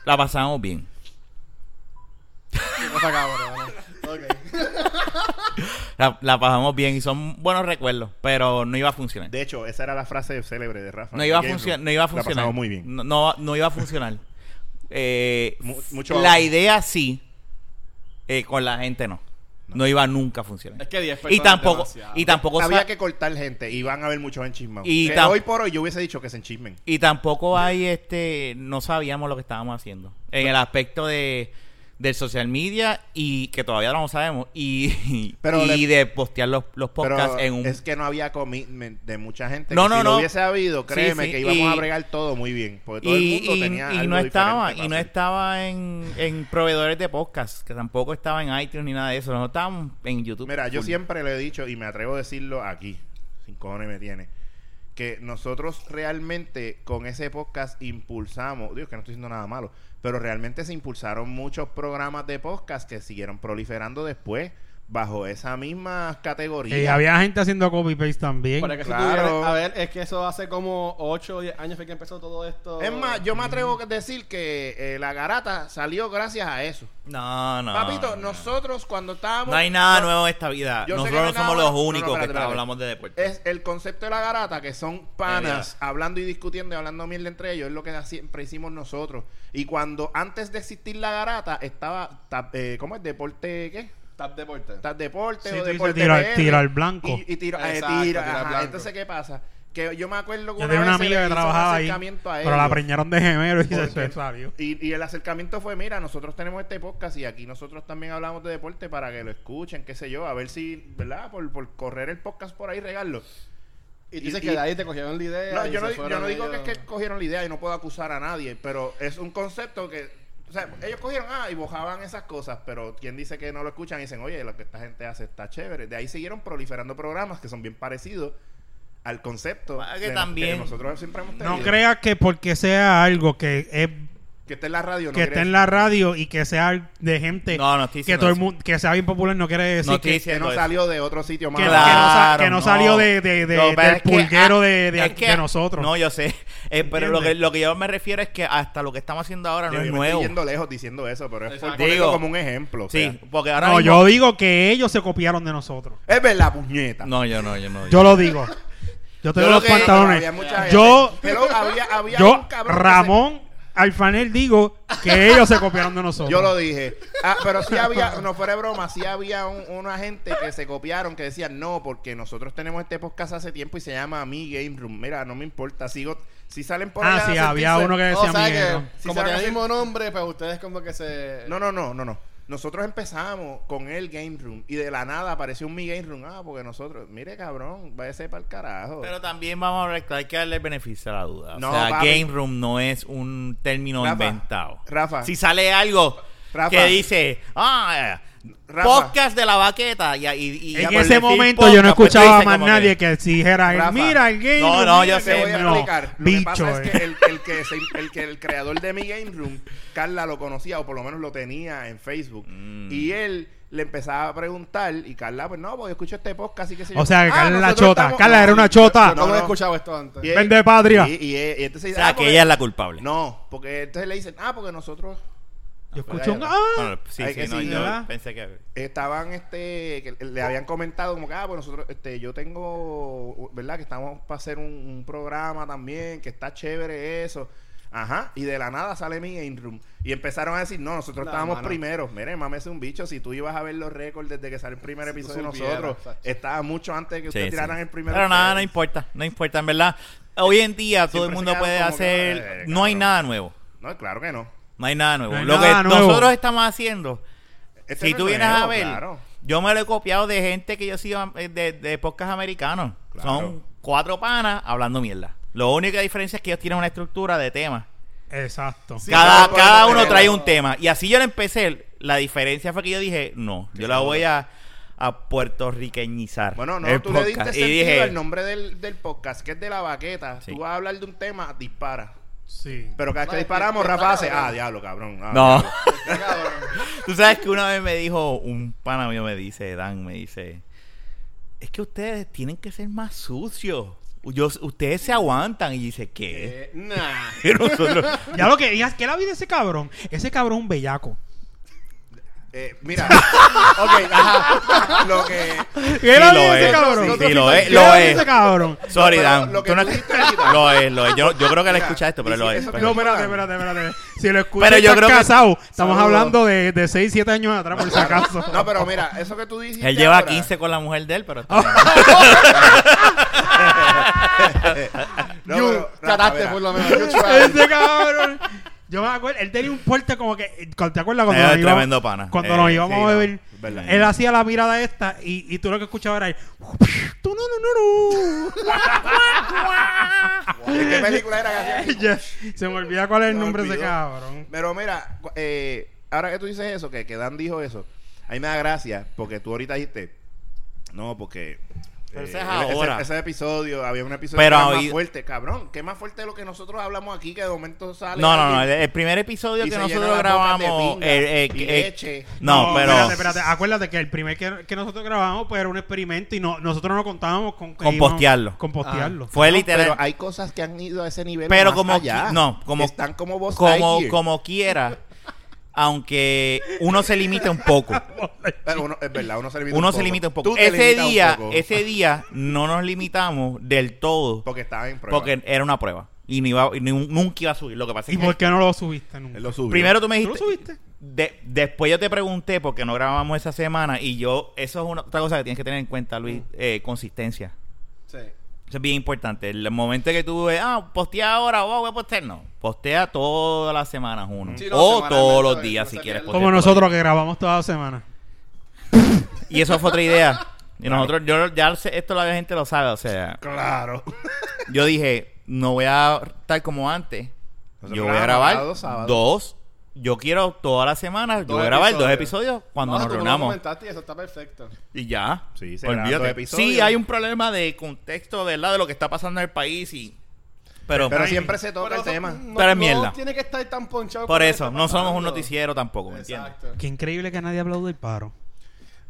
Speaker 1: la pasamos bien.
Speaker 4: qué cosa cabrón. Ok.
Speaker 1: La, la pasamos bien y son buenos recuerdos, pero no iba a funcionar.
Speaker 2: De hecho, esa era la frase célebre de Rafa.
Speaker 1: No iba, a
Speaker 2: Game
Speaker 1: funcionar,
Speaker 2: Room.
Speaker 1: no iba a
Speaker 2: La
Speaker 1: funcionar.
Speaker 2: pasamos muy bien.
Speaker 1: No, no, no iba a funcionar. Eh,
Speaker 2: Mu- mucho
Speaker 1: la
Speaker 2: audio.
Speaker 1: idea sí, eh, con la gente no. no. iba nunca a funcionar.
Speaker 4: Es que 10
Speaker 1: y
Speaker 4: personas
Speaker 1: tampoco,
Speaker 4: es demasiado.
Speaker 1: y tampoco,
Speaker 2: Había
Speaker 1: sa-
Speaker 2: que cortar gente y van a haber muchos enchismados.
Speaker 1: Y
Speaker 2: Que
Speaker 1: tam-
Speaker 2: hoy por hoy yo hubiese dicho que se enchismen.
Speaker 1: y tampoco hay este, no sabíamos lo que estábamos haciendo en el aspecto de del social media y que todavía no lo sabemos y,
Speaker 2: Pero
Speaker 1: y
Speaker 2: le-
Speaker 1: de postear los, los podcasts
Speaker 2: Pero
Speaker 1: en un
Speaker 2: es que no había commitment de mucha gente.
Speaker 1: No,
Speaker 2: que
Speaker 1: no,
Speaker 2: si lo
Speaker 1: no.
Speaker 2: hubiese habido,
Speaker 1: Sí,
Speaker 2: créeme
Speaker 1: sí,
Speaker 2: que íbamos
Speaker 1: y-
Speaker 2: a bregar todo muy bien. Porque todo el mundo tenía algo
Speaker 1: no estaba
Speaker 2: diferente
Speaker 1: y no
Speaker 2: para hacer.
Speaker 1: estaba en, en proveedores de podcast que tampoco estaba en iTunes ni nada de eso no estábamos en YouTube
Speaker 2: Mira, yo
Speaker 1: Full.
Speaker 2: siempre le he dicho, y me atrevo a decirlo aquí, sin cojones me tiene, que nosotros realmente con ese podcast impulsamos, digo que no estoy diciendo nada malo, pero realmente se impulsaron muchos programas de podcast que siguieron proliferando después bajo esa misma categoría.
Speaker 3: Y Eh, había gente haciendo copy-paste también.
Speaker 4: Para que
Speaker 2: Claro.
Speaker 4: si tuvieras- a ver, es que eso hace como 8 o 10 años fue que empezó todo esto.
Speaker 2: Es más, yo me atrevo a decir que eh, la garata salió gracias a eso.
Speaker 1: no no no,
Speaker 2: Papito,
Speaker 1: no.
Speaker 2: nosotros cuando estábamos...
Speaker 1: Ah, no hay nada
Speaker 2: no-
Speaker 1: nuevo en esta vida
Speaker 2: Yo sé que
Speaker 1: nosotros
Speaker 2: no
Speaker 1: no
Speaker 2: hay nada
Speaker 1: somos
Speaker 2: nuevo.
Speaker 1: los
Speaker 2: No, no,
Speaker 1: únicos
Speaker 2: espérate,
Speaker 1: que
Speaker 2: espérate.
Speaker 1: hablamos de deporte
Speaker 2: es el concepto de la garata que son panas hablando y discutiendo y hablando mierda entre ellos es lo que siempre hicimos nosotros y cuando antes de existir la garata estaba tap- eh, ¿cómo es? deporte ¿qué?
Speaker 4: Tap Deporte.
Speaker 2: Tap deporte
Speaker 3: Sí,
Speaker 2: o
Speaker 3: tú dices
Speaker 2: deporte
Speaker 3: tiro al-
Speaker 2: PR.
Speaker 3: tiro al blanco.
Speaker 2: y, y tiro, eh, tira,
Speaker 4: Exacto, tiro al
Speaker 2: ajá.
Speaker 4: blanco.
Speaker 2: entonces ¿qué pasa? que yo me acuerdo que
Speaker 3: Yo tenía una
Speaker 2: vez se le
Speaker 3: amiga que
Speaker 2: hizo un
Speaker 3: trabajaba ahí,
Speaker 2: acercamiento a
Speaker 3: pero la
Speaker 2: ellos.
Speaker 3: preñaron de gemelo y
Speaker 2: Porque-
Speaker 3: se- se salió.
Speaker 2: Y, y el acercamiento fue, mira, nosotros tenemos este podcast y aquí nosotros también hablamos de deporte para que lo escuchen, qué sé yo, a ver si, ¿verdad? Por, por correr el podcast por ahí, regarlo.
Speaker 4: Y tú dices
Speaker 2: y-
Speaker 4: que de ahí te cogieron la idea.
Speaker 2: No,
Speaker 4: y
Speaker 2: yo no,
Speaker 4: se
Speaker 2: di- yo
Speaker 4: fueron
Speaker 2: no digo que es
Speaker 4: ellos.
Speaker 2: que cogieron la idea y no puedo acusar a nadie, pero es un concepto que... O sea, ellos cogieron, ah, y bojaban esas cosas, pero quien dice que no lo escuchan y dicen, oye, lo que esta gente hace está chévere. De ahí siguieron proliferando programas que son bien parecidos al concepto
Speaker 1: Ah, que
Speaker 2: de nos-
Speaker 1: también-
Speaker 2: nosotros siempre hemos tenido.
Speaker 3: No creas que porque sea algo que es
Speaker 2: que esté en la radio. no
Speaker 3: que esté
Speaker 2: creas-
Speaker 3: en la radio y que sea de gente
Speaker 1: No, no estoy
Speaker 3: que
Speaker 1: diciendo
Speaker 3: todo el
Speaker 1: eso.
Speaker 3: mundo que sea bien popular no quiere decir
Speaker 1: No estoy
Speaker 3: que,
Speaker 2: que
Speaker 1: diciendo
Speaker 2: no
Speaker 1: eso.
Speaker 2: salió de otro sitio más.
Speaker 3: que- que no
Speaker 1: Claro,
Speaker 3: sa- que no salió de- de- de-
Speaker 1: Lo que pasa
Speaker 3: del
Speaker 1: es que,
Speaker 3: pulguero
Speaker 1: ah,
Speaker 3: de- de-
Speaker 1: es que-
Speaker 3: de nosotros.
Speaker 1: no yo sé Eh, pero lo que,
Speaker 3: ¿Entiendes?
Speaker 1: lo que yo me refiero es que hasta lo que estamos haciendo ahora no
Speaker 2: Digo,
Speaker 1: es
Speaker 2: yo me
Speaker 1: nuevo
Speaker 2: Estoy yendo lejos diciendo eso, pero es por
Speaker 4: Exacto.
Speaker 2: ponerlo
Speaker 1: Digo,
Speaker 2: como un ejemplo. o
Speaker 1: sí
Speaker 2: sea.
Speaker 1: porque ahora
Speaker 3: No,
Speaker 1: mismo-
Speaker 3: yo digo que ellos se copiaron de nosotros.
Speaker 2: Es verdad, puñeta.
Speaker 1: no yo no yo no
Speaker 3: Yo lo digo. Yo tengo
Speaker 1: Yo lo
Speaker 3: los
Speaker 1: que-
Speaker 2: Pero
Speaker 3: pantalones.
Speaker 2: había mucha gente.
Speaker 3: Yo
Speaker 2: Pero había, había
Speaker 3: yo
Speaker 2: un cabrón que se-
Speaker 3: Ramón al fanel digo que ellos se copiaron de nosotros.
Speaker 2: Yo lo dije. Ah, pero sí había, no fuera broma, sí había un, una gente que se copiaron que decían no, porque nosotros tenemos este podcast hace tiempo y se llama Mi Game Room. Mira, no me importa, sigo. Si salen por
Speaker 3: Ah,
Speaker 2: allá a
Speaker 3: sí, había
Speaker 2: sentirse-
Speaker 3: uno que decía
Speaker 4: o sea
Speaker 3: Miguel,
Speaker 4: que,
Speaker 3: ¿no?
Speaker 2: Sí,
Speaker 4: como
Speaker 2: se van
Speaker 4: tiene
Speaker 2: a
Speaker 4: el
Speaker 2: hacer-
Speaker 4: mismo nombre, pues ustedes como que se...
Speaker 2: No, no, no, no, no. Nosotros empezamos con el Game Room y de la nada apareció un Mi Game Room. Ah, porque nosotros, mire cabrón, váyase para el carajo.
Speaker 1: Pero también vamos a recordar, hay que darle el beneficio a la duda.
Speaker 2: No,
Speaker 1: o sea,
Speaker 2: papi.
Speaker 1: Game Room no es un término
Speaker 2: Rafa,
Speaker 1: inventado.
Speaker 2: Rafa.
Speaker 1: Si sale algo
Speaker 2: Rafa.
Speaker 1: que dice, ah,
Speaker 2: Rafa.
Speaker 1: podcast de la baqueta. Y, y- y-
Speaker 3: En
Speaker 1: por
Speaker 3: ese
Speaker 1: decir
Speaker 3: momento
Speaker 1: podcast,
Speaker 3: yo no
Speaker 1: pues, tú
Speaker 3: escuchaba a
Speaker 1: dices
Speaker 3: más
Speaker 1: como que-
Speaker 3: nadie que, dijera,
Speaker 2: Rafa.
Speaker 3: mira, el game.
Speaker 1: No,
Speaker 3: room,
Speaker 1: no,
Speaker 3: mira
Speaker 1: yo
Speaker 2: Te
Speaker 1: sé,
Speaker 3: que
Speaker 2: voy a
Speaker 1: no.
Speaker 2: explicar. Lo que
Speaker 3: bicho.
Speaker 2: pasa es
Speaker 3: eh.
Speaker 2: que el, el que se- el que el creador de mi Game Room, Carla lo conocía o por lo menos lo tenía en Facebook.
Speaker 3: Mm.
Speaker 2: Y él le empezaba a preguntar y Carla, pues no, pues yo escucho este podcast, así que se
Speaker 3: O sea, que Carla es la
Speaker 2: nosotros
Speaker 3: chota. Carla era una chota.
Speaker 4: Yo no,
Speaker 2: no.
Speaker 4: he escuchado esto antes.
Speaker 2: Y él-
Speaker 3: Vende patria.
Speaker 2: Y, y él- y entonces
Speaker 1: O
Speaker 2: dice,
Speaker 1: sea,
Speaker 2: ah,
Speaker 1: que
Speaker 2: porque-
Speaker 1: ella es la culpable.
Speaker 2: No, porque entonces le dicen, ah, porque nosotros
Speaker 3: Yo escucho un...
Speaker 2: Bueno,
Speaker 3: "Ah".
Speaker 1: Bueno, sí,
Speaker 2: Hay
Speaker 1: sí,
Speaker 2: que
Speaker 1: no,
Speaker 2: sí,
Speaker 1: yo
Speaker 3: ¿verdad?
Speaker 1: pensé que...
Speaker 2: estaban este que
Speaker 4: Oh.
Speaker 2: le habían comentado como que ah pues nosotros este yo tengo verdad que estamos para hacer un, un programa también que está chévere eso ajá y de la nada sale mi game room y empezaron a decir no nosotros
Speaker 4: No,
Speaker 2: estábamos
Speaker 4: mano.
Speaker 2: primeros mire mames un bicho si tú ibas a ver los récords desde que salió el primer
Speaker 4: tú
Speaker 2: episodio de
Speaker 4: supieras,
Speaker 2: nosotros
Speaker 4: exacto.
Speaker 2: estaba mucho antes de que ustedes
Speaker 1: Sí, sí.
Speaker 2: tiraran el primero
Speaker 1: Pero nada, no
Speaker 2: ustedes.
Speaker 1: importa, no importa, en verdad. Hoy en día todo el
Speaker 2: Siempre se
Speaker 1: mundo
Speaker 2: quedan
Speaker 1: puede
Speaker 2: como que,
Speaker 1: hacer...
Speaker 2: "Eh,
Speaker 1: No hay
Speaker 2: cabrón".
Speaker 1: nada nuevo.
Speaker 2: no claro que no
Speaker 1: No hay nada nuevo.
Speaker 3: No hay
Speaker 1: Lo
Speaker 3: nada
Speaker 1: que
Speaker 3: nuevo.
Speaker 1: nosotros estamos haciendo,
Speaker 2: Este
Speaker 1: si
Speaker 2: no es
Speaker 1: tú vienes
Speaker 2: nuevo,
Speaker 1: a ver,
Speaker 2: claro.
Speaker 1: yo me lo he copiado de gente que yo sigo eh, de, de podcast americanos.
Speaker 2: Claro.
Speaker 1: Son cuatro panas hablando mierda. Lo única diferencia es que ellos tienen una estructura de temas.
Speaker 3: Exacto.
Speaker 4: Sí,
Speaker 1: cada
Speaker 4: pero-
Speaker 1: cada
Speaker 4: pero-
Speaker 1: uno
Speaker 4: pero-
Speaker 1: trae un tema. Y así yo lo empecé. La diferencia fue que yo dije, no, yo la voy a, a puertorriqueñizar.
Speaker 2: Bueno, no,
Speaker 1: el
Speaker 2: tú le diste
Speaker 1: podcast.
Speaker 2: sentido
Speaker 1: y dije,
Speaker 2: al nombre del, del podcast, que es de la baqueta.
Speaker 1: Sí.
Speaker 2: Tú vas a hablar de un tema, dispara.
Speaker 3: Sí.
Speaker 2: Pero cada vez que
Speaker 4: No, es que-
Speaker 2: disparamos,
Speaker 4: es
Speaker 2: Rafa
Speaker 4: para
Speaker 2: hace,
Speaker 4: cabrón.
Speaker 2: ah, diablo, cabrón. ah,
Speaker 1: No.
Speaker 2: diablo".
Speaker 4: Este
Speaker 1: Tú sabes que una vez me dijo, un pana mío me dice, Dan, me dice, es que ustedes tienen que ser más sucios. Yo- ustedes se aguantan. Y yo dice, ¿qué?
Speaker 4: Eh, nah.
Speaker 1: Y nosotros,
Speaker 3: Ya lo que... ya- ¿Qué la vida de ese cabrón? Ese cabrón es un bellaco.
Speaker 2: Eh, mira, ok, ajá. Lo que.
Speaker 3: ¿Qué la
Speaker 1: lo
Speaker 3: vida de ese
Speaker 1: es,
Speaker 3: cabrón?
Speaker 1: sí, sí, lo es,
Speaker 3: ¿Qué la
Speaker 1: lo
Speaker 3: vida de
Speaker 1: es.
Speaker 3: ese cabrón?
Speaker 1: Sorry,
Speaker 2: Pero
Speaker 1: Dan.
Speaker 2: lo que
Speaker 1: tú no-
Speaker 2: tú dijiste ahorita.
Speaker 1: lo es, lo es. Yo, yo creo que le
Speaker 2: Mira,
Speaker 1: escucha esto, pero
Speaker 2: dice
Speaker 1: lo es.
Speaker 2: eso que
Speaker 3: No,
Speaker 1: Pero-
Speaker 3: espérate, espérate, espérate. Si lo escuchas
Speaker 1: Pero yo
Speaker 3: estás
Speaker 1: creo que-
Speaker 3: casado, estamos
Speaker 4: Saludos.
Speaker 3: hablando de, de 6, 7 años atrás, por si acaso.
Speaker 2: No, pero mira, eso que tú dijiste.
Speaker 1: Él lleva
Speaker 2: ahora, Ah.
Speaker 1: 15 con la mujer de él, pero... está bien.
Speaker 2: No,
Speaker 4: you
Speaker 2: pero, Rafa,
Speaker 4: trataste
Speaker 2: mira,
Speaker 4: por lo menos. You tried.
Speaker 3: Ese cabrón. Yo me acuerdo, él tenía un porte como que. ¿Te acuerdas cuando
Speaker 1: Era
Speaker 3: nos íbamos-
Speaker 1: tremendo pana.
Speaker 3: Cuando
Speaker 1: Eh,
Speaker 3: nos íbamos
Speaker 2: sí,
Speaker 3: a
Speaker 2: no,
Speaker 3: beber,
Speaker 2: es verdad.
Speaker 3: él hacía la mirada esta y, y tú lo que escuchabas era. el "Tu, nu, nu, nu,
Speaker 2: ¿De qué película era que hacía?
Speaker 3: nu". Ya, Se me olvida cuál es el
Speaker 2: Se me
Speaker 3: nombre de ese
Speaker 2: olvidó.
Speaker 3: cabrón.
Speaker 2: Pero mira, cu- eh, ahora que tú dices eso, que, que Dan dijo eso, a mí me da gracia porque tú ahorita dijiste, no, porque...
Speaker 1: Pero
Speaker 2: eh,
Speaker 1: ese es ahora.
Speaker 2: Ese, ese episodio, había un episodio
Speaker 1: Pero
Speaker 2: que era
Speaker 1: hoy-
Speaker 2: más fuerte, cabrón. ¿Qué más fuerte de lo que nosotros hablamos aquí que de momento sale?
Speaker 1: No, no, no. El,
Speaker 2: alguien
Speaker 1: el primer episodio
Speaker 2: y
Speaker 1: que
Speaker 2: se llena
Speaker 1: nosotros
Speaker 2: las bocas de
Speaker 1: grabamos...
Speaker 2: pinga
Speaker 1: eh, eh,
Speaker 2: y
Speaker 1: eh,
Speaker 2: leche.
Speaker 1: No, pero...
Speaker 3: Espérate, espérate. Acuérdate que el primer que, que nosotros grabamos pues, era un experimento y no, nosotros no contábamos con. que
Speaker 1: Con
Speaker 3: íbamos-
Speaker 1: postearlo.
Speaker 3: Con postearlo.
Speaker 1: Fue
Speaker 2: No,
Speaker 1: literal.
Speaker 2: Pero hay cosas que han ido a ese nivel.
Speaker 1: pero
Speaker 2: más
Speaker 1: como
Speaker 2: allá.
Speaker 1: qui- no como
Speaker 2: están como vos
Speaker 1: como como quiera aunque uno se limita un poco
Speaker 2: uno, es verdad, uno se limita
Speaker 1: uno
Speaker 2: un
Speaker 1: se
Speaker 2: poco.
Speaker 1: limita un
Speaker 2: Tú
Speaker 1: poco
Speaker 2: te
Speaker 1: ese
Speaker 2: limitas un
Speaker 1: día
Speaker 2: poco.
Speaker 1: ese día no nos limitamos del todo
Speaker 2: Porque estaba en prueba.
Speaker 1: porque era una prueba y, no iba- y ni- nunca iba a subir lo que pasa
Speaker 3: ¿Y
Speaker 1: es
Speaker 3: por
Speaker 1: que
Speaker 3: qué no lo subiste nunca?
Speaker 2: Él lo subió.
Speaker 1: primero tú me
Speaker 3: ¿Tú lo
Speaker 1: dijiste
Speaker 3: subiste?
Speaker 1: de- después yo te pregunté porque no grabamos esa semana y yo eso es una, otra cosa que tienes que tener en cuenta
Speaker 3: Mm.
Speaker 1: Luis eh, consistencia
Speaker 4: Sí.
Speaker 1: Eso es bien importante. El momento que tú ves, ah, postea ahora, wow, voy a postear. No, postea todas las semanas uno.
Speaker 4: Sí, no,
Speaker 1: o
Speaker 4: semanalmente,
Speaker 1: todos
Speaker 4: no
Speaker 1: los días si
Speaker 4: se pierde.
Speaker 1: quieres
Speaker 4: Como
Speaker 1: postear
Speaker 3: Como
Speaker 1: todos
Speaker 3: nosotros que grabamos toda la semana.
Speaker 1: los días. Y eso fue otra idea. Y nosotros, yo ya sé- esto la gente lo sabe, o sea,
Speaker 2: Claro.
Speaker 1: yo dije, no voy a estar como antes.
Speaker 2: Nosotros
Speaker 1: yo voy a
Speaker 2: grabamos
Speaker 1: grabar
Speaker 2: cada dos sábados.
Speaker 1: dos. Yo quiero todas las semanas, yo
Speaker 4: Dos
Speaker 1: voy a grabar dos
Speaker 4: episodios.
Speaker 1: episodios cuando
Speaker 4: No,
Speaker 1: nos
Speaker 4: tú me lo
Speaker 1: reunamos.
Speaker 4: comentaste y eso está perfecto.
Speaker 1: Y ya.
Speaker 2: Sí, se graban
Speaker 1: Olvídate.
Speaker 2: dos episodios.
Speaker 1: Sí, hay un problema de contexto, ¿verdad? De lo que está pasando en el país y...
Speaker 2: Pero siempre se toca el
Speaker 4: eso
Speaker 2: tema.
Speaker 4: no-
Speaker 1: Pero es
Speaker 4: no
Speaker 1: mierda.
Speaker 4: tiene que estar tan ponchado. con
Speaker 1: Por
Speaker 4: lo que
Speaker 1: eso,
Speaker 4: está
Speaker 1: no somos un
Speaker 4: pasando.
Speaker 1: noticiero tampoco, ¿me entiendes?
Speaker 4: Exacto.
Speaker 3: Qué increíble que nadie hablado del paro.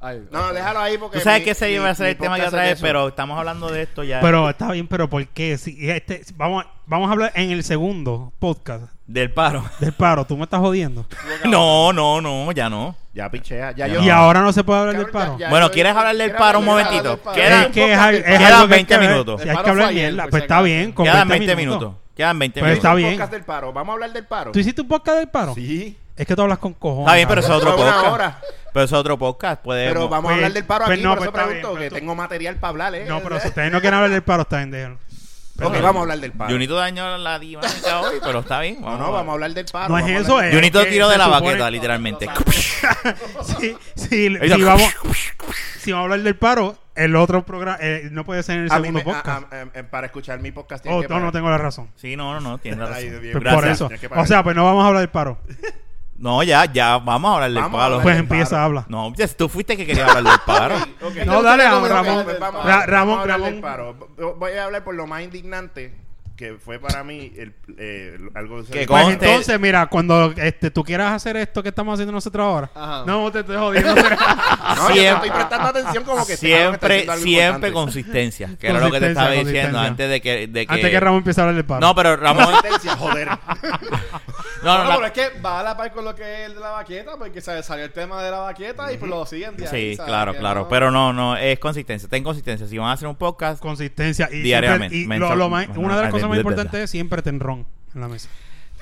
Speaker 4: Ay,
Speaker 2: No,
Speaker 4: ok.
Speaker 2: déjalo ahí porque.
Speaker 1: Tú sabes
Speaker 2: mi-
Speaker 1: que ese
Speaker 2: mi-
Speaker 1: iba a ser
Speaker 2: mi
Speaker 1: el tema que
Speaker 2: podcast
Speaker 1: otra
Speaker 2: es
Speaker 1: vez,
Speaker 2: eso.
Speaker 1: pero estamos hablando de esto ya
Speaker 3: Pero está bien, pero ¿por qué? Si este, vamos, a- vamos a hablar en el segundo podcast
Speaker 1: del paro.
Speaker 3: del paro. Tú me estás jodiendo.
Speaker 1: No, no, no, ya no.
Speaker 2: Ya pichea. Ya
Speaker 1: Ya
Speaker 2: yo.
Speaker 3: Y ahora no se puede hablar
Speaker 2: Cabrón,
Speaker 3: del paro.
Speaker 2: ya- ya
Speaker 1: Bueno,
Speaker 2: yo-
Speaker 1: ¿quieres hablar del
Speaker 2: ¿quieres
Speaker 1: paro un
Speaker 2: hablar del
Speaker 1: momentito?
Speaker 2: paro?
Speaker 1: Queda-
Speaker 3: es que es, al- es
Speaker 1: Quedan
Speaker 3: algo que hay que
Speaker 1: 20
Speaker 3: ver.
Speaker 1: minutos.
Speaker 3: Si hay que hablar mierda, pues está bien. con
Speaker 1: Quedan 20 minutos. Quedan 20
Speaker 3: Pero
Speaker 1: minutos.
Speaker 3: está
Speaker 2: Un
Speaker 3: bien.
Speaker 2: podcast del paro. Vamos a hablar del paro.
Speaker 3: ¿Tú hiciste un podcast del paro?
Speaker 2: Sí.
Speaker 3: Es que tú hablas con cojones.
Speaker 1: Está bien, pero eso
Speaker 3: cabrón.
Speaker 1: es otro
Speaker 2: Pero una
Speaker 1: podcast.
Speaker 2: hora.
Speaker 1: Pero eso es otro podcast. Podemos.
Speaker 2: Pero vamos
Speaker 3: Pues-
Speaker 2: a hablar del paro
Speaker 3: pues
Speaker 2: aquí,
Speaker 3: no,
Speaker 2: por
Speaker 3: pues
Speaker 2: eso
Speaker 3: está
Speaker 2: pregunto,
Speaker 3: bien, pero
Speaker 2: que
Speaker 3: tú-
Speaker 2: tengo material para hablar, ¿eh?
Speaker 3: No, pero si ustedes no quieren hablar del paro, está bien, déjenlo.
Speaker 2: Ok, vamos a hablar del paro.
Speaker 1: Junito dañó la dinámica hoy, pero está bien.
Speaker 2: No, no, vamos a hablar del paro.
Speaker 3: No es
Speaker 2: vamos a
Speaker 3: eso,
Speaker 2: hablar-
Speaker 3: es.
Speaker 1: Junito
Speaker 3: que
Speaker 1: tiró
Speaker 3: se
Speaker 1: de la
Speaker 3: supone-
Speaker 1: baqueta, literalmente.
Speaker 3: Sí, sí,
Speaker 1: Ahí
Speaker 3: si
Speaker 1: está.
Speaker 3: vamos, si vamos a hablar del paro, el otro programa eh, no puede ser en el
Speaker 2: A mí
Speaker 3: segundo
Speaker 2: me- a-
Speaker 3: podcast.
Speaker 2: a- a- a- para escuchar mi podcast tienes
Speaker 3: Oh,
Speaker 2: que
Speaker 3: no,
Speaker 2: pagar.
Speaker 3: no tengo la razón.
Speaker 1: Sí, no, no, no, tienes razón.
Speaker 2: Ay, bien.
Speaker 3: Pues
Speaker 1: Gracias.
Speaker 3: por eso.
Speaker 2: tienes que pagar.
Speaker 3: O sea, pues no vamos a hablar del paro.
Speaker 1: No, ya, ya, vamos a hablar del
Speaker 2: Vamos a
Speaker 1: paro.
Speaker 2: hablar
Speaker 3: Pues
Speaker 2: del
Speaker 3: empieza,
Speaker 2: paro.
Speaker 3: habla.
Speaker 1: No, ya, tú fuiste que quería hablar del paro.
Speaker 2: Ok.
Speaker 3: No, dale,
Speaker 2: Ok,
Speaker 3: Ramón.
Speaker 2: pues vamos a-
Speaker 3: Ra-
Speaker 2: vamos a
Speaker 3: Ramón,
Speaker 2: hablar del
Speaker 3: Ramón.
Speaker 2: paro. Yo Voy a hablar por lo más indignante que fue para mí el, eh, algo...
Speaker 1: Que
Speaker 3: Pues
Speaker 1: Conte-
Speaker 3: entonces, mira, cuando este, tú quieras hacer esto que estamos haciendo nosotros ahora,
Speaker 4: Ajá.
Speaker 3: no te estoy jodiendo.
Speaker 2: No, yo te
Speaker 1: Siempre-
Speaker 2: estoy prestando atención como que este cabrón está
Speaker 1: siempre,
Speaker 2: diciendo algo
Speaker 1: siempre
Speaker 2: importante.
Speaker 1: consistencia. Que era lo que te
Speaker 3: Consistencia,
Speaker 1: estaba diciendo
Speaker 3: consistencia.
Speaker 1: antes de que. de
Speaker 3: antes que Ramón empiece a hablar del paro.
Speaker 1: No, pero Ramón.
Speaker 2: Consistencia, joder.
Speaker 1: No, no,
Speaker 4: No,
Speaker 1: la-
Speaker 4: pero es que va a la par con lo que es el de la baqueta, porque ¿sabes? salió el tema de la baqueta y pues lo siguen de ahí,
Speaker 1: Sí,
Speaker 4: ¿sabes?
Speaker 1: claro,
Speaker 4: Que
Speaker 1: claro.
Speaker 4: no-
Speaker 1: Pero no, no, es consistencia. Ten consistencia. Si van a hacer un podcast,
Speaker 3: Consistencia. Y,
Speaker 1: Diariamente.
Speaker 3: siempre- y
Speaker 1: Mental-
Speaker 3: lo- lo más- una de las cosas más
Speaker 1: Mental-
Speaker 3: importantes es siempre ten ron en la mesa.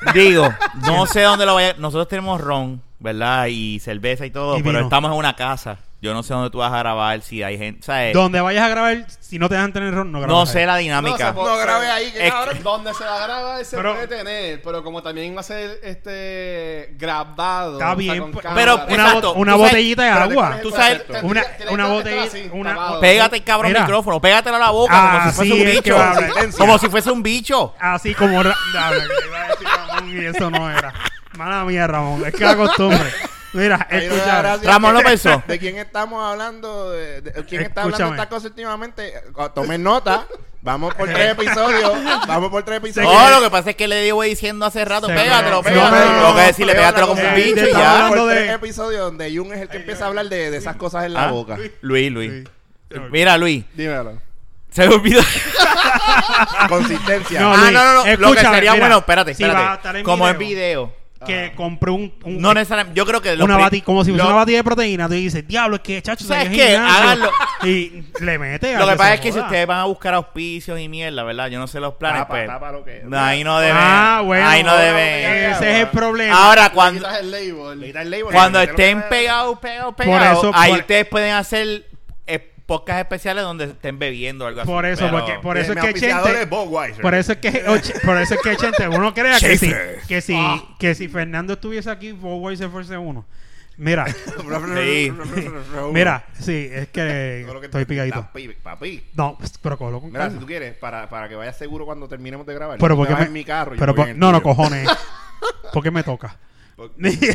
Speaker 1: digo, no sé dónde lo vaya. Nosotros tenemos ron, ¿verdad? Y cerveza y todo,
Speaker 3: Y
Speaker 1: pero
Speaker 3: vino.
Speaker 1: estamos en una casa. Yo no sé dónde tú vas a grabar, si hay gente. ¿sabes?
Speaker 3: Donde vayas a grabar, si no te dejan tener ron, no grabas.
Speaker 1: Eh. No sé
Speaker 3: ahí.
Speaker 1: la
Speaker 4: No,
Speaker 1: dinámica.
Speaker 4: se po-
Speaker 2: No
Speaker 4: se-
Speaker 2: grabe ahí, que
Speaker 1: Es-
Speaker 2: cabrón.
Speaker 4: Donde se la graba se
Speaker 3: Pero-
Speaker 4: puede tener, pero como también va a ser este grabado.
Speaker 3: Está
Speaker 4: o sea,
Speaker 3: bien,
Speaker 4: con
Speaker 3: pero-
Speaker 4: cámara.
Speaker 1: pero-
Speaker 3: Una,
Speaker 1: Exacto.
Speaker 3: bo- una
Speaker 1: Tú sabes-
Speaker 3: botellita de
Speaker 2: espérate,
Speaker 3: agua.
Speaker 1: Tú sabes-
Speaker 4: Tendría-
Speaker 3: Una-
Speaker 4: tendría
Speaker 3: una
Speaker 4: que
Speaker 3: botella-
Speaker 4: estar así,
Speaker 3: una-
Speaker 4: tapado.
Speaker 1: Pégate el cabrón
Speaker 3: Mira.
Speaker 1: micrófono, pégatelo a la boca como si
Speaker 3: Así
Speaker 1: fuese un
Speaker 3: es que
Speaker 1: bicho.
Speaker 3: va a hablar.
Speaker 1: Como si fuese un bicho.
Speaker 3: Así como. Ra- Dale, que iba a decir Ramón y eso no era. Mala mía, Ramón. Es que la costumbre. Mira,
Speaker 2: Ahí no da
Speaker 3: escucha.
Speaker 2: gracia
Speaker 1: Ramón
Speaker 2: que-
Speaker 1: lo pensó.
Speaker 2: ¿De quién estamos hablando? De, de- ¿Quién está hablando
Speaker 3: Escúchame.
Speaker 2: de estas cosas últimamente? Ah, Tomen nota. Vamos por tres episodios. Vamos por tres episodios.
Speaker 1: No, Oh, lo que pasa es que le digo diciendo hace rato,
Speaker 3: Se-
Speaker 1: pégatelo,
Speaker 3: no,
Speaker 1: pégatelo.
Speaker 3: no, no,
Speaker 1: Tengo que decirle, pégatelo como un
Speaker 3: no,
Speaker 1: bicho y
Speaker 3: no,
Speaker 1: ya.
Speaker 3: no,
Speaker 2: Por
Speaker 3: no,
Speaker 2: tres
Speaker 3: de-
Speaker 2: episodios donde Jun es el que empieza a hablar de, de esas cosas en la
Speaker 1: Ah,
Speaker 2: boca.
Speaker 1: Luis, Luis. Mira, Luis,
Speaker 4: Dímelo.
Speaker 1: se me olvidó.
Speaker 2: Consistencia.
Speaker 3: No,
Speaker 1: ah,
Speaker 3: Luis,
Speaker 1: no, no, no. lo que
Speaker 3: escúchame,
Speaker 1: sería
Speaker 3: mira,
Speaker 1: bueno, espérate,
Speaker 3: si va a
Speaker 1: espérate.
Speaker 3: estar en
Speaker 1: como es
Speaker 3: video.
Speaker 1: video.
Speaker 3: Que compré un. un-
Speaker 1: No necesariamente. Yo creo que. los
Speaker 3: una
Speaker 1: pri-
Speaker 3: bati- como si fuese
Speaker 1: lo-
Speaker 3: una batida de proteína. Tú dices, diablo, es que chacho,
Speaker 1: ¿Sabes
Speaker 3: salí al
Speaker 1: qué?
Speaker 3: gimnasio".
Speaker 1: Háganlo.
Speaker 3: Y le mete.
Speaker 1: Lo que
Speaker 3: se
Speaker 1: pasa es que si
Speaker 3: joda.
Speaker 1: ustedes van a buscar auspicios y mierda, ¿verdad? Yo no sé los planes,
Speaker 2: Tapa,
Speaker 1: pues.
Speaker 2: tapa lo que-
Speaker 1: no, ahí no deben.
Speaker 3: Ah, bueno.
Speaker 1: ahí no
Speaker 3: ahora,
Speaker 1: deben.
Speaker 3: Ese es el problema.
Speaker 1: Ahora,
Speaker 4: Cuando,
Speaker 1: cuando,
Speaker 4: quitas el label.
Speaker 2: Quita el label,
Speaker 1: cuando
Speaker 2: mételo
Speaker 1: estén
Speaker 2: otra vez.
Speaker 1: pegados, pegados, pegados,
Speaker 3: eso,
Speaker 1: ahí
Speaker 3: por-
Speaker 1: ustedes pueden hacer eh, podcasts especiales donde estén bebiendo o algo así.
Speaker 3: Por eso,
Speaker 1: pero-
Speaker 3: porque- por
Speaker 2: Eh,
Speaker 3: eso es
Speaker 2: mi
Speaker 3: que
Speaker 2: auspiciador
Speaker 3: Chente-
Speaker 2: es Budweiser.
Speaker 3: Por eso es que och- por eso es que gente, uno crea que si,
Speaker 2: Schaefer.
Speaker 3: que si
Speaker 1: Ah.
Speaker 3: que si Fernando estuviese aquí, Bowie se fuese uno. Mira,
Speaker 1: Sí.
Speaker 3: mira, sí, es que
Speaker 2: Todo lo que te-
Speaker 3: estoy picadito.
Speaker 2: Papi, papi.
Speaker 3: No, pues, pero cógelo con
Speaker 2: Mira, si
Speaker 3: calma.
Speaker 2: tú quieres, para, para que vayas seguro cuando terminemos de grabar.
Speaker 3: Pero
Speaker 2: tú te
Speaker 3: porque
Speaker 2: vas
Speaker 3: me
Speaker 2: en mi carro. y yo
Speaker 3: pero
Speaker 2: voy
Speaker 3: por-
Speaker 2: en el
Speaker 3: no,
Speaker 2: tuyo.
Speaker 3: no cojones. Porque me toca.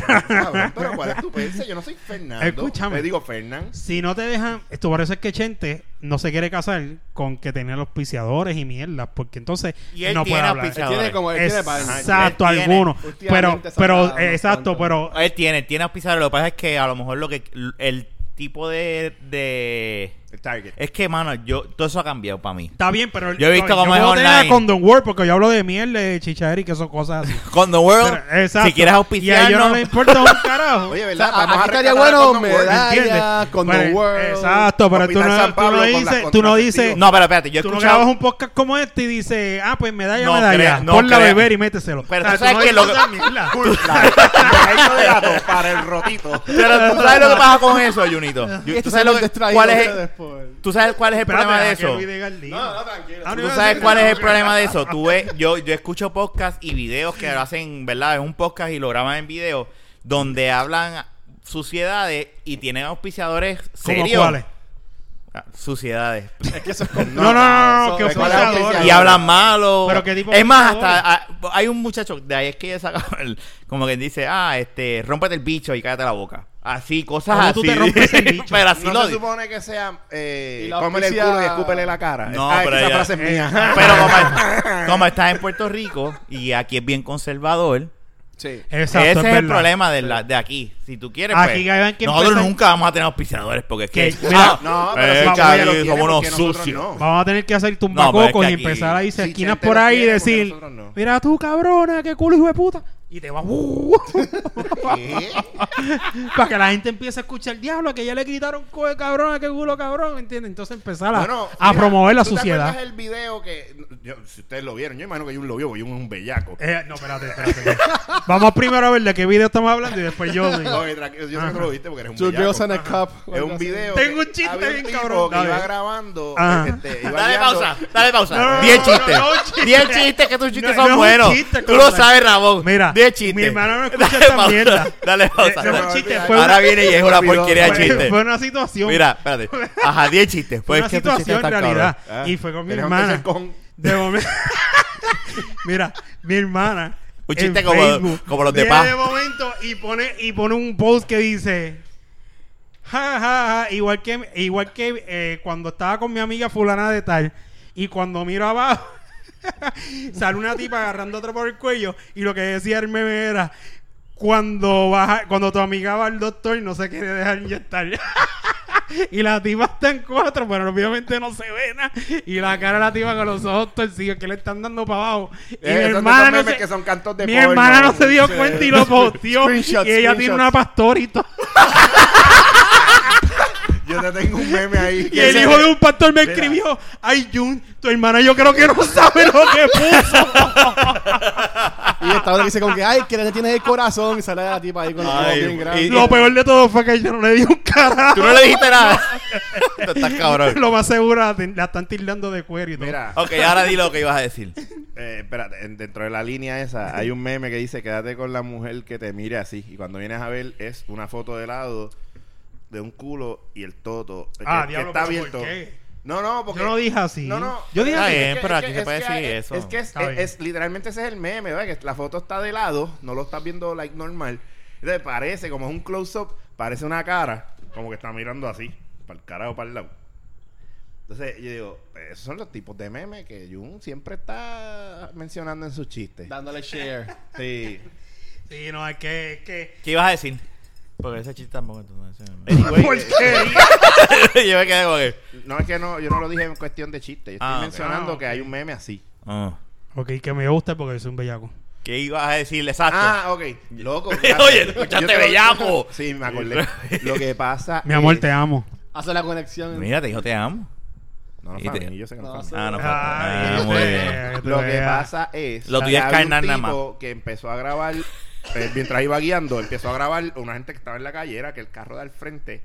Speaker 2: Cabrón, pero ¿cuál es tu pensa? Yo no soy Fernando.
Speaker 3: Escúchame.
Speaker 2: Te digo Fernán.
Speaker 3: Si no te dejan, esto por eso es que Chente no se quiere casar con que tenía los piciadores y mierdas, porque entonces
Speaker 1: Y él
Speaker 3: no
Speaker 1: tiene
Speaker 3: puede hablar.
Speaker 1: auspiciadores.
Speaker 4: Tiene como él tiene para
Speaker 3: Exacto,
Speaker 1: Él tiene-
Speaker 3: alguno. Pero,
Speaker 4: Últimamente
Speaker 3: pero,
Speaker 4: sacado
Speaker 3: eh, exacto,
Speaker 4: tanto.
Speaker 3: pero
Speaker 1: Él tiene, tiene auspiciadores. Lo que pasa es que a lo mejor lo que el tipo de. de
Speaker 2: El Target.
Speaker 1: es que, mano, yo todo eso ha cambiado para mí.
Speaker 3: Está bien, pero
Speaker 1: Yo he visto cómo es
Speaker 3: puedo tener
Speaker 1: online.
Speaker 3: a Condom World porque yo hablo de miel, de chichar y que son cosas así.
Speaker 1: Con The World,
Speaker 3: Pero, exacto.
Speaker 1: si quieres
Speaker 3: Y a
Speaker 1: auspiciarnos,
Speaker 3: ellos no le importa un carajo.
Speaker 2: Oye,
Speaker 4: O sea,
Speaker 2: ¿verdad?
Speaker 4: a- aquí estaría
Speaker 2: rescatar a
Speaker 4: bueno
Speaker 2: Condom World.
Speaker 4: medalla,
Speaker 3: ¿entiendes?
Speaker 4: Condom
Speaker 3: Pero-
Speaker 4: World,
Speaker 3: Exacto, pero tú
Speaker 2: Hospital
Speaker 3: no,
Speaker 2: San
Speaker 3: tú no
Speaker 2: Pablo con
Speaker 3: dices,
Speaker 2: las
Speaker 3: tú no
Speaker 2: contraceptivas.
Speaker 3: dices,
Speaker 1: No, pero espérate, yo he
Speaker 3: tú no
Speaker 1: escuchado.
Speaker 3: grabas un podcast como este y dices, ah, pues medalla,
Speaker 1: No
Speaker 3: medalla,
Speaker 1: crea- no
Speaker 3: ponla a
Speaker 1: crea-
Speaker 3: beber y méteselo.
Speaker 1: Pero
Speaker 3: O sea,
Speaker 1: tú sabes
Speaker 3: no
Speaker 1: que
Speaker 3: dices
Speaker 1: lo que-
Speaker 3: esa mierda.
Speaker 2: La- el pecho de gato para el rotito.
Speaker 1: Pero tú sabes lo que pasa con eso, Junito.
Speaker 4: Y
Speaker 1: ¿Tú
Speaker 4: este
Speaker 1: sabes,
Speaker 4: se
Speaker 1: lo
Speaker 4: me
Speaker 1: que-
Speaker 4: distrae
Speaker 1: cuál
Speaker 4: y no
Speaker 1: es
Speaker 4: sé
Speaker 1: el,
Speaker 4: después.
Speaker 1: ¿Tú sabes cuál es el problema de eso?
Speaker 4: No, no, tranquilo.
Speaker 3: Ah, no,
Speaker 1: ¿Tú sabes cuál es el problema de eso? Tú ves, yo, yo escucho podcasts y videos que lo hacen, ¿verdad? Es un podcast y lo graban en video donde hablan suciedades y tienen auspiciadores
Speaker 3: ¿Cómo
Speaker 1: serios.
Speaker 3: cuáles?
Speaker 1: Ah, Suciedades.
Speaker 4: Es que eso es con-
Speaker 3: No, no, no, no,
Speaker 4: eso-
Speaker 3: que
Speaker 4: ¿cuál es la
Speaker 3: auspiciador?
Speaker 4: auspiciador?
Speaker 1: Y hablan malo.
Speaker 3: ¿Pero qué tipo de
Speaker 1: es más, hasta
Speaker 3: auspiciadores?
Speaker 1: ah, hay un muchacho de ahí es que saca el- como que dice, ah, este, rómpete el bicho y cállate la boca. Así, cosas
Speaker 3: ¿Cómo
Speaker 1: así.
Speaker 3: tú te rompes el bicho?
Speaker 1: Pero así
Speaker 2: no
Speaker 1: lo
Speaker 2: se
Speaker 1: dice.
Speaker 2: supone que sea eh,
Speaker 4: Y la
Speaker 2: cómele el
Speaker 4: auspicia-
Speaker 2: culo y escúpele la cara.
Speaker 1: No,
Speaker 2: Ah, es que
Speaker 1: pero
Speaker 2: esa
Speaker 1: ella-
Speaker 2: frase es mía.
Speaker 1: Pero como, como estás en Puerto Rico y aquí es bien conservador,
Speaker 4: Sí.
Speaker 3: Exacto,
Speaker 1: ese es, el
Speaker 3: verdad.
Speaker 1: problema de, la, de aquí. Si tú quieres,
Speaker 3: Aquí
Speaker 1: pues,
Speaker 3: hay que
Speaker 1: nosotros
Speaker 3: empezar-
Speaker 1: nunca vamos a tener auspiciadores porque es que...
Speaker 3: Que- mira,
Speaker 2: No, pero
Speaker 1: eh,
Speaker 2: si
Speaker 3: vamos,
Speaker 1: cabrón,
Speaker 3: ya lo
Speaker 2: tiene,
Speaker 1: somos unos
Speaker 2: porque nosotros
Speaker 1: sucios.
Speaker 2: no.
Speaker 3: Vamos a tener que hacer
Speaker 1: No, pero
Speaker 3: tumbacocos
Speaker 1: es que
Speaker 3: y
Speaker 1: aquí-
Speaker 3: empezar a irse
Speaker 2: Sí,
Speaker 3: esquinas
Speaker 2: Chente
Speaker 3: por
Speaker 2: lo
Speaker 3: ahí y
Speaker 2: quiere porque
Speaker 3: decir,
Speaker 2: nosotros no.
Speaker 3: mira tú cabrona, qué culo hijo de puta. Y te vas
Speaker 2: ¿Qué?
Speaker 3: para que la gente empiece a escuchar diablo, que ya le gritaron "Coe, cabrona, qué culo cabrón, ¿entiendes? Entonces empezar a,
Speaker 2: Bueno,
Speaker 3: a
Speaker 2: mira,
Speaker 3: promover la
Speaker 2: ¿tú te
Speaker 3: suciedad.
Speaker 2: acuerdas el video que yo- si ustedes lo vieron, yo imagino que Jun lo vio, porque Jun es un bellaco.
Speaker 3: Eh, no, espérate, espérate. Vamos primero a ver de qué video estamos hablando y después yo digo. Eh,
Speaker 2: No, y tra- yo sé que tú lo viste porque eres un
Speaker 4: Two girls
Speaker 2: bellaco.
Speaker 4: and a cup.
Speaker 2: Es un video.
Speaker 3: Tengo
Speaker 2: que
Speaker 3: un chiste
Speaker 2: había un
Speaker 3: bien
Speaker 2: tipo
Speaker 3: cabrón.
Speaker 2: Que
Speaker 3: Dale.
Speaker 2: iba grabando.
Speaker 3: Ajá.
Speaker 2: este, iba
Speaker 1: Dale
Speaker 2: guiando-
Speaker 1: pausa, dale pausa.
Speaker 3: No, no, no,
Speaker 1: Diez
Speaker 3: no, no,
Speaker 1: chistes.
Speaker 3: no, chiste.
Speaker 1: Diez chistes, que tus chistes son
Speaker 3: No, no es un
Speaker 1: buenos.
Speaker 3: chiste,
Speaker 1: Tú lo
Speaker 3: cabrón.
Speaker 1: sabes, Ramón.
Speaker 3: Mira,
Speaker 1: Diez chistes.
Speaker 3: mi hermano no escucha esta
Speaker 1: pausa.
Speaker 3: mierda. Eh,
Speaker 1: Dale pausa.
Speaker 3: No, no,
Speaker 1: dale.
Speaker 3: chiste, fue
Speaker 1: Ahora
Speaker 3: una-
Speaker 1: viene y es una
Speaker 2: Olvidó.
Speaker 1: porquería de
Speaker 2: Fue-
Speaker 1: chiste.
Speaker 3: Fue una situación.
Speaker 1: Mira, espérate. Ajá, diez chistes. Pues
Speaker 3: fue una
Speaker 1: es que tus chistes
Speaker 3: situación en
Speaker 1: están
Speaker 3: realidad.
Speaker 1: cabrones.
Speaker 2: Ah,
Speaker 3: Y fue con mi
Speaker 2: tenés un
Speaker 3: hermana.
Speaker 2: tercer
Speaker 3: De momento. Mira, mi hermana.
Speaker 1: Un chiste
Speaker 3: en
Speaker 1: como-
Speaker 3: Facebook,
Speaker 1: como los de
Speaker 3: viene
Speaker 1: Paz.
Speaker 3: de momento y pone, y pone un post que dice. Ja, ja, ja, igual que, igual que eh, cuando estaba con mi amiga fulana de tal. Y cuando miro abajo, sale una tipa agarrando otro por el cuello. Y lo que decía el meme era. Cuando baja, cuando tu amiga va al doctor no se quiere dejar inyectar. y la tipa está en cuatro, pero obviamente no se ve nada. Y la cara de la tipa con los ojos torcidos que le están dando para abajo. Y
Speaker 2: Eh,
Speaker 3: mi
Speaker 2: esos
Speaker 3: hermana
Speaker 2: son
Speaker 3: no
Speaker 2: memes
Speaker 3: se,
Speaker 2: que son cantos de
Speaker 3: mi
Speaker 2: porno.
Speaker 3: hermana no se dio
Speaker 2: Sí.
Speaker 3: cuenta y lo posteó. y ella
Speaker 4: Screenshots,
Speaker 3: tiene
Speaker 4: screenshots.
Speaker 3: una pastora y todo.
Speaker 2: Yo te tengo un meme ahí.
Speaker 3: Y el
Speaker 2: que-
Speaker 3: hijo de un pastor me escribió, ay Jun, tu hermana yo creo que no sabe lo que puso.
Speaker 4: Y esta otra dice como que, ay, que le tienes el corazón. Y sale la tipa ahí con los ojos
Speaker 1: Ay,
Speaker 4: bien
Speaker 1: y-
Speaker 4: grandes.
Speaker 3: lo peor de todo fue que yo no le di un
Speaker 1: Tú
Speaker 3: carajo.
Speaker 1: no le dijiste nada. Tú estás cabrón.
Speaker 3: Lo más seguro la, la están tildando de cuero y todo.
Speaker 2: Mira,
Speaker 1: Ok, ahora di lo que ibas a decir.
Speaker 2: eh, espérate, en- dentro de la línea esa hay un meme que dice quédate con la mujer que te mire así. Y cuando vienes a ver es una foto de lado de un culo y el toto. eh,
Speaker 3: Ah,
Speaker 2: que,
Speaker 3: diablo,
Speaker 2: que está
Speaker 3: pero ¿por
Speaker 2: abierto.
Speaker 3: qué?
Speaker 2: No, no, porque...
Speaker 3: Yo no dije así.
Speaker 2: No, no.
Speaker 3: Yo dije
Speaker 1: Está
Speaker 3: así.
Speaker 1: bien,
Speaker 2: Es que-
Speaker 1: pero
Speaker 2: es
Speaker 1: aquí
Speaker 2: que-
Speaker 1: se
Speaker 2: es
Speaker 1: puede
Speaker 2: que
Speaker 1: decir
Speaker 2: hay-
Speaker 1: eso.
Speaker 2: Es que es,
Speaker 3: Está bien.
Speaker 2: es- literalmente ese es el meme, ¿verdad? Que la foto está de lado, no lo estás viendo like normal. Entonces parece como es un close-up, parece una cara, como que está mirando así, para el carajo, para el lado. Entonces yo digo, esos son los tipos de memes que Jun siempre está mencionando en sus chistes.
Speaker 4: Dándole share.
Speaker 2: Sí.
Speaker 3: Sí, no, es que... es que...
Speaker 1: ¿Qué ibas a decir? Porque ese chiste tampoco. entonces,
Speaker 2: Anyway,
Speaker 3: Porquería.
Speaker 1: Yo me quedé como que.
Speaker 2: eh, no es que no, yo no lo dije en cuestión de chiste, yo estoy
Speaker 1: Ah, ok.
Speaker 2: mencionando
Speaker 3: Ah, ok.
Speaker 2: que hay un meme así.
Speaker 1: ah,
Speaker 3: ok, que me gusta porque soy un bellaco.
Speaker 1: ¿Qué ibas a decir? Exacto.
Speaker 2: Ah, ok. Loco.
Speaker 1: Oye,
Speaker 2: gracias.
Speaker 1: escuchaste
Speaker 2: Yo te lo-
Speaker 1: bellaco.
Speaker 2: Sí, me acordé. Lo que pasa.
Speaker 3: Mi amor,
Speaker 2: es-
Speaker 3: te amo.
Speaker 4: Hace la conexión.
Speaker 1: Mira, te dijo te amo.
Speaker 2: No, no,
Speaker 1: Y te-
Speaker 2: Fanny, yo sé que no,
Speaker 4: No,
Speaker 2: Fanny.
Speaker 4: sé.
Speaker 1: Ah, no,
Speaker 4: Ay,
Speaker 1: ah, muy
Speaker 3: este.
Speaker 1: bien.
Speaker 3: que te
Speaker 2: Lo que
Speaker 3: vea.
Speaker 2: pasa es
Speaker 1: Lo
Speaker 2: que
Speaker 1: tuyo es
Speaker 2: había un
Speaker 1: carnal nada
Speaker 2: tipo que empezó a grabar eh, mientras iba guiando, empezó a grabar una gente que estaba en la calle, era que el carro de al frente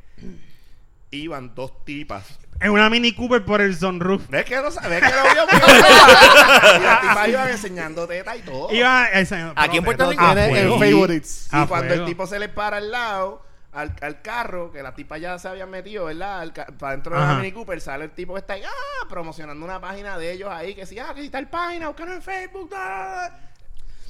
Speaker 2: iban dos tipas.
Speaker 3: En una Mini Cooper por el sunroof.
Speaker 2: ¿Ves que no sabes? ¿Ves que lo vio? Porque no sabe. y las tipas iban enseñando teta y todo.
Speaker 3: Iba... esa-
Speaker 1: Aquí en Puerto
Speaker 4: Lo
Speaker 1: Rico.
Speaker 3: Ah,
Speaker 4: tienes
Speaker 3: bueno.
Speaker 4: en favorites.
Speaker 2: Y
Speaker 3: Ah,
Speaker 2: cuando
Speaker 3: fuego.
Speaker 2: el tipo se le para al lado, al, al carro, que la tipa ya se había metido, ¿verdad? Al ca- para dentro de la
Speaker 3: Ajá.
Speaker 2: Mini Cooper, sale el tipo que está ahí, ah, promocionando una página de ellos ahí, que sí, ah, que sí, tal página, búscalo en Facebook, da, da, da.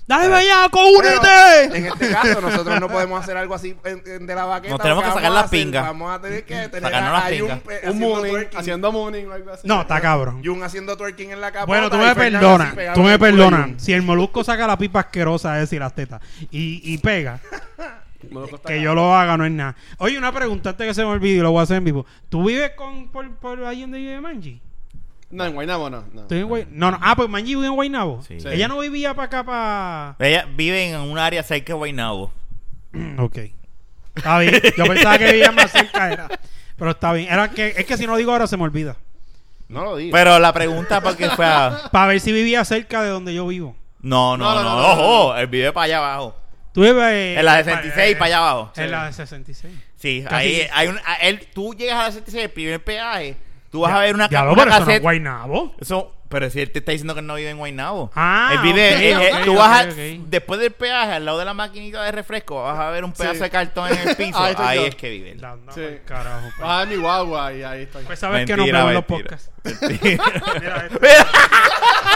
Speaker 3: ¡Dale, bellaco,
Speaker 2: Pero,
Speaker 3: únete!
Speaker 2: en este caso, nosotros no podemos hacer algo así en- en de la vaqueta.
Speaker 1: Nos tenemos que
Speaker 2: porque
Speaker 1: sacar
Speaker 2: vamos a
Speaker 1: las
Speaker 2: hacer-
Speaker 1: pingas.
Speaker 2: Vamos a tener que tener
Speaker 1: Sacarnos las
Speaker 2: ahí un,
Speaker 1: pingas.
Speaker 2: pe-
Speaker 4: Un
Speaker 2: haciendo
Speaker 4: mooning,
Speaker 2: twerking.
Speaker 4: haciendo mooning o algo así.
Speaker 3: No, está cabrón.
Speaker 2: Y un haciendo twerking en la capa.
Speaker 3: Bueno, tú me perdonas, tú me perdonas. Si el molusco saca la pipa asquerosa esa y las tetas y, y pega,
Speaker 4: No lo costa
Speaker 3: que
Speaker 4: nada.
Speaker 3: yo lo haga no es nada. Oye, una pregunta antes que se me olvide y lo voy a hacer en vivo. ¿Tú vives con, por, por ahí donde vive Manji?
Speaker 4: No, en Guaynabo no. no.
Speaker 3: ¿Tú en Guay- No, no. Ah, pues Manji vive en Guaynabo.
Speaker 1: Sí.
Speaker 3: Ella no vivía para acá, para...
Speaker 1: Ella vive en un área cerca de Guaynabo.
Speaker 3: ok. Está bien. Yo pensaba que vivía más cerca. Era. Pero está bien. Era que, es que si no digo ahora se me olvida.
Speaker 2: No lo digas.
Speaker 1: Pero la pregunta porque fue a...
Speaker 3: Para ver si vivía cerca de donde yo vivo.
Speaker 1: No, no, no,
Speaker 4: No, no, no, no,
Speaker 1: ojo, él vive para allá abajo.
Speaker 3: Tú vives... eh,
Speaker 1: En la 66,
Speaker 3: eh,
Speaker 1: para allá abajo.
Speaker 3: En la 66.
Speaker 1: Sí,
Speaker 3: Casi-
Speaker 1: ahí hay un... a- él, tú llegas a la 66, el primer peaje, tú vas a ver una,
Speaker 3: Ya
Speaker 1: una
Speaker 3: lo, pero eso no es
Speaker 1: caseta-
Speaker 3: Guaynabo.
Speaker 1: Eso, pero si él te está diciendo que no vive en Guaynabo.
Speaker 3: Ah,
Speaker 1: él vive,
Speaker 3: ok,
Speaker 1: él- él-
Speaker 3: ok,
Speaker 1: tú
Speaker 3: ok,
Speaker 1: vas a,
Speaker 3: ok.
Speaker 1: después del peaje, al lado de la maquinita de refresco, vas a ver un pedazo
Speaker 4: Sí.
Speaker 1: de cartón en el piso.
Speaker 4: Ahí estoy
Speaker 1: ahí
Speaker 4: yo.
Speaker 1: es que vive. él.
Speaker 3: La anda
Speaker 4: Sí.
Speaker 3: pa'l carajo. pues.
Speaker 4: Ah, mi guagua. Y ahí está.
Speaker 3: pues sabes que
Speaker 1: Mentira,
Speaker 3: no veo los
Speaker 1: mentira.
Speaker 3: podcasts.
Speaker 1: Mira,
Speaker 3: Mira este. esto.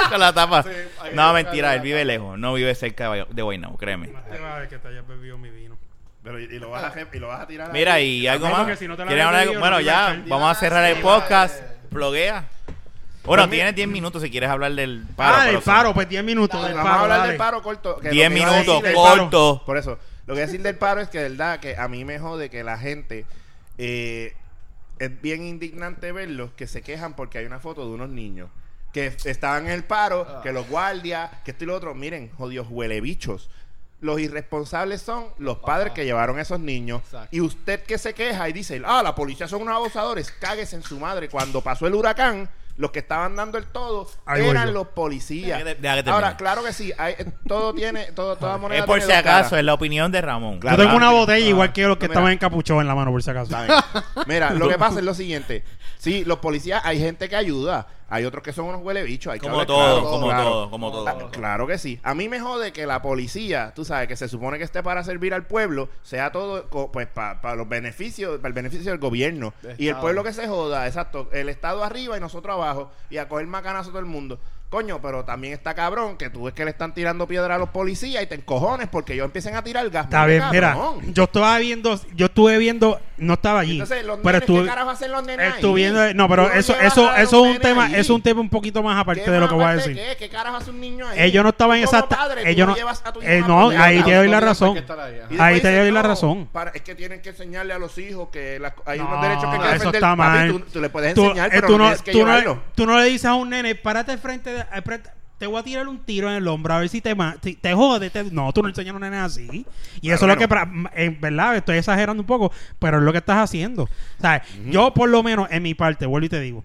Speaker 1: Con la tapa.
Speaker 4: Sí, ahí
Speaker 1: no,
Speaker 4: está
Speaker 1: mentira,
Speaker 4: la
Speaker 1: él
Speaker 4: tapa.
Speaker 1: vive lejos, no vive cerca de Guay- de Guaynabo, créeme.
Speaker 3: Más te vale que te hayas bebido mi vino.
Speaker 2: Pero, y, y lo vas a, y lo vas a tirar.
Speaker 1: Mira,
Speaker 2: ahí.
Speaker 1: y algo
Speaker 3: Porque
Speaker 1: más.
Speaker 3: si no te la
Speaker 1: ¿Quieres
Speaker 3: habían
Speaker 1: hablar algo?
Speaker 3: pedido,
Speaker 1: Bueno,
Speaker 3: no te la
Speaker 1: ya,
Speaker 3: habían
Speaker 1: vamos a cerrar el
Speaker 4: Sí,
Speaker 1: podcast.
Speaker 4: vale.
Speaker 1: Bloguea. Bueno, tienes 10 minutos si quieres hablar del paro.
Speaker 3: Pues ah,
Speaker 1: pero
Speaker 3: del
Speaker 1: sí.
Speaker 3: paro, pues 10 minutos. del
Speaker 2: Vamos
Speaker 3: paro,
Speaker 2: a hablar
Speaker 3: dale.
Speaker 2: del paro corto. que
Speaker 1: 10
Speaker 2: lo que iba a decir
Speaker 1: minutos,
Speaker 2: del paro-
Speaker 1: corto.
Speaker 2: Por eso, lo que decir del paro es que, de verdad, que a mí me jode que la gente eh, es bien indignante verlos que se quejan porque hay una foto de unos niños que estaban en el paro,
Speaker 3: Ah.
Speaker 2: que los guardias, que esto y lo otro. Miren, jodidos huelebichos. Los irresponsables son los padres que llevaron a esos niños.
Speaker 4: Exacto.
Speaker 2: Y usted que se queja y dice, ah, la policía son unos abusadores, cáguese en su madre. Cuando pasó el huracán, Los que estaban dando el todo
Speaker 3: Ahí voy
Speaker 2: eran
Speaker 3: yo.
Speaker 2: los policías.
Speaker 1: Deja que- deja que termine.
Speaker 2: Ahora, claro que sí, hay- eh, todo tiene, todo, toda moneda
Speaker 1: Es por
Speaker 2: tiene
Speaker 1: si
Speaker 2: dos caras.
Speaker 1: acaso, eh. es la opinión de Ramón.
Speaker 2: Claro.
Speaker 3: Yo tengo una
Speaker 2: Ah,
Speaker 3: botella igual que los que
Speaker 2: mira.
Speaker 3: estaban encapuchados en la mano, por si acaso.
Speaker 2: ¿saben? Mira, lo que pasa es lo siguiente. Sí, los policías, hay gente que ayuda. Hay otros que son unos huele bichos. Hay que
Speaker 1: Como
Speaker 2: hablar
Speaker 1: todo,
Speaker 2: claro,
Speaker 1: como
Speaker 2: claro.
Speaker 1: todo, como todo.
Speaker 2: Ah, Claro que sí. A mí me jode que la policía, tú sabes, que se supone que esté para servir al pueblo, sea todo co- pues para los beneficios, para el beneficio del gobierno.
Speaker 4: Del
Speaker 2: y el
Speaker 4: Estado.
Speaker 2: pueblo que se joda, exacto, el Estado arriba y nosotros abajo y a coger macanazo todo el mundo. Coño, pero también está cabrón que tú ves que le están tirando piedra a los policías y te encojones porque ellos empiecen a tirar gas.
Speaker 3: Está bien,
Speaker 2: Mira,
Speaker 3: mira,
Speaker 2: cabrón.
Speaker 3: yo estaba viendo, yo estuve viendo, no estaba allí,
Speaker 2: Entonces, los
Speaker 3: pero
Speaker 2: nenes,
Speaker 3: estuve,
Speaker 2: ¿qué carajo hacen los nenes ahí?
Speaker 3: estuve viendo, no,
Speaker 2: Tú
Speaker 3: pero
Speaker 2: no
Speaker 3: eso,
Speaker 2: llevas
Speaker 3: eso,
Speaker 2: a los
Speaker 3: eso es un
Speaker 2: nenes
Speaker 3: tema,
Speaker 2: ahí.
Speaker 3: es un tema un poquito más aparte
Speaker 2: ¿Qué
Speaker 3: de lo
Speaker 2: más
Speaker 3: que voy a
Speaker 2: aparte
Speaker 3: decir.
Speaker 2: ¿Qué? ¿Qué carajo hace un niño ahí?
Speaker 3: Ellos no estaban
Speaker 2: Como
Speaker 3: exacto,
Speaker 2: padre, tú
Speaker 3: ellos no,
Speaker 2: llevas a tu hijo
Speaker 3: eh,
Speaker 2: a
Speaker 3: no,
Speaker 2: comer
Speaker 3: ahí
Speaker 2: helado.
Speaker 3: te doy la
Speaker 4: tienen por qué
Speaker 3: razón,
Speaker 4: estar ahí, ajá.
Speaker 2: Y
Speaker 3: ahí
Speaker 2: después
Speaker 3: te doy
Speaker 2: dicen,
Speaker 3: la
Speaker 2: no,
Speaker 3: razón.
Speaker 2: para- es que tienen que enseñarle a los hijos que las- hay
Speaker 3: No,
Speaker 2: unos derechos que hay que
Speaker 3: eso
Speaker 2: defender.
Speaker 3: está
Speaker 2: Papi,
Speaker 3: mal.
Speaker 2: tú, tú le puedes
Speaker 3: Tú-
Speaker 2: enseñar,
Speaker 3: eh,
Speaker 2: pero
Speaker 3: tú
Speaker 2: no, tienes que
Speaker 3: tú no-
Speaker 2: llevarlo.
Speaker 3: tú no le dices a un nene, párate frente, de- eh, frente- te voy a tirar un tiro en el hombro a ver si te, ma- si te jode. te- No, tú no enseñas a un nene así. Y eso es lo
Speaker 2: que
Speaker 3: que, pra- en verdad, estoy exagerando un poco, pero es lo que estás haciendo. O sea, yo por lo menos en mi parte, vuelvo y te digo,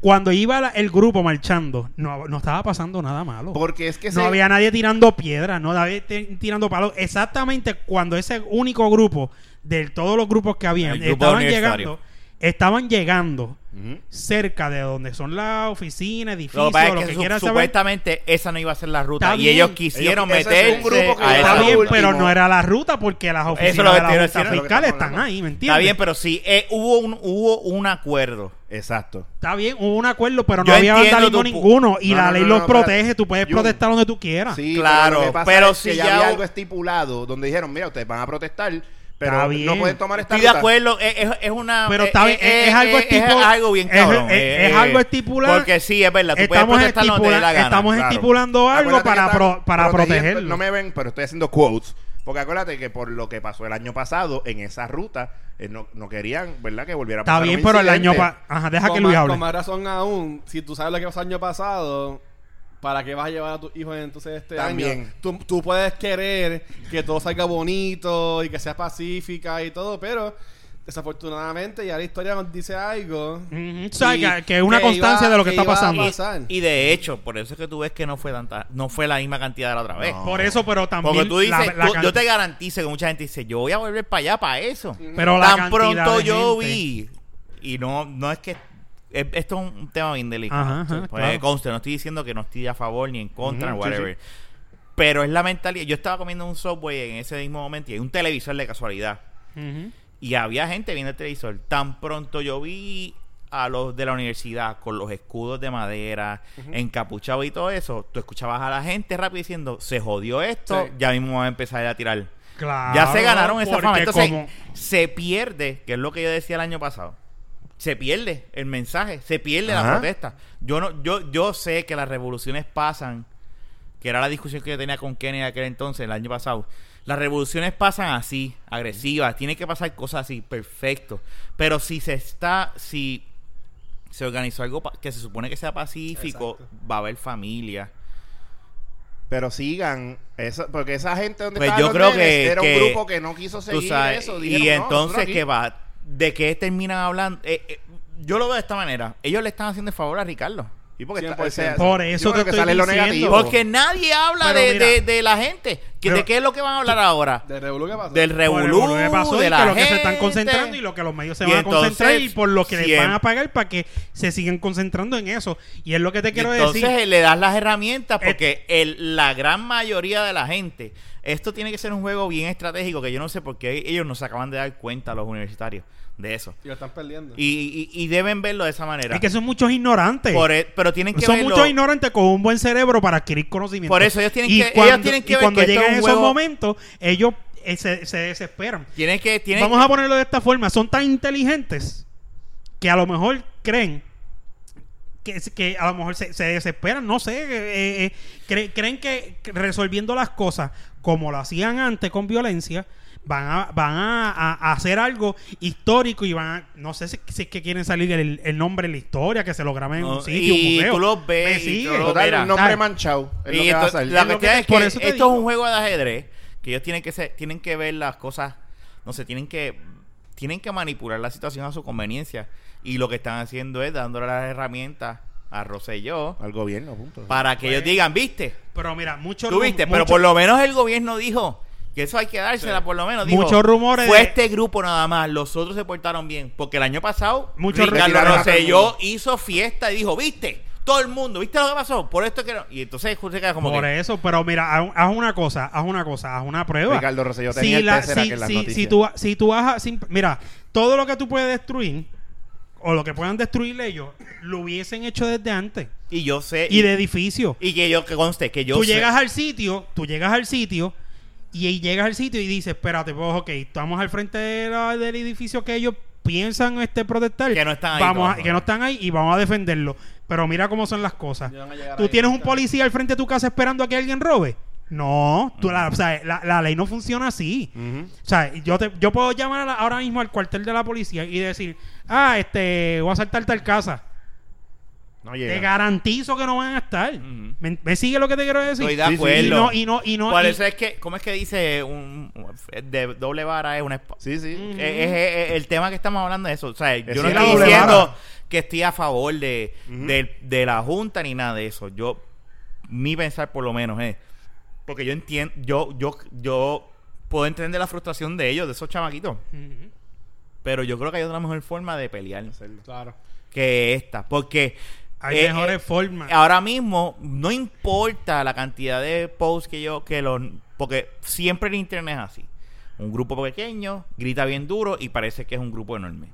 Speaker 3: cuando iba la- el grupo marchando, no, no estaba pasando nada malo.
Speaker 2: Porque es que
Speaker 3: No
Speaker 2: se-
Speaker 3: había nadie tirando piedras, no había ti- tirando palos. Exactamente cuando ese único grupo, de todos los grupos que había,
Speaker 1: El grupo
Speaker 3: estaban
Speaker 1: universitario.
Speaker 3: llegando, estaban llegando
Speaker 2: Ujú.
Speaker 3: cerca de donde son las oficinas, edificios,
Speaker 1: Lo que
Speaker 3: lo
Speaker 1: pasa
Speaker 3: que,
Speaker 1: es que, su-
Speaker 3: quieras saber.
Speaker 1: supuestamente esa no iba a ser la ruta
Speaker 3: Está
Speaker 1: y
Speaker 3: bien.
Speaker 1: ellos quisieron
Speaker 2: Ellos- ese
Speaker 1: meterse
Speaker 2: es un grupo que
Speaker 1: a
Speaker 2: iba
Speaker 1: esa
Speaker 3: Está bien,
Speaker 1: ruta.
Speaker 3: pero
Speaker 2: último.
Speaker 3: no era la ruta porque las
Speaker 1: es
Speaker 3: oficinas
Speaker 1: lo que
Speaker 3: de la
Speaker 1: quiero
Speaker 3: Junta
Speaker 1: decir, es lo
Speaker 2: que
Speaker 3: Fiscal
Speaker 2: estamos
Speaker 3: están
Speaker 2: hablando.
Speaker 3: ahí, ¿me entiendes?
Speaker 1: Está bien, pero sí, eh, hubo, un, hubo un acuerdo.
Speaker 2: Exacto.
Speaker 3: Está bien, hubo un acuerdo, pero no
Speaker 1: Yo
Speaker 3: había
Speaker 1: entiendo
Speaker 3: vandalismo
Speaker 1: tu pu-
Speaker 3: ninguno y
Speaker 2: No,
Speaker 3: la
Speaker 2: no,
Speaker 3: ley
Speaker 2: no,
Speaker 3: los
Speaker 2: no,
Speaker 3: protege,
Speaker 2: espera.
Speaker 3: tú puedes
Speaker 2: Yo-
Speaker 3: protestar donde tú quieras.
Speaker 2: Sí,
Speaker 1: Claro,
Speaker 2: lo que pasa
Speaker 1: pero
Speaker 2: es que
Speaker 1: si
Speaker 2: ya
Speaker 1: ya
Speaker 2: había
Speaker 1: hu-
Speaker 2: algo estipulado donde dijeron, mira, ustedes van a protestar, pero
Speaker 3: Está
Speaker 2: no
Speaker 3: bien.
Speaker 2: pueden tomar esta
Speaker 1: Estoy de
Speaker 2: ruta.
Speaker 1: acuerdo, es, es- es una. eh,
Speaker 3: Pero está bien, es- es algo
Speaker 1: Es
Speaker 3: estipu-
Speaker 1: algo bien
Speaker 3: es-
Speaker 1: cabrón. eh,
Speaker 3: es- es algo estipulado.
Speaker 1: Porque sí, es verdad, tú
Speaker 3: Estamos,
Speaker 1: puedes protestar donde te dé la
Speaker 3: estipula-
Speaker 1: gana.
Speaker 3: estamos
Speaker 2: claro.
Speaker 3: estipulando algo
Speaker 2: Acuérdate que
Speaker 3: para,
Speaker 2: están
Speaker 3: pro- para
Speaker 2: protegiendo-
Speaker 3: protegerlo.
Speaker 2: No me ven, pero estoy haciendo quotes. Porque acuérdate que por lo que pasó el año pasado en esa ruta, eh, no, no querían, ¿verdad? Que volviera a
Speaker 3: Está
Speaker 2: pasar un
Speaker 3: bien, pero el año
Speaker 2: incidente.
Speaker 3: pasado... Ajá, deja que
Speaker 4: Con
Speaker 3: Luis
Speaker 4: más-
Speaker 3: hable.
Speaker 4: Con más razón aún, si tú sabes lo que pasó el año pasado, ¿para qué vas a llevar a tus hijos entonces este
Speaker 2: También.
Speaker 4: año? Tú, tú puedes querer que todo salga bonito y que seas pacífica y todo, pero desafortunadamente ya la historia nos dice algo.
Speaker 3: Ujú, o sea,
Speaker 4: y
Speaker 3: que- que es una
Speaker 4: que
Speaker 3: constancia
Speaker 4: iba-
Speaker 3: de lo que está
Speaker 4: iba a
Speaker 3: pasando.
Speaker 4: pasar.
Speaker 1: Y de hecho, por eso es que tú ves que no fue tanta, no fue la misma cantidad de la otra vez.
Speaker 2: No.
Speaker 3: Por eso, pero también...
Speaker 1: Porque tú dices,
Speaker 3: la- la
Speaker 1: tú-
Speaker 3: can-
Speaker 1: yo te garantizo que mucha gente dice, yo voy a volver para allá para eso.
Speaker 3: Pero la
Speaker 1: Tan
Speaker 3: cantidad
Speaker 1: pronto
Speaker 3: de
Speaker 1: yo
Speaker 3: gente-
Speaker 1: vi, y no, no es que es- esto es un tema bien delicado.
Speaker 3: Ajá, ajá,
Speaker 1: Pues,
Speaker 3: claro.
Speaker 1: conste, no estoy diciendo que no estoy a favor ni en contra,
Speaker 2: Ujú, sí,
Speaker 1: whatever. Pero es la mentalidad. Yo estaba comiendo un subway en ese mismo momento y hay un televisor de casualidad.
Speaker 3: Ujú.
Speaker 1: Y había gente viendo el televisor. Tan pronto yo vi a los de la universidad con los escudos de madera, encapuchados y todo eso, tú escuchabas a la gente rápido diciendo, se jodió esto,
Speaker 4: Sí.
Speaker 1: ya mismo van a empezar a tirar.
Speaker 3: Claro,
Speaker 1: ya se ganaron esa fama.
Speaker 3: porque
Speaker 1: Entonces,
Speaker 3: como-
Speaker 1: se pierde, que es lo que yo decía el año pasado. Se pierde el mensaje, se pierde la
Speaker 2: Ajá.
Speaker 1: protesta. Yo no, yo, yo sé que las revoluciones pasan, que era la discusión que yo tenía con Kenny en aquel entonces, el año pasado. Las revoluciones pasan así, agresivas, tienen que pasar cosas así, perfecto. Pero si se está, si se organizó algo pa- que se supone que sea pacífico, va a haber familia.
Speaker 2: Pero sigan, eso, porque esa gente donde
Speaker 1: Pues
Speaker 2: estaban
Speaker 1: yo
Speaker 2: los
Speaker 1: creo
Speaker 2: nenes
Speaker 1: que-
Speaker 2: era
Speaker 1: que-
Speaker 2: un grupo que no quiso
Speaker 1: Tú
Speaker 2: seguir
Speaker 1: sabes,
Speaker 2: eso.
Speaker 1: y
Speaker 2: dijeron, "No, nosotros
Speaker 1: entonces,
Speaker 2: aquí".
Speaker 1: ¿qué va? ¿De qué terminan hablando? Eh, eh, yo lo veo de esta manera. Ellos le están haciendo el favor a Ricardo.
Speaker 2: Y porque
Speaker 4: 100%.
Speaker 3: Por eso
Speaker 2: yo creo
Speaker 3: te
Speaker 2: que
Speaker 3: estoy
Speaker 2: sale lo
Speaker 3: diciendo.
Speaker 2: negativo.
Speaker 1: Porque nadie habla
Speaker 3: Pero
Speaker 1: de,
Speaker 3: mira.
Speaker 1: de- de la gente. ¿Que- ¿De
Speaker 3: Pero-
Speaker 1: qué es lo que van a hablar ahora?
Speaker 4: De revolú que pasó.
Speaker 1: Del
Speaker 3: por el
Speaker 1: revolú,
Speaker 3: revolú que pasó y
Speaker 1: de
Speaker 3: que
Speaker 1: la
Speaker 3: lo que se están
Speaker 1: gente.
Speaker 3: concentrando y lo que los medios se
Speaker 1: Y
Speaker 3: van a concentrar y
Speaker 1: entonces,
Speaker 3: por lo que les van
Speaker 1: siempre-
Speaker 3: a pagar para que se sigan concentrando en eso. Y es lo que te quiero
Speaker 1: entonces
Speaker 3: decir. Eh.
Speaker 1: eh, le das las herramientas porque el- la gran mayoría de la gente, esto tiene que ser un juego bien estratégico que yo no sé por qué ellos no se acaban de dar cuenta los universitarios de eso.
Speaker 4: Y lo están perdiendo.
Speaker 1: Y, y- y deben verlo de esa manera.
Speaker 3: Es que son muchos ignorantes.
Speaker 1: Por e- pero tienen que
Speaker 3: son
Speaker 1: verlo-
Speaker 3: muchos ignorantes con un buen cerebro para adquirir conocimiento.
Speaker 1: Por eso ellos tienen que- ellos tienen que
Speaker 3: y
Speaker 1: ver
Speaker 3: cuando
Speaker 1: que esto
Speaker 3: llegan
Speaker 1: es un
Speaker 3: esos
Speaker 1: juego-
Speaker 3: momentos, ellos eh, se, se desesperan.
Speaker 1: Tienes que... Tienes
Speaker 3: Vamos a ponerlo de esta forma. Son tan inteligentes que a lo mejor creen que, que a lo mejor se, se desesperan, no sé, eh, eh, cre- creen que resolviendo las cosas como lo hacían antes con violencia, van a, van a, a- a hacer algo histórico y van a, no sé si, si es que quieren salir el, el nombre de la historia, que se lo graben en
Speaker 1: No,
Speaker 3: un sitio, un
Speaker 1: y
Speaker 3: museo.
Speaker 1: tú los ves
Speaker 3: Me
Speaker 1: y tú
Speaker 3: sigue.
Speaker 1: los-
Speaker 2: Total,
Speaker 1: Mira,
Speaker 2: un nombre
Speaker 3: tal.
Speaker 2: manchado. Es lo
Speaker 1: Y
Speaker 2: que va a
Speaker 1: esto-
Speaker 2: salir.
Speaker 1: la
Speaker 3: Es lo
Speaker 1: cuestión
Speaker 3: que-
Speaker 1: es
Speaker 3: por
Speaker 1: que
Speaker 3: eso
Speaker 1: esto
Speaker 3: te
Speaker 1: es un
Speaker 3: digo.
Speaker 1: juego de ajedrez que ellos tienen que ser, tienen que ver las cosas, no sé, tienen que tienen que manipular la situación a su conveniencia y lo que están haciendo es dándole las herramientas a a Rosselló
Speaker 2: Al gobierno, punto.
Speaker 1: para que ellos
Speaker 2: pues.
Speaker 1: digan, ¿viste?
Speaker 3: Pero mira, muchos
Speaker 1: Tú
Speaker 3: rum-
Speaker 1: viste, pero
Speaker 3: mucho-
Speaker 1: por lo menos el gobierno dijo que eso hay que dársela, por lo menos. Dijo,
Speaker 3: Muchos rumores
Speaker 1: Fue
Speaker 3: de-
Speaker 1: este grupo nada más, los otros se portaron bien. Porque el año pasado,
Speaker 3: Muchos
Speaker 1: Ricardo
Speaker 2: retiraron a todo el
Speaker 1: Rosselló
Speaker 2: mundo.
Speaker 1: hizo fiesta y dijo, ¿viste? Todo el mundo, ¿viste lo que pasó? Por esto que no. Y entonces se queda como
Speaker 3: Por
Speaker 1: que.
Speaker 3: eso, pero mira, haz, haz una cosa, haz una cosa, haz una prueba.
Speaker 2: Ricardo Rosselló tenía el Tesseract
Speaker 3: si,
Speaker 2: en las
Speaker 3: si-
Speaker 2: noticias.
Speaker 3: si tú, ha- si tú vas a- sin- mira, todo lo que tú puedes destruir o lo que puedan destruir ellos, lo hubiesen hecho desde antes
Speaker 1: Y yo
Speaker 2: Eh,
Speaker 1: sé.
Speaker 3: y de edificio.
Speaker 1: y que yo que conste que yo
Speaker 3: tú
Speaker 1: sé-
Speaker 3: llegas al sitio, tú llegas al sitio y ahí llegas al sitio y dices, espérate, pues, ok, estamos al frente de la- del edificio que ellos piensan este protestar.
Speaker 1: Que no están ahí
Speaker 3: Vamos a-
Speaker 1: todos,
Speaker 3: que
Speaker 1: ¿no?
Speaker 3: no están ahí y vamos a defenderlo. Pero mira cómo son las cosas.
Speaker 4: Ya van a llegar
Speaker 3: Tú
Speaker 4: ahí,
Speaker 3: tienes un
Speaker 4: nunca.
Speaker 3: policía al frente de tu casa esperando a que alguien robe. No, tú, la, o sea, la- la ley no funciona así. O sea, yo, te, yo puedo llamar a la- ahora mismo al cuartel de la policía y decir, ah, este, voy a saltar tal casa.
Speaker 2: No
Speaker 3: Te
Speaker 2: llega.
Speaker 3: garantizo que no van a estar.
Speaker 1: Ujú.
Speaker 3: ¿Me, me sigue lo que te quiero decir?
Speaker 1: Estoy de
Speaker 2: Sí, sí, sí.
Speaker 1: acuerdo.
Speaker 3: Y no, y no, y no.
Speaker 1: Por
Speaker 3: y-
Speaker 1: eso es que, ¿cómo es que dice un, de doble vara es una esp-
Speaker 2: Sí, sí.
Speaker 1: Eh, es, es- es el tema que estamos hablando de eso. O sea, yo no
Speaker 2: sí, la
Speaker 1: estoy
Speaker 2: doble
Speaker 1: diciendo
Speaker 2: vara.
Speaker 1: que estoy a favor de, del- de la Junta ni nada de eso. Yo, mi pensar por lo menos es, porque yo entiendo, yo, yo, yo puedo entender la frustración de ellos, de esos chamaquitos,
Speaker 3: Ujú.
Speaker 1: pero yo creo que hay otra mejor forma de pelear
Speaker 4: Claro.
Speaker 1: que esta, porque...
Speaker 3: Hay
Speaker 1: eh,
Speaker 3: mejores
Speaker 1: eh,
Speaker 3: formas.
Speaker 1: Ahora mismo no importa la cantidad de posts que yo que los porque siempre el internet es así. Un grupo pequeño grita bien duro y parece que es un grupo enorme.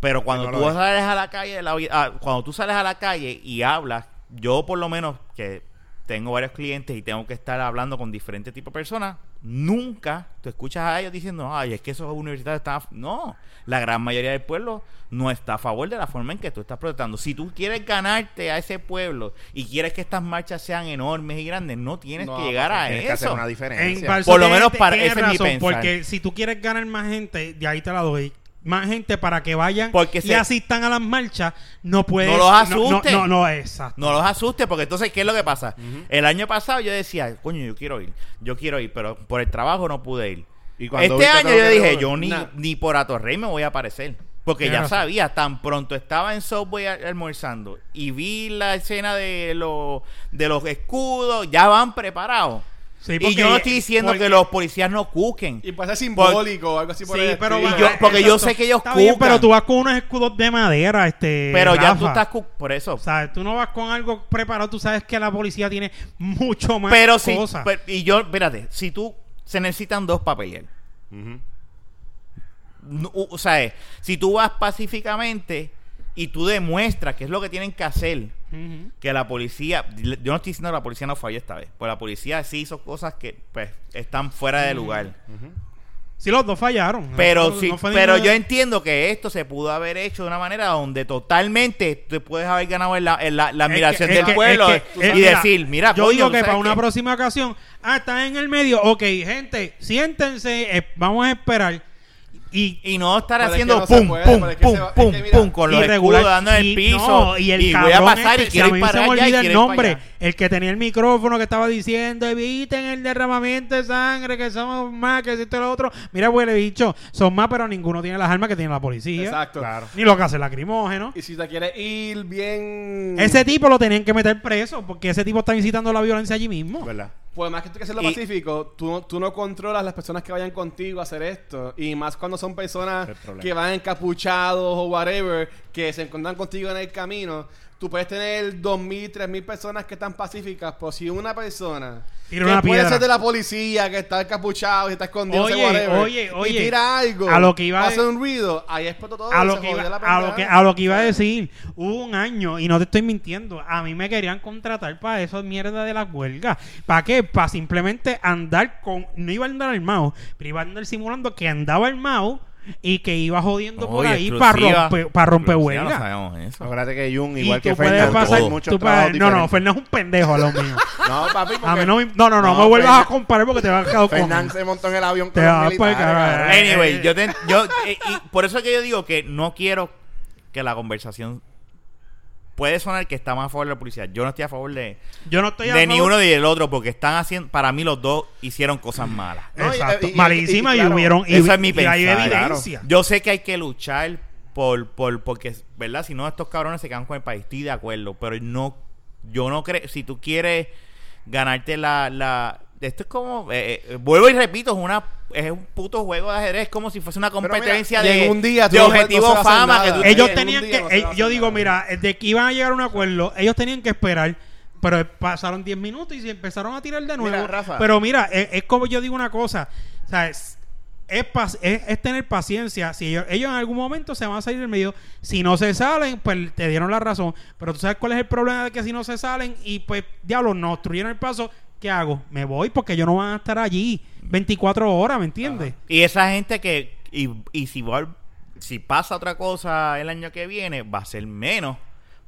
Speaker 1: Pero cuando
Speaker 2: Que no
Speaker 1: tú
Speaker 2: lo es.
Speaker 1: sales a la calle, la vi- ah, cuando tú sales a la calle y hablas, yo por lo menos que tengo varios clientes y tengo que estar hablando con diferentes tipos de personas, nunca tú escuchas a ellos diciendo, ay, es que esos universitarios están... a f-". No, la gran mayoría del pueblo no está a favor de la forma en que tú estás protestando. Si tú quieres ganarte a ese pueblo y quieres que estas marchas sean enormes y grandes, no tienes
Speaker 4: No,
Speaker 1: que llegar a
Speaker 2: Tienes que
Speaker 1: Ah,
Speaker 2: hacer
Speaker 1: eso.
Speaker 2: una
Speaker 3: En
Speaker 2: diferencia.
Speaker 3: Barcelona
Speaker 1: Por lo menos
Speaker 3: te-
Speaker 1: para-
Speaker 3: tienes
Speaker 1: ese es mi pensar.
Speaker 3: Porque si tú quieres ganar más gente, de ahí te la doy. Más gente para que vayan
Speaker 1: Porque
Speaker 3: y
Speaker 1: se-
Speaker 3: asistan a las marchas, no puedes.
Speaker 1: No los asustes.
Speaker 3: No, no, no, exacto.
Speaker 1: No los asustes, porque entonces, ¿qué es lo que pasa? El año pasado yo decía, coño, yo quiero ir, yo quiero ir, pero por el trabajo no pude ir.
Speaker 2: Y cuando
Speaker 1: este
Speaker 2: viste
Speaker 1: año
Speaker 2: todo lo
Speaker 1: yo
Speaker 2: que
Speaker 1: dije,
Speaker 2: logró-
Speaker 1: yo ni,
Speaker 4: Nah.
Speaker 1: ni por Atorrey me voy a aparecer. Porque
Speaker 3: Tienes
Speaker 1: ya
Speaker 3: razón.
Speaker 1: sabía, tan pronto estaba en Subway a- almorzando y vi la escena de, los de los escudos, ya van preparados.
Speaker 3: Sí,
Speaker 1: y
Speaker 3: porque-
Speaker 1: yo no estoy diciendo
Speaker 3: porque-
Speaker 1: que los policías no cuquen.
Speaker 4: Y puede ser simbólico o algo así por
Speaker 3: Sí,
Speaker 4: el
Speaker 3: pero
Speaker 4: estilo.
Speaker 1: Y yo- porque yo sé que ellos
Speaker 3: Está bien,
Speaker 1: cucan.
Speaker 3: pero tú vas con unos escudos de madera, este.
Speaker 1: pero ya tú
Speaker 3: Rafa.
Speaker 1: estás... cu- Por eso.
Speaker 3: O sea, tú no vas con algo preparado, tú sabes que la policía tiene mucho más
Speaker 1: pero si...
Speaker 3: cosas.
Speaker 1: per- y yo, espérate, si tú... Se necesitan dos papeles.
Speaker 2: Ujú.
Speaker 1: No, u- o sea, eh, si tú vas pacíficamente y tú demuestras que es lo que tienen que hacer,
Speaker 3: Ujú.
Speaker 1: que la policía, yo no estoy diciendo que la policía no falló esta vez, pues la policía sí hizo cosas que pues están fuera de lugar.
Speaker 3: Sí, los dos fallaron.
Speaker 1: Pero
Speaker 3: No-
Speaker 1: sí,
Speaker 3: no fue
Speaker 1: pero
Speaker 3: ninguna-
Speaker 1: yo entiendo que esto se pudo haber hecho de una manera donde totalmente tú puedes haber ganado en la, en la- la
Speaker 3: Es
Speaker 1: admiración
Speaker 3: que- es
Speaker 1: del
Speaker 3: que-
Speaker 1: pueblo
Speaker 3: es que- es-
Speaker 1: y
Speaker 3: mira,
Speaker 1: decir, mira,
Speaker 3: yo
Speaker 1: coño,
Speaker 3: digo
Speaker 1: ¿tú
Speaker 3: que
Speaker 1: sabes
Speaker 3: para una
Speaker 1: qué?
Speaker 3: próxima ocasión, ah, está en el medio, ok, gente, siéntense, eh, vamos a esperar y
Speaker 1: y no estar
Speaker 4: Pero es que
Speaker 1: haciendo
Speaker 4: no se
Speaker 1: pum,
Speaker 4: puede,
Speaker 1: pum,
Speaker 4: pero es que
Speaker 1: pum,
Speaker 4: se va- es
Speaker 1: pum,
Speaker 4: que mira,
Speaker 1: pum, con los
Speaker 3: irregular.
Speaker 1: escudos dando en el
Speaker 3: Y-
Speaker 1: piso
Speaker 3: no, y el
Speaker 1: voy a
Speaker 3: cabrón
Speaker 1: pasar
Speaker 3: este,
Speaker 1: y
Speaker 3: si
Speaker 1: quiero
Speaker 3: a
Speaker 1: ir
Speaker 3: mí
Speaker 1: para
Speaker 3: se me
Speaker 1: allá y quiero
Speaker 3: olvida el
Speaker 1: ir para
Speaker 3: nombre,
Speaker 1: allá.
Speaker 3: el que tenía el micrófono que estaba diciendo, eviten el derramamiento de sangre, que somos más, que esto y lo otro. Mira, pues, huele bicho, son más, pero ninguno tiene las armas que tiene la policía.
Speaker 4: Exacto.
Speaker 2: Claro.
Speaker 3: Ni lo que hace el lacrimógeno.
Speaker 4: Y si te quieres ir bien.
Speaker 3: Ese tipo lo tenían que meter preso porque ese tipo está incitando la violencia allí mismo.
Speaker 2: ¿Verdad?
Speaker 4: Pues más que tú que hacerlo
Speaker 1: Y-
Speaker 4: pacífico, tú no, tú no controlas las personas que vayan contigo a hacer esto. Y más cuando son personas
Speaker 2: El problema.
Speaker 4: que van encapuchados o whatever, que se encuentran contigo en el camino. Tú puedes tener 2.000, 3.000 personas que están pacíficas, pero si una persona
Speaker 3: Tira
Speaker 4: que
Speaker 3: una
Speaker 4: puede
Speaker 3: piedra.
Speaker 4: ser de la policía, que está encapuchado, que está escondido, no sé,
Speaker 3: Oye,
Speaker 4: whatever,
Speaker 3: oye, oye.
Speaker 4: y tira algo,
Speaker 3: A lo que iba a-
Speaker 4: hace un ruido, ahí explotó todo,
Speaker 3: a
Speaker 4: y
Speaker 3: lo,
Speaker 4: se
Speaker 3: que
Speaker 4: jodió
Speaker 3: iba,
Speaker 4: la
Speaker 3: a, lo
Speaker 4: pendeja.
Speaker 3: que, a lo que iba a decir, hubo un año, y no te estoy mintiendo, a mí me querían contratar para esa mierda de las huelgas. ¿Para qué? Para simplemente andar con... No iba a andar armado, pero iba a andar simulando que andaba armado y que iba jodiendo por
Speaker 1: Oye,
Speaker 3: ahí para
Speaker 1: exclusiva.
Speaker 3: romper, para romper
Speaker 1: Exclusiva,
Speaker 3: huelga.
Speaker 1: No sabemos eso.
Speaker 2: Acuérdate que Jun,
Speaker 3: Y
Speaker 2: igual que
Speaker 3: tú puedes
Speaker 2: Fernando,
Speaker 3: pasar-
Speaker 2: tuvo muchos
Speaker 3: tú puedes-
Speaker 2: trabajos
Speaker 3: no, no,
Speaker 2: diferentes.
Speaker 3: Fernando es un pendejo a lo mío.
Speaker 2: No, papi, porque
Speaker 3: A mí no, me- no, no, no,
Speaker 2: No,
Speaker 3: me vuelvas
Speaker 2: Fernan-
Speaker 3: a comparar porque te vas a quedar con...
Speaker 2: Fernan se montó en el avión
Speaker 3: Te
Speaker 2: con los
Speaker 3: vas pa'l
Speaker 2: militares,
Speaker 3: carajo.
Speaker 2: cabrón.
Speaker 1: Anyway, yo, te- yo eh, y por eso es que yo digo que no quiero que la conversación puede sonar que estamos a favor de la policía. Yo no estoy a favor de,
Speaker 3: Yo no estoy a
Speaker 1: de ni
Speaker 3: favor-
Speaker 1: uno ni del otro porque están haciendo, para mí los dos hicieron cosas malas.
Speaker 2: No, y-
Speaker 3: Exacto.
Speaker 2: y- y-
Speaker 3: Malísima y,
Speaker 2: y claro,
Speaker 3: hubieron... y-
Speaker 1: Eso es mi
Speaker 3: y hay
Speaker 1: pensar.
Speaker 3: evidencia.
Speaker 1: Yo sé que hay que luchar por, por, porque, ¿verdad? Si no, estos cabrones se quedan con el país. Estoy de acuerdo, pero no, yo no creo, si tú quieres ganarte la, la esto es como, eh, eh, vuelvo y repito, es una es un puto juego de ajedrez, como si fuese una
Speaker 2: mira,
Speaker 1: competencia
Speaker 4: y en
Speaker 1: de,
Speaker 4: un día tú
Speaker 1: de
Speaker 4: no- no
Speaker 1: objetivo
Speaker 4: se va a hacer
Speaker 1: fama.
Speaker 4: nada.
Speaker 1: Que tú
Speaker 4: Ey,
Speaker 3: Ellos
Speaker 4: Algún
Speaker 3: tenían
Speaker 4: día
Speaker 3: que,
Speaker 4: no se va a
Speaker 3: eh, yo
Speaker 4: hacer
Speaker 3: digo,
Speaker 4: nada.
Speaker 3: mira, de que iban a llegar a un acuerdo, ellos tenían que esperar, pero eh, pasaron 10 minutos y se empezaron a tirar de nuevo.
Speaker 2: Mira, Rafa.
Speaker 3: Pero mira, es, es como yo digo una cosa, o sea, es, es pas- es- es tener paciencia. Si ellos, ellos en algún momento se van a salir del medio, si no se salen, pues te dieron la razón. Pero tú sabes cuál es el problema de que si no se salen y pues, diablo, no obstruyeron el paso, ¿qué hago? Me voy porque ellos no van a estar allí 24 horas, ¿me entiendes?
Speaker 1: Y esa gente que. Y, y si, va- si pasa otra cosa el año que viene, va a ser menos.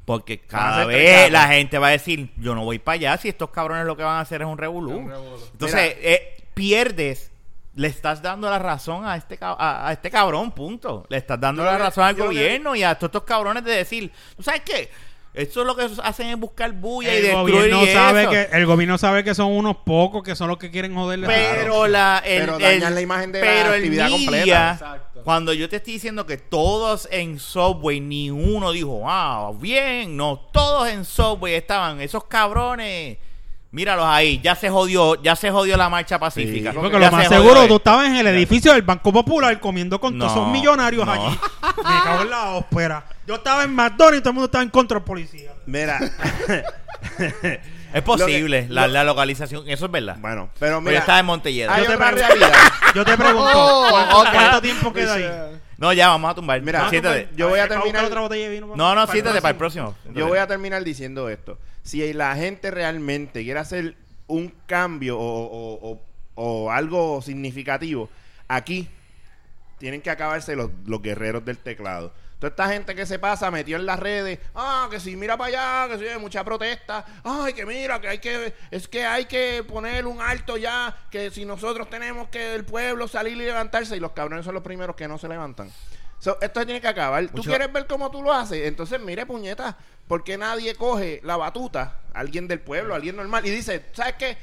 Speaker 1: Porque cada
Speaker 2: ser tres
Speaker 1: vez
Speaker 2: cabrones.
Speaker 1: la gente va a decir: Yo no voy para allá si estos cabrones lo que van a hacer es un revolú.
Speaker 3: uh.
Speaker 4: Un revolú.
Speaker 1: Entonces, eh, pierdes. Le estás dando la razón a este, cab- a, a este cabrón, punto. Le estás dando
Speaker 2: Yo
Speaker 1: la
Speaker 2: lo que-
Speaker 1: razón al
Speaker 2: yo lo que-
Speaker 1: gobierno y a todos estos cabrones de decir: ¿Tú sabes qué? Esto es lo que hacen es buscar bulla y
Speaker 3: el
Speaker 1: destruir
Speaker 3: gobierno
Speaker 1: y
Speaker 3: sabe
Speaker 1: eso".
Speaker 3: que el gobierno sabe que son unos pocos que son los que quieren joderle a la-
Speaker 1: Pero la, el,
Speaker 2: Pero dañan
Speaker 1: el-
Speaker 2: la imagen de la
Speaker 1: pero el
Speaker 2: actividad
Speaker 1: media,
Speaker 2: completa.
Speaker 4: Exacto.
Speaker 1: Cuando yo te estoy diciendo que todos en Subway, ni uno dijo, ah, bien, no, todos en Subway estaban, esos cabrones. Míralos ahí, ya se jodió, ya se jodió la marcha pacífica.
Speaker 2: Sí,
Speaker 1: Ya
Speaker 3: porque lo más
Speaker 1: se jodió
Speaker 3: seguro,
Speaker 1: esto.
Speaker 3: tú estabas en el edificio del Banco Popular comiendo con todos esos
Speaker 1: No,
Speaker 3: millonarios
Speaker 1: no.
Speaker 3: allí. Me cago en la ópera. Yo estaba en McDonald's y todo el mundo estaba en contra del policía.
Speaker 2: Mira,
Speaker 1: Es posible, la, la localización, eso es verdad.
Speaker 2: bueno, pero
Speaker 1: Pero yo
Speaker 2: mira,
Speaker 1: estaba en Montelleda.
Speaker 2: hay
Speaker 3: Yo te
Speaker 2: otra
Speaker 3: pregunto.
Speaker 2: realidad.
Speaker 3: Yo te pregunto,
Speaker 2: Oh,
Speaker 3: ¿cuánto,
Speaker 2: ok.
Speaker 3: cuánto tiempo queda ahí?
Speaker 1: No, ya, vamos a tumbar.
Speaker 2: Mira,
Speaker 1: No, siéntate.
Speaker 2: yo voy a
Speaker 3: ver,
Speaker 2: terminar-
Speaker 3: buscar otra botella de vino para-
Speaker 1: No, no,
Speaker 3: para el
Speaker 1: siéntate para el
Speaker 3: próximo.
Speaker 1: próximo.
Speaker 2: Yo voy a terminar diciendo esto. Si la gente realmente quiere hacer un cambio o, o- o- o algo significativo, aquí tienen que acabarse los, los guerreros del teclado. Toda esta gente que se pasa metió en las redes, ah, que si mira para allá, que si hay mucha protesta, ay, que mira, que hay que, es que hay que poner un alto ya, que si nosotros tenemos que el pueblo salir y levantarse, y los cabrones son los primeros que no se levantan. So, esto tiene que acabar. ¿Tú
Speaker 1: Mucho-
Speaker 2: quieres ver cómo tú lo haces? Entonces, mire, puñeta, porque nadie coge la batuta, alguien del pueblo, alguien normal, y dice, ¿sabes qué?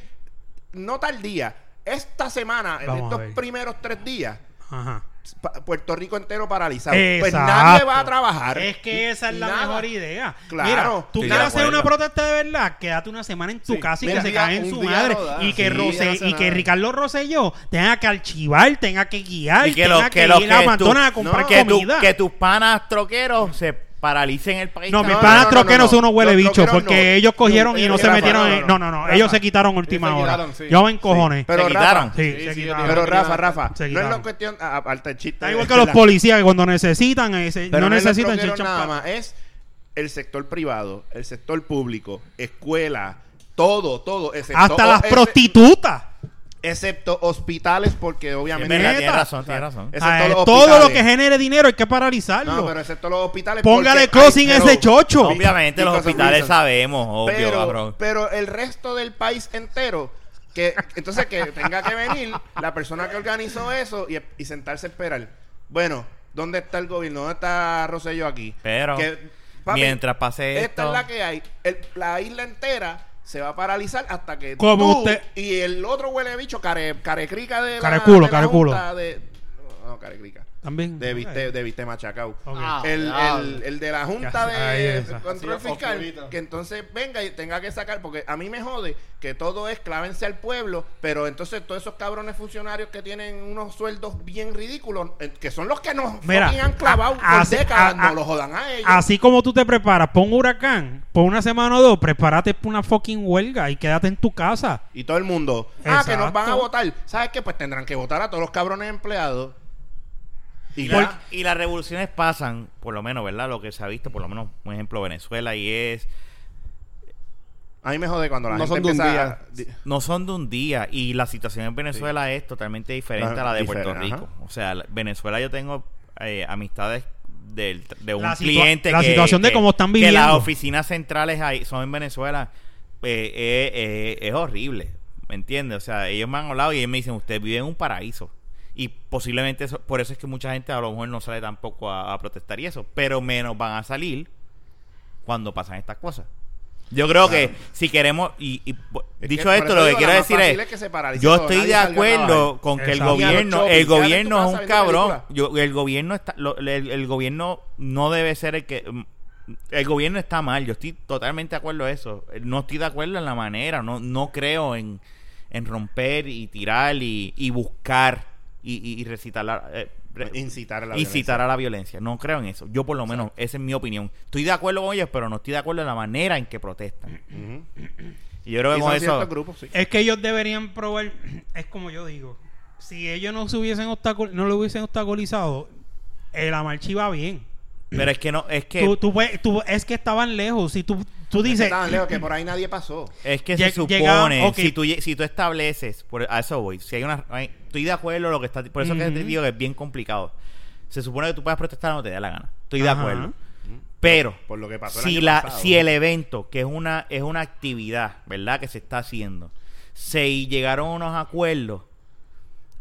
Speaker 2: No tal día, esta semana, en
Speaker 3: Vamos a
Speaker 2: estos
Speaker 3: ver.
Speaker 2: primeros tres días,
Speaker 3: Ajá.
Speaker 2: pa- Puerto Rico entero paralizado. Pues
Speaker 3: Exacto.
Speaker 2: nadie va a trabajar.
Speaker 3: Es que esa es la
Speaker 2: Nada.
Speaker 3: mejor idea.
Speaker 2: Claro.
Speaker 3: Mira, tú
Speaker 1: Estoy de
Speaker 3: quieres hacer
Speaker 1: acuerdo.
Speaker 3: una protesta de verdad, quédate una semana en tu
Speaker 4: Sí.
Speaker 3: casa y
Speaker 4: Mira,
Speaker 3: que se
Speaker 4: día-
Speaker 3: cae en
Speaker 4: un
Speaker 3: su
Speaker 4: día
Speaker 3: madre.
Speaker 4: no da.
Speaker 3: y que
Speaker 4: Sí,
Speaker 3: Rose-
Speaker 4: no hace
Speaker 3: y que
Speaker 4: nada.
Speaker 3: Ricardo Rosselló tenga que archivar, tenga que guiar,
Speaker 1: y que
Speaker 3: tenga
Speaker 1: los
Speaker 3: que,
Speaker 1: que los
Speaker 3: ir a
Speaker 1: que tú-
Speaker 3: McDonald's a comprar
Speaker 2: no,
Speaker 1: que, tú-
Speaker 3: comida.
Speaker 1: que tus panas troqueros se paralicen el país.
Speaker 3: No, mis
Speaker 1: también.
Speaker 2: no,
Speaker 3: panas
Speaker 2: no,
Speaker 3: troqueros
Speaker 2: no,
Speaker 3: son unos
Speaker 2: no.
Speaker 3: huele
Speaker 2: Los
Speaker 3: bicho
Speaker 2: troqueros
Speaker 3: porque
Speaker 2: no.
Speaker 3: ellos cogieron y no
Speaker 2: Ellos
Speaker 3: se
Speaker 2: se
Speaker 3: metieron
Speaker 2: quitaron,
Speaker 3: en... No, no, no. Ellos se quitaron a última
Speaker 4: se
Speaker 3: hora.
Speaker 4: quitaron, sí.
Speaker 3: Yo en cojones.
Speaker 2: Pero
Speaker 1: Se
Speaker 2: Rafa,
Speaker 1: quitaron.
Speaker 3: Sí,
Speaker 4: Sí,
Speaker 3: se
Speaker 4: sí,
Speaker 3: quitaron.
Speaker 2: pero Rafa,
Speaker 4: Se
Speaker 2: Rafa, no es
Speaker 3: quitaron.
Speaker 2: la cuestión, a- aparte el chiste.
Speaker 3: Está
Speaker 2: de-
Speaker 3: igual que
Speaker 2: de
Speaker 3: los
Speaker 2: la-
Speaker 3: policías que cuando necesitan, ese-
Speaker 2: pero
Speaker 3: no
Speaker 2: es los
Speaker 3: necesitan
Speaker 2: troqueros
Speaker 3: chicha
Speaker 2: nada
Speaker 3: pa-
Speaker 2: más, es el sector privado, el sector público, escuela, todo, todo. Excepto,
Speaker 3: Hasta
Speaker 2: o-
Speaker 3: las
Speaker 2: ese-
Speaker 3: prostitutas.
Speaker 2: Excepto hospitales, porque
Speaker 1: Es
Speaker 2: obviamente.
Speaker 1: verdad,
Speaker 3: Neta.
Speaker 1: tienes razón, tienes razón.
Speaker 2: Es-
Speaker 3: Ah,
Speaker 2: todos los
Speaker 3: todo lo
Speaker 2: hospitales.
Speaker 3: que genere dinero hay que paralizarlo.
Speaker 2: No, pero excepto los hospitales.
Speaker 3: Póngale
Speaker 2: porque-
Speaker 3: closing
Speaker 2: Ay,
Speaker 3: a
Speaker 2: pero-
Speaker 3: ese chocho.
Speaker 1: Obviamente los
Speaker 2: Because of
Speaker 1: hospitales
Speaker 2: reasons.
Speaker 1: sabemos, obvio,
Speaker 2: pero,
Speaker 1: cabrón.
Speaker 2: pero el resto del país entero que entonces que tenga que venir la persona que organizó eso y, y sentarse a esperar bueno dónde está el gobierno dónde está Rosello aquí
Speaker 1: Pero,
Speaker 2: Que,
Speaker 1: mientras pase esto-
Speaker 2: esta es la que hay El- la isla entera se va a paralizar hasta que
Speaker 3: Como
Speaker 2: tú
Speaker 3: usted-
Speaker 2: y el otro huele bicho care carecrica de la-
Speaker 3: Careculo,
Speaker 2: de la
Speaker 3: careculo.
Speaker 2: junta de- no carecrica
Speaker 3: También.
Speaker 2: de viste de viste machacao
Speaker 3: Ok.
Speaker 4: Ah,
Speaker 2: el,
Speaker 4: ya.
Speaker 2: el, el de la
Speaker 3: Ya,
Speaker 2: Junta
Speaker 3: ahí
Speaker 2: de
Speaker 3: está.
Speaker 2: Control
Speaker 4: Sí,
Speaker 2: Fiscal,
Speaker 4: oscurito.
Speaker 2: que entonces venga y tenga que sacar, porque a mí me jode que todo es clávense al pueblo, pero entonces todos esos cabrones funcionarios que tienen unos sueldos bien ridículos, eh, que son los que nos
Speaker 3: Mira,
Speaker 2: fucking han clavado
Speaker 3: a-
Speaker 2: por
Speaker 3: así-
Speaker 2: décadas,
Speaker 3: a- a-
Speaker 2: no los jodan a ellos.
Speaker 3: Así como tú te preparas por un huracán, por una semana o dos, prepárate para una fucking huelga y quédate en tu casa.
Speaker 2: y todo el mundo, ah, que nos van a
Speaker 3: Exacto.
Speaker 2: votar. ¿Sabes qué? Pues tendrán que votar a todos los cabrones empleados.
Speaker 1: Y,
Speaker 2: Por-
Speaker 1: la- y las revoluciones pasan, por lo menos, ¿verdad? Lo que se ha visto, por lo menos, un ejemplo, Venezuela y es...
Speaker 2: A mí me jode cuando la
Speaker 4: No
Speaker 2: gente
Speaker 4: son de un
Speaker 2: empieza
Speaker 4: día.
Speaker 2: a- di-
Speaker 1: No son de un día y la situación en Venezuela es totalmente diferente
Speaker 2: Claro,
Speaker 1: a la de
Speaker 2: diferente,
Speaker 1: Puerto Rico. O sea, la- Venezuela yo tengo eh, amistades del- de un
Speaker 3: La situa-
Speaker 1: cliente
Speaker 3: la
Speaker 1: que-
Speaker 3: situación de
Speaker 1: que-
Speaker 3: cómo están
Speaker 1: Que las
Speaker 3: viviendo.
Speaker 1: oficinas centrales ahí son en Venezuela. eh, eh, eh, es horrible, ¿me entiendes? O sea, ellos me han hablado y ellos me dicen, usted vive en un paraíso. Y posiblemente eso- por eso es que mucha gente a lo mejor no sale tampoco a, a protestar y eso. Pero menos van a salir cuando pasan estas cosas. Yo creo que si queremos, y, y po-
Speaker 2: Es
Speaker 1: Dicho
Speaker 2: por
Speaker 1: esto,
Speaker 2: eso
Speaker 1: lo que
Speaker 2: digo, la
Speaker 1: quiero
Speaker 2: más
Speaker 1: decir
Speaker 2: fácil
Speaker 1: es,
Speaker 2: que se paralice
Speaker 1: Yo
Speaker 2: todo,
Speaker 1: estoy
Speaker 2: nadie
Speaker 1: de
Speaker 2: salga a
Speaker 1: acuerdo
Speaker 2: trabajar.
Speaker 1: con que el
Speaker 3: Exacto.
Speaker 2: Ni a los
Speaker 1: gobierno,
Speaker 2: shopping,
Speaker 1: el
Speaker 2: quédate en tu
Speaker 1: gobierno es
Speaker 2: casa
Speaker 1: un
Speaker 2: viendo
Speaker 1: cabrón.
Speaker 2: películas.
Speaker 1: Yo- el gobierno está, lo- el, el gobierno no debe ser el que, mm, el gobierno está mal. Yo estoy totalmente de acuerdo a eso. No estoy de acuerdo en la manera. No, no creo en, en romper y tirar y, y buscar y, y- y recitar la, eh, re-
Speaker 2: Incitar a la
Speaker 1: incitar a la violencia. No creo en eso. Yo por lo menos, esa es mi opinión. Estoy de acuerdo con ellos, pero no estoy de acuerdo en la manera en que protestan.
Speaker 2: violencia. Ujú.
Speaker 1: Y yo creo
Speaker 2: Y
Speaker 1: que
Speaker 2: son
Speaker 1: con
Speaker 2: ciertos
Speaker 1: eso...
Speaker 2: grupos, sí.
Speaker 3: Es que ellos deberían probar, es como yo digo, si ellos no se hubiesen obstacul- no lo hubiesen obstaculizado, eh, la marcha iba bien.
Speaker 1: Pero es que no, es que...
Speaker 3: Tú, tú puedes- tú- es que estaban lejos. Si tú, tú dices,
Speaker 2: Estaban lejos, que por ahí nadie pasó.
Speaker 1: Es que
Speaker 3: Lleg-
Speaker 1: se supone,
Speaker 3: llegaba- ok.
Speaker 1: si, tú, lle- si tú estableces, por, a eso voy, si hay una... hay- estoy de acuerdo lo que está... Por eso que te
Speaker 3: Ujú.
Speaker 1: digo que es bien complicado. Se supone que tú puedes protestar no te da la gana. Estoy de
Speaker 3: Ajá.
Speaker 1: acuerdo. Pero,
Speaker 2: Por lo que pasó el
Speaker 1: si,
Speaker 2: año
Speaker 1: la,
Speaker 2: pasado.
Speaker 1: si el evento, que es una, es una actividad, ¿verdad? Que se está haciendo, se llegaron a unos acuerdos,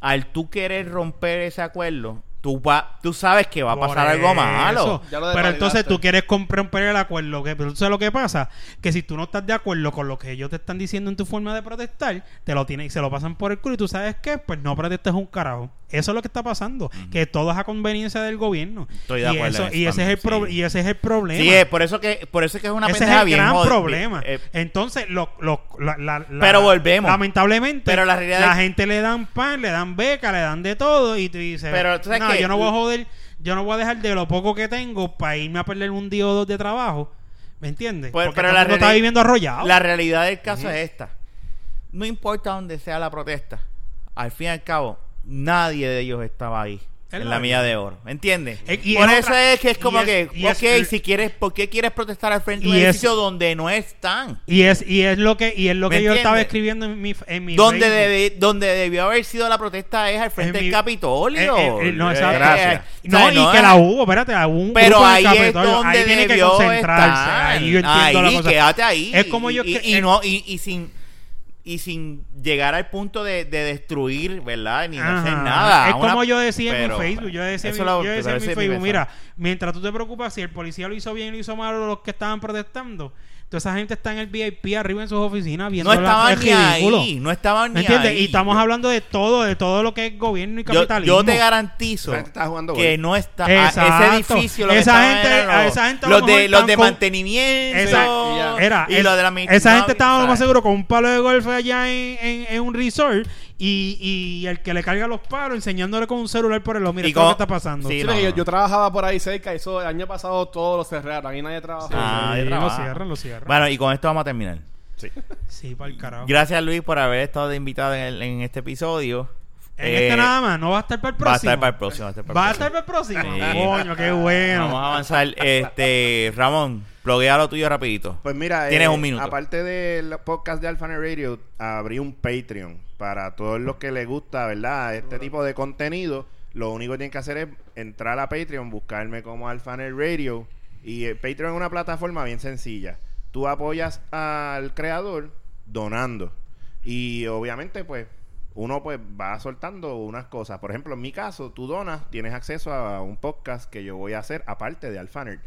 Speaker 1: al tú querer romper ese acuerdo, tú, va, tú sabes que va a
Speaker 3: Por
Speaker 1: pasar algo
Speaker 3: eso.
Speaker 1: malo.
Speaker 4: Ya lo
Speaker 3: Pero entonces
Speaker 4: desvalidaste.
Speaker 3: tú quieres comprar romper el acuerdo. Que, pero tú sabes lo que pasa: que si tú no estás de acuerdo con lo que ellos te están diciendo en tu forma de protestar, te lo tienen y se lo pasan por el culo. Y tú sabes qué, pues no protestes un carajo. Eso es lo que está pasando: que todo es a conveniencia del gobierno.
Speaker 1: Estoy de
Speaker 3: y,
Speaker 1: acuerdo en
Speaker 3: eso-
Speaker 1: eso
Speaker 3: y, ese es el
Speaker 1: también,
Speaker 3: pro-
Speaker 1: sí.
Speaker 3: y ese es el problema.
Speaker 1: Sí, es por eso que, por eso que es una
Speaker 3: Ese es
Speaker 1: pendeja
Speaker 3: el
Speaker 1: bien
Speaker 3: gran
Speaker 1: jod-
Speaker 3: problema.
Speaker 1: eh,
Speaker 3: Entonces, lo- lo- la- la- la-
Speaker 1: Pero volvemos.
Speaker 3: Lamentablemente,
Speaker 1: Pero la realidad es-
Speaker 3: gente le dan pan, le dan beca, le dan de todo y tú dices,
Speaker 1: Pero tú sabes
Speaker 3: "No,
Speaker 1: que-
Speaker 3: yo no voy a joder, yo no voy a dejar de lo poco que tengo para irme a perder un día o dos de trabajo. ¿Me entiendes?
Speaker 1: Pues,
Speaker 3: Porque
Speaker 1: pero
Speaker 3: todo
Speaker 1: la
Speaker 3: el mundo está
Speaker 1: reali-
Speaker 3: viviendo arrollado.
Speaker 1: La realidad del caso es esta. No importa dónde sea la protesta, al fin y al cabo, nadie de ellos estaba ahí.
Speaker 3: Es
Speaker 1: en
Speaker 3: la
Speaker 1: la
Speaker 3: verdad.
Speaker 1: milla de oro, ¿entiendes?
Speaker 3: Eh, y
Speaker 1: Por
Speaker 3: es
Speaker 1: eso
Speaker 3: otra-
Speaker 1: es que es como
Speaker 3: y
Speaker 1: que,
Speaker 3: es- y es-
Speaker 1: ok, si quieres, ¿por qué quieres protestar al frente de
Speaker 3: y
Speaker 1: un
Speaker 3: es-
Speaker 1: edificio donde no están?
Speaker 3: Y es y es lo que y es lo
Speaker 1: ¿Me
Speaker 3: que yo estaba
Speaker 1: entiendes?
Speaker 3: escribiendo en mi en mi
Speaker 1: Donde,
Speaker 3: Facebook.
Speaker 1: debe- donde debió haber sido la protesta es al frente
Speaker 3: mi-
Speaker 1: del Capitolio.
Speaker 3: Eh, eh, eh, no, exacto.
Speaker 1: Gracias.
Speaker 3: No,
Speaker 1: O sea,
Speaker 3: y que la hubo, espérate, la hubo un
Speaker 1: Pero
Speaker 3: grupo en
Speaker 1: ahí es
Speaker 3: Capitolio.
Speaker 1: donde
Speaker 3: ahí tiene que
Speaker 1: debió
Speaker 3: concentrarse.
Speaker 1: estar.
Speaker 3: Ahí yo entiendo
Speaker 1: Ahí,
Speaker 3: la cosa.
Speaker 1: quédate ahí.
Speaker 3: Es como yo
Speaker 1: y,
Speaker 3: que-
Speaker 1: y
Speaker 3: eh,
Speaker 1: no y, y sin y sin llegar al punto de, de destruir, ¿verdad? Ni
Speaker 3: Ajá.
Speaker 1: hacer nada.
Speaker 3: Es
Speaker 1: Una-
Speaker 3: como yo decía en mi
Speaker 1: pero,
Speaker 3: Facebook. Yo decía, en
Speaker 1: eso
Speaker 3: mi-
Speaker 1: lo-
Speaker 3: yo decía en
Speaker 1: ese
Speaker 3: mi
Speaker 1: es mi
Speaker 3: Facebook, mira,
Speaker 1: pensar.
Speaker 3: mientras tú te preocupas si el policía lo hizo bien lo hizo mal o los que estaban protestando, toda esa gente está en el VIP arriba en sus oficinas
Speaker 1: No
Speaker 3: viendo la-
Speaker 1: estaban
Speaker 3: es
Speaker 1: ni
Speaker 3: ridículo.
Speaker 1: ahí. No estaban ni
Speaker 3: ¿Me entiendes?
Speaker 1: ahí.
Speaker 3: Y estamos hablando de todo, de todo lo que es gobierno y
Speaker 1: yo,
Speaker 3: capitalismo.
Speaker 1: yo te garantizo
Speaker 2: La gente está jugando
Speaker 1: que
Speaker 2: golf.
Speaker 1: no está a
Speaker 3: Exacto.
Speaker 1: ese edificio lo que
Speaker 3: Esa
Speaker 1: estaban
Speaker 3: gente-
Speaker 1: eran los,
Speaker 3: a esa gente a lo
Speaker 1: los de
Speaker 3: mejor
Speaker 1: los
Speaker 3: están
Speaker 1: de
Speaker 3: con-
Speaker 1: mantenimiento
Speaker 3: Esa- Era,
Speaker 1: y
Speaker 3: es-
Speaker 1: lo de la
Speaker 3: esa gente estaba lo
Speaker 1: ¿sabes?
Speaker 3: más seguro con un palo de golf allá en, en- en un resort y, y el que le carga los palos enseñándole con un celular por el ojo. Mira,
Speaker 1: Y
Speaker 3: esto es lo
Speaker 1: con-
Speaker 3: que está pasando.
Speaker 1: Sí,
Speaker 4: Sí,
Speaker 1: no,
Speaker 4: porque yo,
Speaker 1: no.
Speaker 4: yo trabajaba por ahí cerca, eso el año pasado todo lo cerraron, ahí nadie trabajó.
Speaker 1: Sí. Ah, de
Speaker 3: lo
Speaker 1: trabajo.
Speaker 3: cierran, lo cierran.
Speaker 1: Bueno, y con esto vamos a terminar.
Speaker 3: Sí, para el carajo.
Speaker 1: Gracias Luis por haber estado de invitado en, el- en este episodio.
Speaker 3: En
Speaker 1: Eh,
Speaker 3: este nada más, no va a estar para el próximo.
Speaker 1: Va a estar para el próximo. Va a estar para el
Speaker 3: ¿Va a
Speaker 1: próximo.
Speaker 3: estar para el próximo?
Speaker 1: Sí.
Speaker 3: Coño, qué bueno.
Speaker 1: Vamos a avanzar. Este, Ramón, bloguea lo tuyo rapidito.
Speaker 2: Pues mira,
Speaker 1: Tienes un minuto.
Speaker 2: aparte del podcast de Alphanet Radio, abrí un Patreon para todos los que les gusta, ¿verdad? Este tipo de contenido. Lo único que tienen que hacer es entrar a Patreon, buscarme como Alphanet Radio. Y eh, Patreon es una plataforma bien sencilla. Tú apoyas al creador donando. Y obviamente, pues, uno pues va soltando unas cosas. Por ejemplo, en mi caso, tú donas, tienes acceso a un podcast que yo voy a hacer aparte de Alphanet.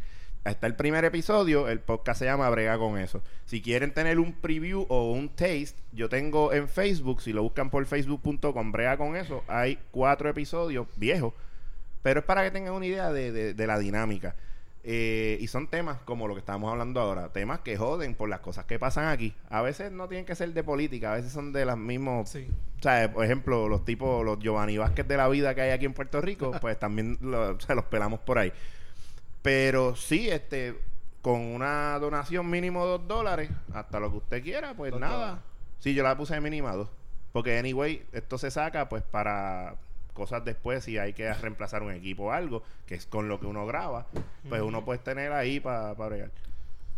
Speaker 2: Está el primer episodio, el podcast se llama Brega con eso. Si quieren tener un preview o un taste, yo tengo en Facebook, si lo buscan por facebook.com, Brega con eso, hay cuatro episodios viejos pero es para que tengan una idea de, de- de la dinámica. Eh, y son temas como lo que estamos hablando ahora, temas que joden por las cosas que pasan aquí. A veces no tienen que ser de política, a veces son de las mismos...
Speaker 3: Sí.
Speaker 2: o sea, eh, Por ejemplo, los tipos, los Giovanni Vázquez de la vida que hay aquí en Puerto Rico, pues también lo- o sea, los pelamos por ahí. Pero sí, este, con una donación mínimo dos dólares, hasta lo que usted quiera, pues
Speaker 4: Dos
Speaker 2: nada.
Speaker 4: dólares.
Speaker 2: Sí, yo la puse de mínima dos. Porque anyway, esto se saca pues para cosas después si hay que reemplazar un equipo o algo, que es con lo que uno graba, pues uno puede tener ahí para bregar.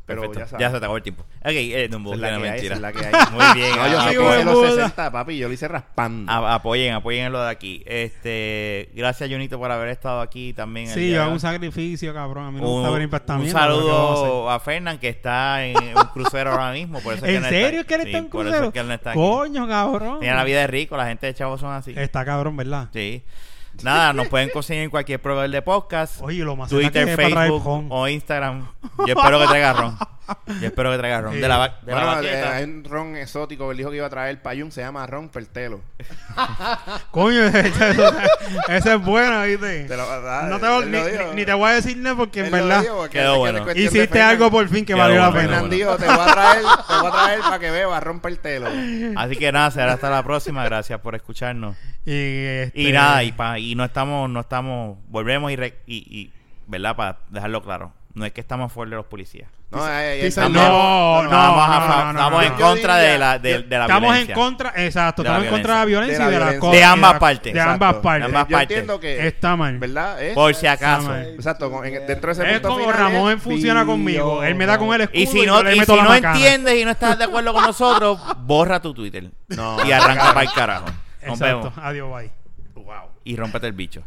Speaker 2: Pero
Speaker 1: Perfecto. Ya,
Speaker 2: ya sabes.
Speaker 1: se te acabó el tiempo. Ok, eh, no,
Speaker 2: esa es la
Speaker 1: no,
Speaker 2: que hay, esa
Speaker 1: mentira.
Speaker 2: es la que hay.
Speaker 1: Muy bien.
Speaker 2: No, yo
Speaker 1: ah,
Speaker 2: no
Speaker 3: Hijo
Speaker 2: puse
Speaker 3: de
Speaker 2: pues, los
Speaker 3: puta.
Speaker 2: 60, papi, yo lo hice raspando.
Speaker 1: a- apoyen, apoyen lo de aquí. Este, gracias, Junito, por haber estado aquí también. el
Speaker 3: Sí,
Speaker 1: día
Speaker 3: yo
Speaker 1: de
Speaker 3: hago
Speaker 1: hoy.
Speaker 3: un sacrificio, cabrón. A mí no me
Speaker 1: Un,
Speaker 3: gusta venir para esta
Speaker 1: un
Speaker 3: mierda, pero ¿qué vamos a hacer?
Speaker 1: saludo a Fernán que está en un crucero ahora mismo. Por eso es
Speaker 3: ¿En
Speaker 1: que
Speaker 3: serio
Speaker 1: no
Speaker 3: que él está
Speaker 1: Sí,
Speaker 3: en
Speaker 1: por
Speaker 3: crucero?
Speaker 1: eso es que él no está aquí.
Speaker 3: Coño, cabrón.
Speaker 1: Mira la vida de rico, la gente de chavos son así.
Speaker 3: Está cabrón, ¿verdad?
Speaker 1: Sí. Nada, nos pueden conseguir en cualquier proveedor de podcast.
Speaker 3: Oye, lo más
Speaker 1: Twitter,
Speaker 3: que es para traer
Speaker 1: Facebook
Speaker 3: Ron.
Speaker 1: o Instagram. Yo espero que traiga ron. Yo espero que traiga ron. De la, ba- de la
Speaker 2: Bueno, eh,
Speaker 1: baqueta.
Speaker 2: hay un ron exótico que él dijo que iba a traer el payún, se llama ron pertelo.
Speaker 3: Coño, esa es buena, ¿viste?
Speaker 2: Te lo-
Speaker 3: no te
Speaker 2: él
Speaker 3: voy-
Speaker 2: lo
Speaker 3: ni,
Speaker 2: dijo.
Speaker 3: ni- ni te voy a decir nada porque en
Speaker 2: Él lo
Speaker 3: verdad
Speaker 2: dijo porque
Speaker 1: Quedó
Speaker 2: es que
Speaker 1: bueno.
Speaker 2: es cuestión de
Speaker 3: hiciste
Speaker 2: Fernan.
Speaker 3: algo por fin que
Speaker 1: Quedó
Speaker 3: valió la
Speaker 1: bueno,
Speaker 3: pena.
Speaker 2: Fernan dijo, te voy a traer, te voy a traer para que bebas ron pertelo.
Speaker 1: Así que nada, será hasta la próxima. Gracias por escucharnos.
Speaker 3: Y,
Speaker 1: Y
Speaker 3: este,
Speaker 1: nada, y, pa- y no estamos, no estamos, volvemos y, re- y, y- ¿verdad? Para dejarlo claro. No es que estamos a favor de los policías.
Speaker 2: No, eh, eh,
Speaker 4: dice
Speaker 2: también-
Speaker 3: no, no,
Speaker 1: Estamos a
Speaker 3: no,
Speaker 1: fa-
Speaker 3: no, no,
Speaker 1: estamos
Speaker 3: no.
Speaker 1: en
Speaker 2: Yo
Speaker 1: contra
Speaker 2: diría-
Speaker 1: de la, de, de la
Speaker 3: estamos
Speaker 1: violencia.
Speaker 3: en contra, exacto,
Speaker 1: De la
Speaker 3: estamos en contra de la violencia y de las
Speaker 2: De
Speaker 3: cosas.
Speaker 1: ambas
Speaker 3: y la-
Speaker 1: partes.
Speaker 3: De ambas
Speaker 2: Exacto.
Speaker 1: De
Speaker 3: partes.
Speaker 1: ambas
Speaker 2: yo
Speaker 1: partes.
Speaker 2: entiendo que
Speaker 3: Está mal.
Speaker 2: ¿verdad? Es-
Speaker 1: Por si acaso.
Speaker 3: Está mal.
Speaker 2: Exacto, con- en- dentro de ese
Speaker 3: Es
Speaker 2: punto
Speaker 3: como
Speaker 2: final
Speaker 3: Ramón
Speaker 2: es-
Speaker 3: funciona conmigo. Él me da con el escudo.
Speaker 1: Y si
Speaker 3: yo
Speaker 1: no,
Speaker 3: le
Speaker 1: y
Speaker 3: meto
Speaker 1: si
Speaker 3: la
Speaker 1: no
Speaker 3: macana.
Speaker 1: entiendes y no estás de acuerdo con nosotros, borra tu Twitter.
Speaker 2: No.
Speaker 1: Y arranca para el carajo. Nos
Speaker 3: Exacto.
Speaker 1: vemos.
Speaker 3: Adiós, bye.
Speaker 1: Y rómpete el bicho.